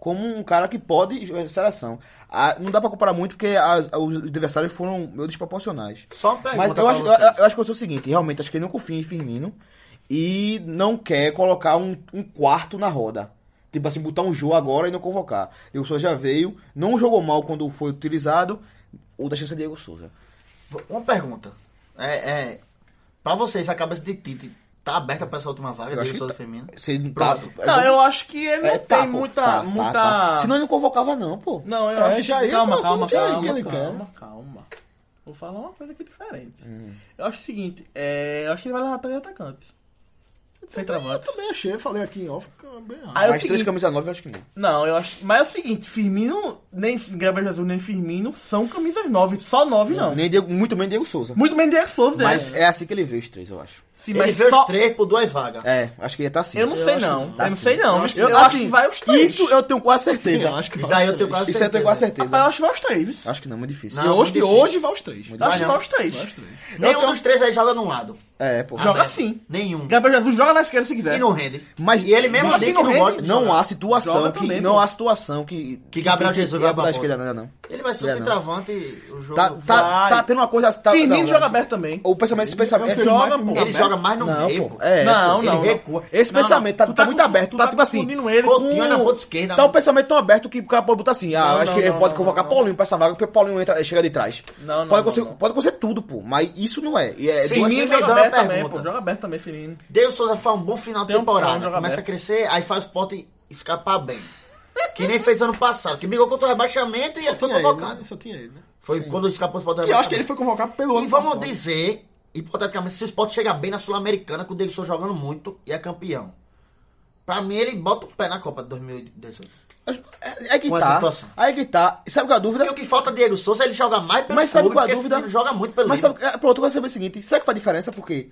D: como um cara que pode jogar essa seleção. Ah, não dá pra comparar muito porque as- os adversários foram meio desproporcionais.
E: Só
B: Tá
E: uma
D: Mas
E: pergunta
D: eu
E: pra
D: acho, eu,
E: vocês.
D: eu acho que é o seguinte: realmente, acho que ele não confia em Firmino e não quer colocar um, um quarto na roda. Tipo assim, botar um jogo agora e não convocar. Diego Souza já veio, não jogou mal quando foi utilizado. Outra chance é Diego Souza.
E: Uma pergunta. É, é, pra vocês, a cabeça de Tite tá aberta pra essa última vaga
D: Eu acho
E: dele,
D: que
E: só do
D: tá.
E: feminino.
D: Se não tá,
E: Pronto.
B: Não, eu acho que ele não
D: é,
B: tem
D: tá, pô.
B: muita.
D: Tá, tá,
B: muita...
D: tá. Senão ele não convocava, não, pô.
B: Não, eu
C: É,
B: acho
C: Jair,
B: que. Calma,
C: mas
B: calma,
C: como Jair
B: calma,
C: que ele
B: calma,
C: quer?
B: calma, Vou falar uma coisa aqui diferente. Eu acho o seguinte, é, eu acho que ele vai levar três atacantes. Sem
C: Eu
B: travantes.
C: também achei, falei aqui em off, bem errado.
B: Aí é o
D: Mas três
B: seguinte-
D: camisas nove eu acho que não.
B: Não, eu acho. Mas é o seguinte, Firmino, nem Gabriel Jesus, nem Firmino são camisas nove, só nove não.
D: Nem Diego- muito menos Diego Souza.
B: Muito menos Diego Souza, né?
D: Mas é assim que ele vê os três, eu acho.
B: Sim,
E: Ele
B: mas
E: veio
B: só.
E: os três por duas vagas.
D: É, acho que ia estar assim.
B: Eu não sei
C: acho-
B: não.
D: tá
B: eu não
D: sim.
B: sei não.
D: Eu
B: mas
D: acho-
B: Eu,
D: eu-
B: acho
D: assim,
B: que vai os três.
D: Isso eu tenho quase certeza.
C: Eu acho que
E: Isso
C: vai
E: daí
C: os
E: eu tenho
C: três.
E: quase
D: Isso eu tenho
E: certeza.
D: quase
B: Ah, Eu
D: certeza.
B: acho que vai os três.
D: Acho que não, é muito difícil.
E: Não,
C: E hoje, e
E: difícil.
C: hoje vai os três.
B: Eu acho que
E: não.
B: vai os três.
C: Vai os três.
E: Nenhum dos três aí joga num lado.
D: É, pô.
B: Joga
E: Aberto.
B: sim.
E: Nenhum.
B: Gabriel Jesus joga na esquerda se quiser.
E: E não rende.
D: Mas
E: e ele mesmo
D: mas
E: assim
D: não
E: não
D: rende,
E: gosta de
D: Não
E: jogar.
D: há situação
B: Joga
D: que
B: também,
D: não
B: pô.
D: há situação que
E: Que Gabriel Jesus vai pra
D: para
E: bola.
D: esquerda não, não.
E: Ele vai ser o
D: É, não.
E: centroavante e o jogo...
D: Tá, tá,
B: Vai.
D: tá tendo uma coisa tá,
B: Firmino
D: não,
B: joga Então,
D: não.
B: aberto também.
D: O pensamento, esse
C: Então,
D: pensamento é
B: Ele joga, pô.
E: Ele joga mais no meio.
D: Não,
E: pô.
D: pô. É,
B: Não,
D: pô.
B: não,
D: Ele
B: não.
D: recua. Esse
B: Não,
D: pensamento
B: não.
D: tá,
B: Tu
D: tá
B: tá
D: muito
B: com-
D: aberto,
B: tu
D: tá,
B: tá
D: tipo assim.
B: confundindo ele
E: Coutinho
D: com-
E: na ponta esquerda,
D: Tá um
E: mano.
D: pensamento tão aberto que o cara pode botar assim, ah,
B: Não,
D: acho
B: não,
D: que
B: não,
D: pode
B: não,
D: convocar
B: não.
D: Paulinho pra essa vaga, porque Paulinho entra, chega de trás.
B: Não, não,
D: Pode
B: não,
D: acontecer,
B: não.
D: pode acontecer tudo, pô, mas isso não é. E é
E: Sim,
D: duas-
E: mim,
B: Firmino
E: vai
B: joga
E: dar uma
B: aberto também,
E: pergunta.
B: pô. Joga aberto também, Firmino.
E: Deus Souza faz um bom final de
B: Tem um
E: temporada.
B: final, joga
E: começa a
B: aberto.
E: crescer, aí faz o Sport escapar bem. Que nem fez ano passado, que brigou contra o rebaixamento e ele foi
C: Tinha ele,
E: convocado.
C: né? Só tinha ele, né?
E: Foi quando escapou o Sport
C: E
E: do
C: eu acho
E: rebaixamento.
C: que ele foi convocado pelo
E: E
C: ano
E: vamos
C: passado.
E: dizer, hipoteticamente, se o Sport chegar bem na Sul-Americana, com o Davidson jogando muito e é campeão. Pra mim, ele bota o pé na Copa de 2018.
D: É, é que
E: Com essa
D: tá.
E: situação.
D: Aí que tá. E sabe qual é a dúvida?
E: E o que falta Diego Souza, é ele joga mais pelo
D: Mas sabe
E: clube,
D: qual é a
E: porque
D: dúvida?
E: Ele joga muito pelo
D: Mas
E: Inter.
D: sabe, é, pronto, eu quero saber o seguinte, será que faz diferença por quê?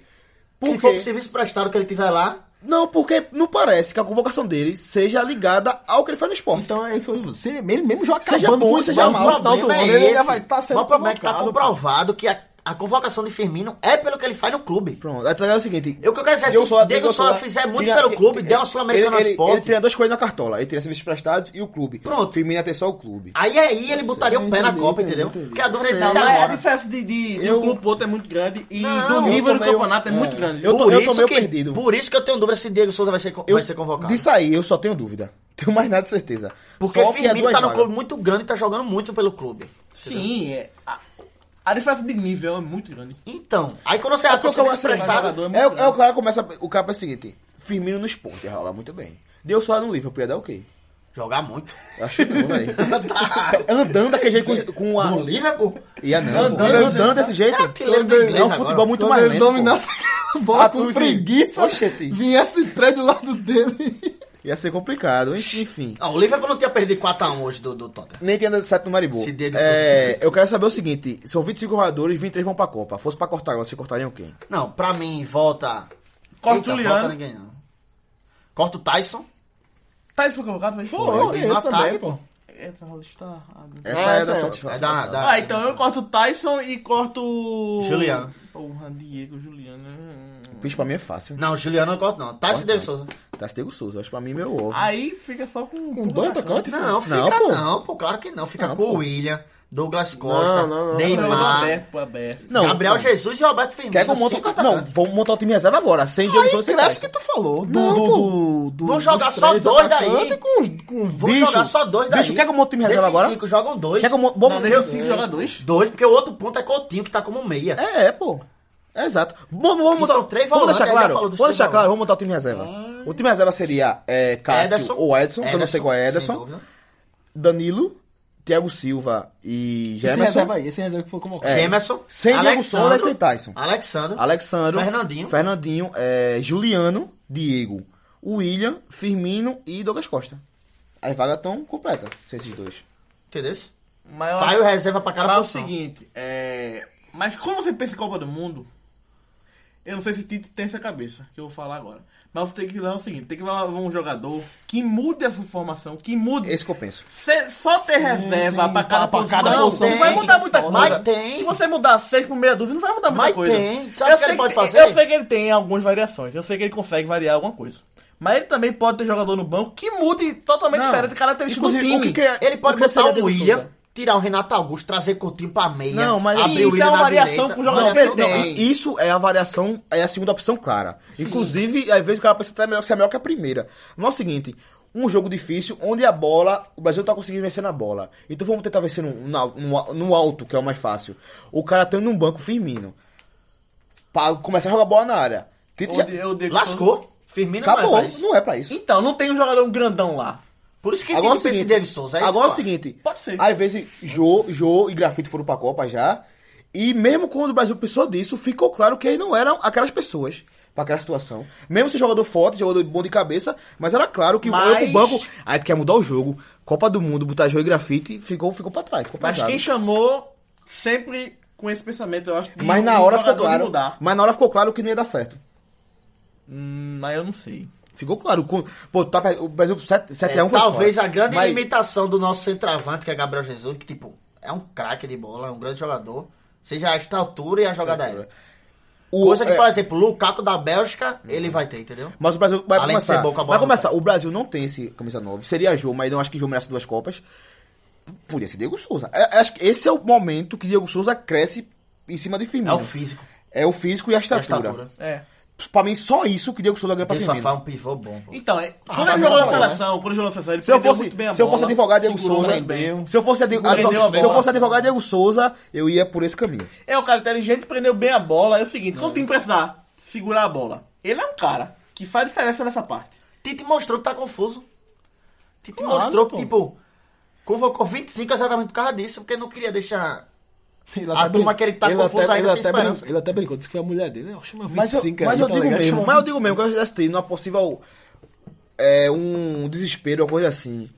E: Se for pro serviço prestado que ele tiver lá,
D: Não, porque não parece que a convocação dele seja ligada ao que ele faz no esporte.
C: Então é isso que eu digo. Se ele ele mesmo joga
D: Seja
C: acabando
D: bom,
C: com isso,
D: seja
C: mas
D: mal,
C: no
D: Mas
E: o
C: final do
E: problema
C: ano
E: é
C: ele
E: esse.
C: ainda vai estar sendo
E: o problema é que tá
C: convocado, pô.
E: comprovado que a, a convocação de Firmino é pelo que ele faz no clube.
D: Pronto, aí tu é o seguinte.
E: Eu que eu quero dizer, se o Diego Souza fizer muito pelo clube, der uma
D: ele,
E: Sul-Americana no
D: ele, ele
E: esporte,
D: teria duas coisas na cartola. Ele teria serviços prestados e o clube.
E: Pronto. Ah,
D: Firmino ia ter só o clube.
E: aí aí ele botaria o pé na Copa, entendeu? Porque a dúvida dele
B: Não, é
E: tá
B: mas a
E: agora.
B: diferença de, de, de
D: Eu-
B: um clube pro outro é muito grande e
E: Não,
B: do
E: eu
B: nível do
D: tomei um-
B: campeonato é, muito
D: é.
B: grande.
D: Eu-
E: Por
D: tô
E: isso
D: meio
E: que,
D: perdido.
E: Por isso que eu tenho dúvida se Diego Souza vai ser, co-
D: Eu-
E: vai ser convocado.
D: Disso aí, eu só tenho dúvida. Tenho mais nada de certeza.
E: Porque
D: só que é
E: Firmino
D: duas
E: tá num
D: vagas.
E: clube muito grande e tá jogando muito pelo clube.
B: Sim, é, a, a diferença de nível é muito grande.
E: Então, aí quando você vai pro
D: É Porque eu
E: serviço
D: acho que
E: prestado,
B: jogador é muito
D: É, o- é
E: né?
B: grande.
D: o cara começa. O cara é o seguinte: Firmino no esporte, ia rolar muito bem. Deu só no Liverpool, ia dar o quê?
E: jogar muito.
D: Eu Acho que não, velho. Andando daquele jeito com, com a.
E: No Liverpool,
D: Ia não.
B: Andando,
D: Andando,
B: andando
D: desse jeito.
E: É artilheiro do inglês
D: É um
E: agora.
D: futebol muito
C: Quando
D: mais
C: ele
D: lento. pô. Ah, é.
C: dominasse aquela bola com
D: Atuzinho.
C: preguiça,
D: Oxente.
C: vinha esse trem do lado dele.
D: Ia ser complicado, enfim. enfim.
E: Não, o Liverpool não tinha perdido 4x1 hoje do, do Tottenham.
D: Nem tem andado certo no Maribu.
E: Se Diego
D: É,
E: Souza-
D: eu quero saber o seguinte: são 25 jogadores, 23 vão pra Copa. Fosse pra cortar agora, vocês cortariam quem?
E: Não, pra mim, volta.
B: Corta o
E: Eita,
B: Juliano.
E: volta ninguém, não. Corta o Tyson.
B: Tá, isso foi convocado? Foi.
D: é
C: Pô,
E: tem
C: tem esse
E: ataque,
C: também, pô.
B: Essa rola está... errada.
D: Essa
E: É,
D: é,
E: essa é
D: da
E: ótima.
D: satisfação.
E: É da- da-
B: Ah, então eu corto o Tyson e corto... o-
E: Juliano.
B: Porra, Diego, Juliano... hum.
D: Bicho, pra mim é fácil.
E: Não, o Juliano não corta, não. Tyson e Diego Souza.
D: Tá Diego Souza, acho que pra mim é meu ovo.
B: Aí fica só com...
C: Com dois atacantes?
E: Não, fica
D: Não,
E: não,
D: pô.
E: pô. Claro que não. Fica
D: Não,
E: com
D: pô.
E: o William, Douglas Costa,
D: Não, não, não.
B: Não,
E: Neymar,
B: aberto, pô, aberto.
D: Não,
E: Gabriel
D: não.
E: Jesus e Roberto Firmino.
D: Quer que eu monte-
E: Cinco tá
D: Não,
E: atacantes.
D: vamos montar o time reserva agora, sem Diego Souza. sem
C: Aí cresce o que
D: Tyson.
C: tu falou. Do,
D: Não,
C: do,
D: pô.
C: do, do,
E: Vão
C: dos
E: jogar só
C: três
E: dois daí.
C: atacantes Com, os- com
E: Vou
D: bicho.
E: jogar só dois daí.
D: Bicho, quer que eu monte o time reserva
E: Desses
D: agora?
E: cinco jogam dois.
D: Quer que eu monte-
B: Não,
D: bom-
B: nesses
C: é.
B: cinco jogadores.
E: Dois, porque o outro ponto é Coutinho, que tá como meia.
D: É, é, pô. É, exato. Vamos, vamos,
E: E são
D: mudar,
E: três
D: vamos
E: volantes,
D: deixar
E: ele
D: claro.
E: já falou
D: Vamos
E: dos
D: deixar
E: três Ah.
D: claro, vamos montar o time reserva. O time reserva seria é, Cássio ou Edson, que eu não sei qual é
E: sem
D: Ederson.
E: dúvida.
D: Danilo, Thiago Silva e
C: Esse reserva
D: Gerson.
C: aí, esse reserva que foi convocado.
D: É.
E: Gemerson.
D: Sem Diego
E: Alexandro,
D: Souza e sem Tyson.
E: Alexandre.
D: Alexandro.
E: né? Fernandinho.
D: Fernandinho, é, Juliano, Diego, William, Firmino e Douglas Costa. As vagas estão completas, sem esses dois.
E: Entendeu?
B: Mas eu
E: Sai o reserva pra cada
B: Mas é o
E: posição.
B: seguinte, é... Mas como você pensa em Copa do Mundo, eu não sei se Tite tem essa cabeça, que eu vou falar agora. Mas você tem que levar o seguinte, tem que levar um jogador que mude essa formação, que mude.
D: Esse que eu penso.
B: Cê- só ter reserva
C: sim,
B: pra cada
C: pra cada
B: posição,
C: posição,
B: não vai
E: tem.
B: mudar muita
E: Mas
B: coisa.
E: tem.
B: Se você mudar seis por meia dúzia, não vai mudar muita
E: Mas
B: coisa.
E: tem. Sabe o que
B: sei
E: ele pode fazer?
B: Eu sei que ele tem algumas variações, eu sei que ele consegue variar alguma coisa. Mas ele também pode ter jogador no banco que mude totalmente
D: Não.
B: diferente a característica do
D: Inclusive,
B: time.
D: o que é- cria-
E: Ele pode
D: o que seria
E: botar é- o
D: Diego
E: William,
D: Souza?
E: tirar o Renato Augusto, trazer Coutinho pra meia.
D: Não, mas
E: abrir
B: isso
E: o William
B: é uma
E: na
B: variação
E: direita.
B: com o jogador
E: Variação
B: que ele
E: não.
B: tem.
D: E Isso é a variação, é a segunda opção clara. Inclusive, às vezes o cara pensa até melhor que ser melhor que a primeira. Mas é o seguinte, um jogo difícil, onde a bola, o Brasil tá conseguindo vencer na bola. Então vamos tentar vencer no, na- no, no alto, que é o tá mais fácil. O cara tendo um banco firmino. Pra começar a jogar bola na área. Tite
B: Eu
D: já-
B: odeio- eu odeio que
E: Lascou. Firmino não
D: Acabou,
E: é pra isso.
D: não é pra isso.
E: Então, não tem um jogador grandão lá. Por isso que
D: Agora é o
E: tem esse
D: seguinte,
E: David Souza. É isso,
D: agora é o
E: pá.
D: seguinte,
B: Pode ser.
D: às vezes Jô, Jô e Grafite foram pra Copa já, e mesmo quando o Brasil pensou disso, ficou claro que eles não eram aquelas pessoas pra aquela situação. Mesmo se jogador forte, jogador bom de cabeça, mas era claro que o
E: Mas-
D: pro banco, aí tu quer mudar o jogo, Copa do Mundo, botar Jô e Grafite, ficou, ficou pra trás, ficou
B: Mas
D: pesado.
B: quem chamou sempre com esse pensamento, eu acho que um
D: Mas
E: um
D: na hora ficou
B: jogador
D: claro,
B: mudar.
D: mas na hora ficou claro que não ia dar certo.
B: Hum, mas eu não sei.
D: Ficou claro, com- pô, tá, o Brasil 7
E: É,
D: a 1 foi
E: talvez
D: fora.
E: a grande
D: Mas-
E: limitação do nosso centroavante, que é Gabriel Jesus, que tipo, é um craque de bola, é um grande jogador, seja a estatura e a jogada aérea.
D: o-
E: Coisa que,
D: é-
E: por exemplo, o Lukaku da Bélgica, ele vai ter, entendeu?
D: Mas o Brasil vai
E: Além de
D: começar.
E: ser bom com a bola
D: vai
E: no
D: começar. O Brasil não tem esse camisa 9. Seria Jô, mas eu acho que Jô merece duas Copas. P- Podia ser Diego Souza. É- acho que esse é o momento que Diego Souza cresce em cima de
E: É
D: Firmino.
E: o físico,
D: É o físico e a
E: a
D: estatura.
E: estatura.
B: É.
D: Pra mim, só isso que Diego Souza ganha pra
E: Ele só
D: Firmino.
E: faz um pivô bom, pô.
B: Então, é-
D: Ah,
B: quando
E: mas
B: ele jogou na
E: não, né?
B: seleção, quando ele jogou na seleção, ele
D: Se eu
B: perdeu
D: fosse,
B: muito bem a
D: se eu fosse
B: bola,
D: advogado Diego
B: segurou
D: Souza,
B: muito bem.
D: se eu fosse advo-
B: Segurou
D: advo-
B: bem a
D: se eu
B: bola.
D: fosse advogado Diego Souza, eu ia por esse caminho.
B: É um cara inteligente, prendeu bem a bola. É o seguinte, quando o time precisar segurar a bola, ele é um cara que faz diferença nessa parte.
E: Tite mostrou que tá confuso. Tite
B: Claro,
E: mostrou que,
B: pô.
E: tipo, convocou 25 exatamente por causa disso, porque não queria deixar.
C: Ele
E: A turma
C: brin-
E: que ele tá
C: ele
E: confuso
C: até-
E: ainda
C: ele
E: sem
C: até
E: esperança.
C: brincou- Ele até brincou, disse que foi a mulher dele. Eu chama
D: Mas eu,
C: 25
D: mas
C: aí,
D: eu
C: tá
D: digo
C: ligado?
D: mesmo,
C: Chama
D: mas eu digo
C: 25.
D: mesmo que eu já citei numa possível é, um desespero, uma coisa assim.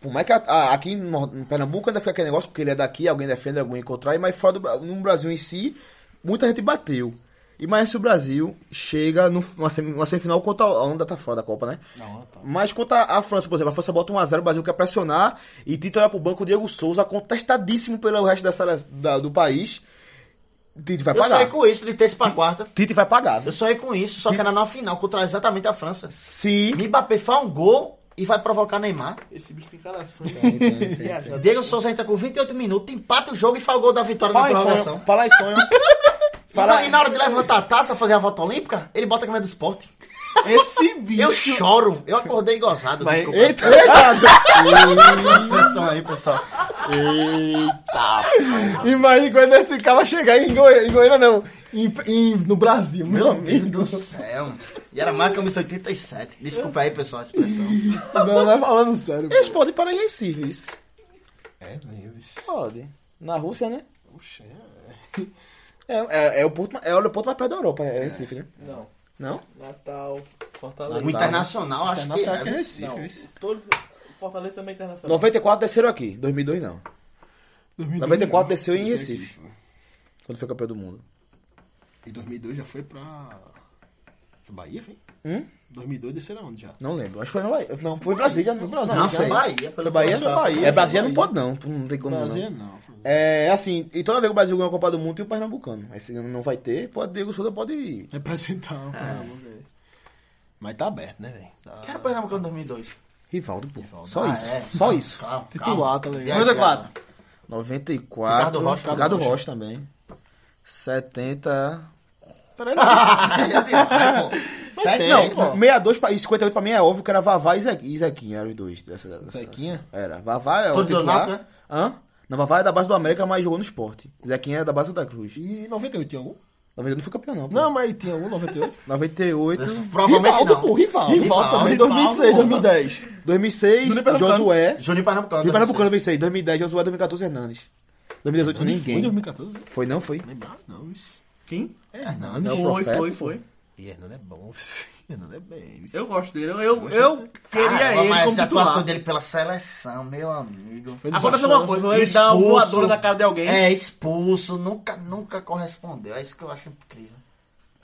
D: Por mais que a- a- aqui no, Nor- em Pernambuco ainda fica aquele negócio, porque ele é daqui, alguém defende, alguém contrai, mas fora do Bra- no Brasil em si, muita gente bateu. E mas se o Brasil chega no- numa semi- numa semifinal contra a onda tá fora da Copa, né? Mas contra a França, por exemplo, a França bota 1x0, o Brasil quer pressionar e Tito olha pro banco Diego Souza, contestadíssimo pelo resto da sele- da- do país. Tite vai
E: Eu sonhei
D: pagar.
E: com isso, de terça pra quarta.
D: Tite vai pagar. viu?
E: Eu sonhei com isso, só que era na final, contra exatamente a França.
D: Se
E: Mbappé faz um gol e vai provocar Neymar.
B: Esse bicho tem cara
E: Diego Souza entra com 28 minutos, empata o jogo e faz o gol da vitória
D: Fala
E: na
D: em
E: prorrogação.
D: sonho. Fala em sonho.
E: E na- E na hora de levantar a taça, fazer a volta olímpica, ele bota a camisa do esporte.
B: Esse bicho.
E: Eu choro. Eu acordei gozado,
B: Mas-
E: desculpa.
D: Eita, eita.
E: Pressão aí, pessoal.
D: Imagina quando esse cara chegar em Goiânia, em Goiânia não.
C: Em- em- no Brasil, meu
E: Meu Deus
C: amigo.
E: do céu. é um- E era mais camisa 87. Desculpa aí, pessoal, a expressão.
C: Não, não é falando sério.
D: Eles podem parar em Recife, isso.
C: É, eles.
D: Pode. Na Rússia, né?
C: Puxa,
D: É, é, é o ponto, ma- é o aeroporto mais perto da Europa, é Recife, né?
B: Não.
D: Não?
B: Natal, Fortaleza.
E: O internacional, acho que
C: Internacional
E: é.
C: que é
E: viu?
C: Recife. isso.
B: Todos- Fortaleza também é internacional.
D: 94 desceram aqui, 2002 não. 94 desceu em Recife. Quando foi campeão do mundo.
C: E 2002 já foi pra. pra Bahia, foi?
D: Hum?
C: 2002 desceram onde já?
D: Não lembro. Acho que foi na Bahia. Não, foi em Brasília. Foi Brasília.
E: Não, foi Bahia.
D: Foi
E: pelo
D: Bahia?
E: menos, tá?
D: É Brasília não pode não, não tem como não.
C: Brasil não.
D: É assim, e toda vez que o Brasil ganha a Copa do Mundo tem o Pernambucano. Aí se não vai ter, pode Diego Souza pode ir.
C: Representar um Pernambuco aí. Mas tá aberto, né, velho? Tá...
E: Que era o Pernambucano 2002.
D: Rivaldo, pô. Só
E: Ah,
D: isso.
E: é.
D: Só isso.
E: Calma, calma.
C: Titular, tá ligado?
E: Viajando.
B: 94.
D: 94.
E: Ricardo Rocha.
D: Ricardo Rocha, também. 70.
E: Aí é demais, pô. Sete,
D: não,
E: pô.
D: 62 pra, e 58 pra mim é óbvio que era Vavá e Ze- e Zequinha, eram os dois. Dessa, dessa,
C: Zequinha?
D: Era. Vavá é o
E: Todo
D: titular.
E: Leonardo, né?
D: Hã? Não, Vavá é da base do América, mas jogou no esporte. Zequinha é da base do Santa Cruz.
C: E 98 tinha algum?
D: 98 não foi campeão, não. pô.
C: Não, mas tinha algum 98?
D: 98.
E: Esse provavelmente
D: Rivaldo,
E: não.
D: pô, Rivaldo.
C: Rival também, 2006, 2010.
D: 2006, Josué.
E: Juninho Pernambucano.
D: Juiz Pernambucano
E: 2006.
D: veio isso aí. 2010, Josué, 2014, Hernandes. 2018, foi
C: Foi em
D: ninguém.
C: 2014?
D: Foi, não foi?
C: Lembrado, né? Ah, não, isso.
B: Quem?
C: É Hernando.
D: É o
B: Foi,
D: profeta,
B: foi,
D: pô.
B: foi.
C: E Hernando é bom, vice. Hernando é bem, vice.
B: Eu gosto dele. Eu, eu, eu queria
E: Caramba,
B: ele
E: mas
B: como
E: a atuação
B: titular.
E: dele pela seleção, meu amigo.
D: é
C: Foi
B: Aconteceu
C: desastroso.
B: uma coisa, ele dá uma
E: Expulso.
B: voadora na cara de alguém.
E: É, expulso, nunca, nunca correspondeu. É isso que eu acho incrível.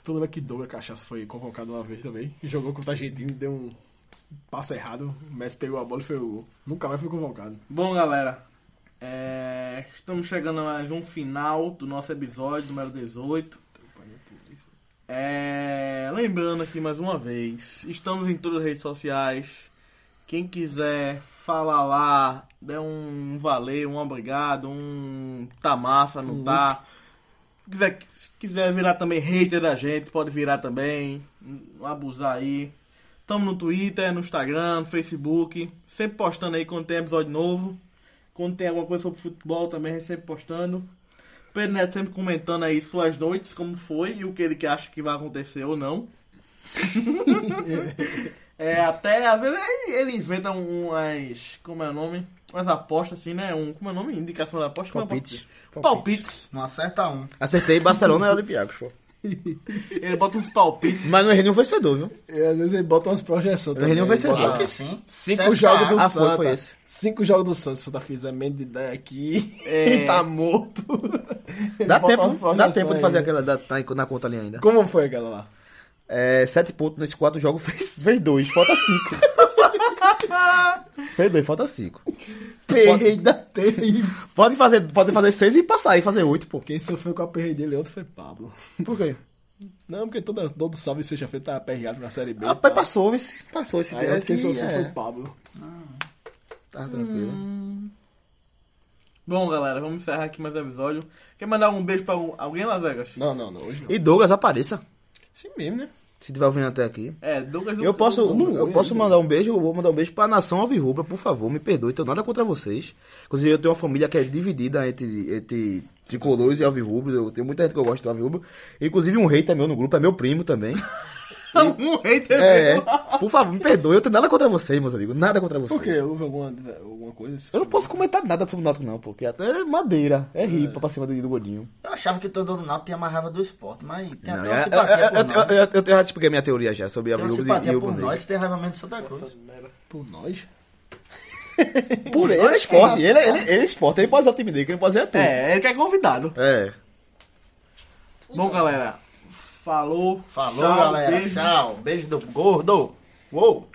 C: Tu lembra que Douglas Cachaça foi convocado uma vez também? E Jogou contra a Argentina, deu um passo errado. O Messi pegou a bola e foi o gol. Nunca mais foi convocado.
B: Bom, galera, é, estamos chegando a mais um final do nosso episódio número 18. É, Lembrando aqui mais uma vez, estamos em todas as redes sociais. Quem quiser falar lá, dê um valeu, um obrigado, um tá massa, não tá. Se quiser, se quiser virar também hater da gente, pode virar também. Não Abusar aí. Tamo no Twitter, no Instagram, no Facebook. Sempre postando aí quando tem episódio novo. Quando tem alguma coisa sobre futebol também, a gente sempre postando. Pedro Neto sempre comentando aí suas noites, como foi e o que ele que acha que vai acontecer ou não. é, até às vezes ele, ele inventa um, umas. Como é o nome? Umas apostas assim, né? Um, como é o nome? Indicação da aposta? Como é a aposta?
D: Palpites.
B: Palpites.
E: Não acerta um.
D: Acertei Barcelona e Olympiacos, pô.
B: Ele bota uns palpites.
D: Mas não errei nenhum vencedor, viu?
C: É, às vezes ele bota umas projeções
D: Não errei nenhum
C: bota-
D: vencedor.
E: Claro que sim.
C: Cinco
E: CSKA.
C: jogos do
D: Ah, foi,
C: Santa.
D: foi esse.
C: Cinco jogos do Santa. Se o Santa fizer menos de 10 aqui,
B: É.
C: tá morto. Ele
D: Dá
C: bota umas
D: tempo, dá
C: projeções
D: tempo de fazer
C: aí.
D: aquela da, tá na conta ali ainda.
C: Como foi aquela lá?
D: É, sete pontos nesses quatro jogos fez, fez dois, falta cinco. fez dois, falta cinco.
C: Perreira teve.
D: Pode fazer, pode fazer seis e passar e fazer oito, pô.
C: Quem sofreu com a perreira dele ontem foi Pablo.
D: Por quê?
C: Não, porque toda, todo sábado e sexta-feira tava perreado tá na Série B. tá?
D: Ah, pai, passou, vice. passou esse
C: Aí
D: dia.
C: quem
D: esse-
C: sofreu foi
D: É,
C: Pablo.
D: tá tranquilo.
B: Bom, galera, vamos encerrar aqui mais um episódio. Quer mandar um beijo pra um- alguém, Las Vegas?
C: Não, não, não. Hoje não.
D: E Douglas, apareça.
C: Sim mesmo, né?
D: Se tiver ouvindo até aqui.
B: É, Douglas
D: Eu posso,
C: não,
D: eu
C: eu
D: posso
C: não.
D: mandar um beijo, eu vou mandar um beijo pra nação alvirrubra, por favor, me perdoe, tenho nada contra vocês. Inclusive, eu tenho uma família que é dividida entre, entre tricolores e alvirrubros, eu tenho muita gente que eu gosto do alvirrubro. Inclusive, um rei tá meu no grupo, é meu primo também.
B: um hater.
D: É, é. por favor, me perdoe, eu tenho nada contra vocês, meus amigos, nada contra vocês.
C: Por quê? Houve alguma, alguma coisa? assim?
D: Eu não posso comentar nada sobre o Náutico não, porque até é madeira, é ripa pra cima do do gordinho.
E: Eu achava que o torcedor do Náutico tinha mais raiva do esporte, mas tem
D: Não,
E: até
D: é-
E: uma
D: é-
E: simpatia
D: é-
E: por nós.
D: é- é- Eu eu já te expliquei minha teoria já sobre
E: Tem uma
D: alvirrubros e- e
E: simpatia
D: o
E: por
D: Bandeira.
E: nós, tem raiva menos do Santa Cruz.
C: Por nós?
D: Por ele é esporte, ele, ele, ele é esporte, ele pode usar o time dele, que ele pode usar tudo.
B: É, ele que é convidado.
D: é.
B: Bom, galera, falou.
E: Então. Falou,
B: Tchau,
E: galera.
B: beijo.
E: Tchau. Beijo do gordo. Uou.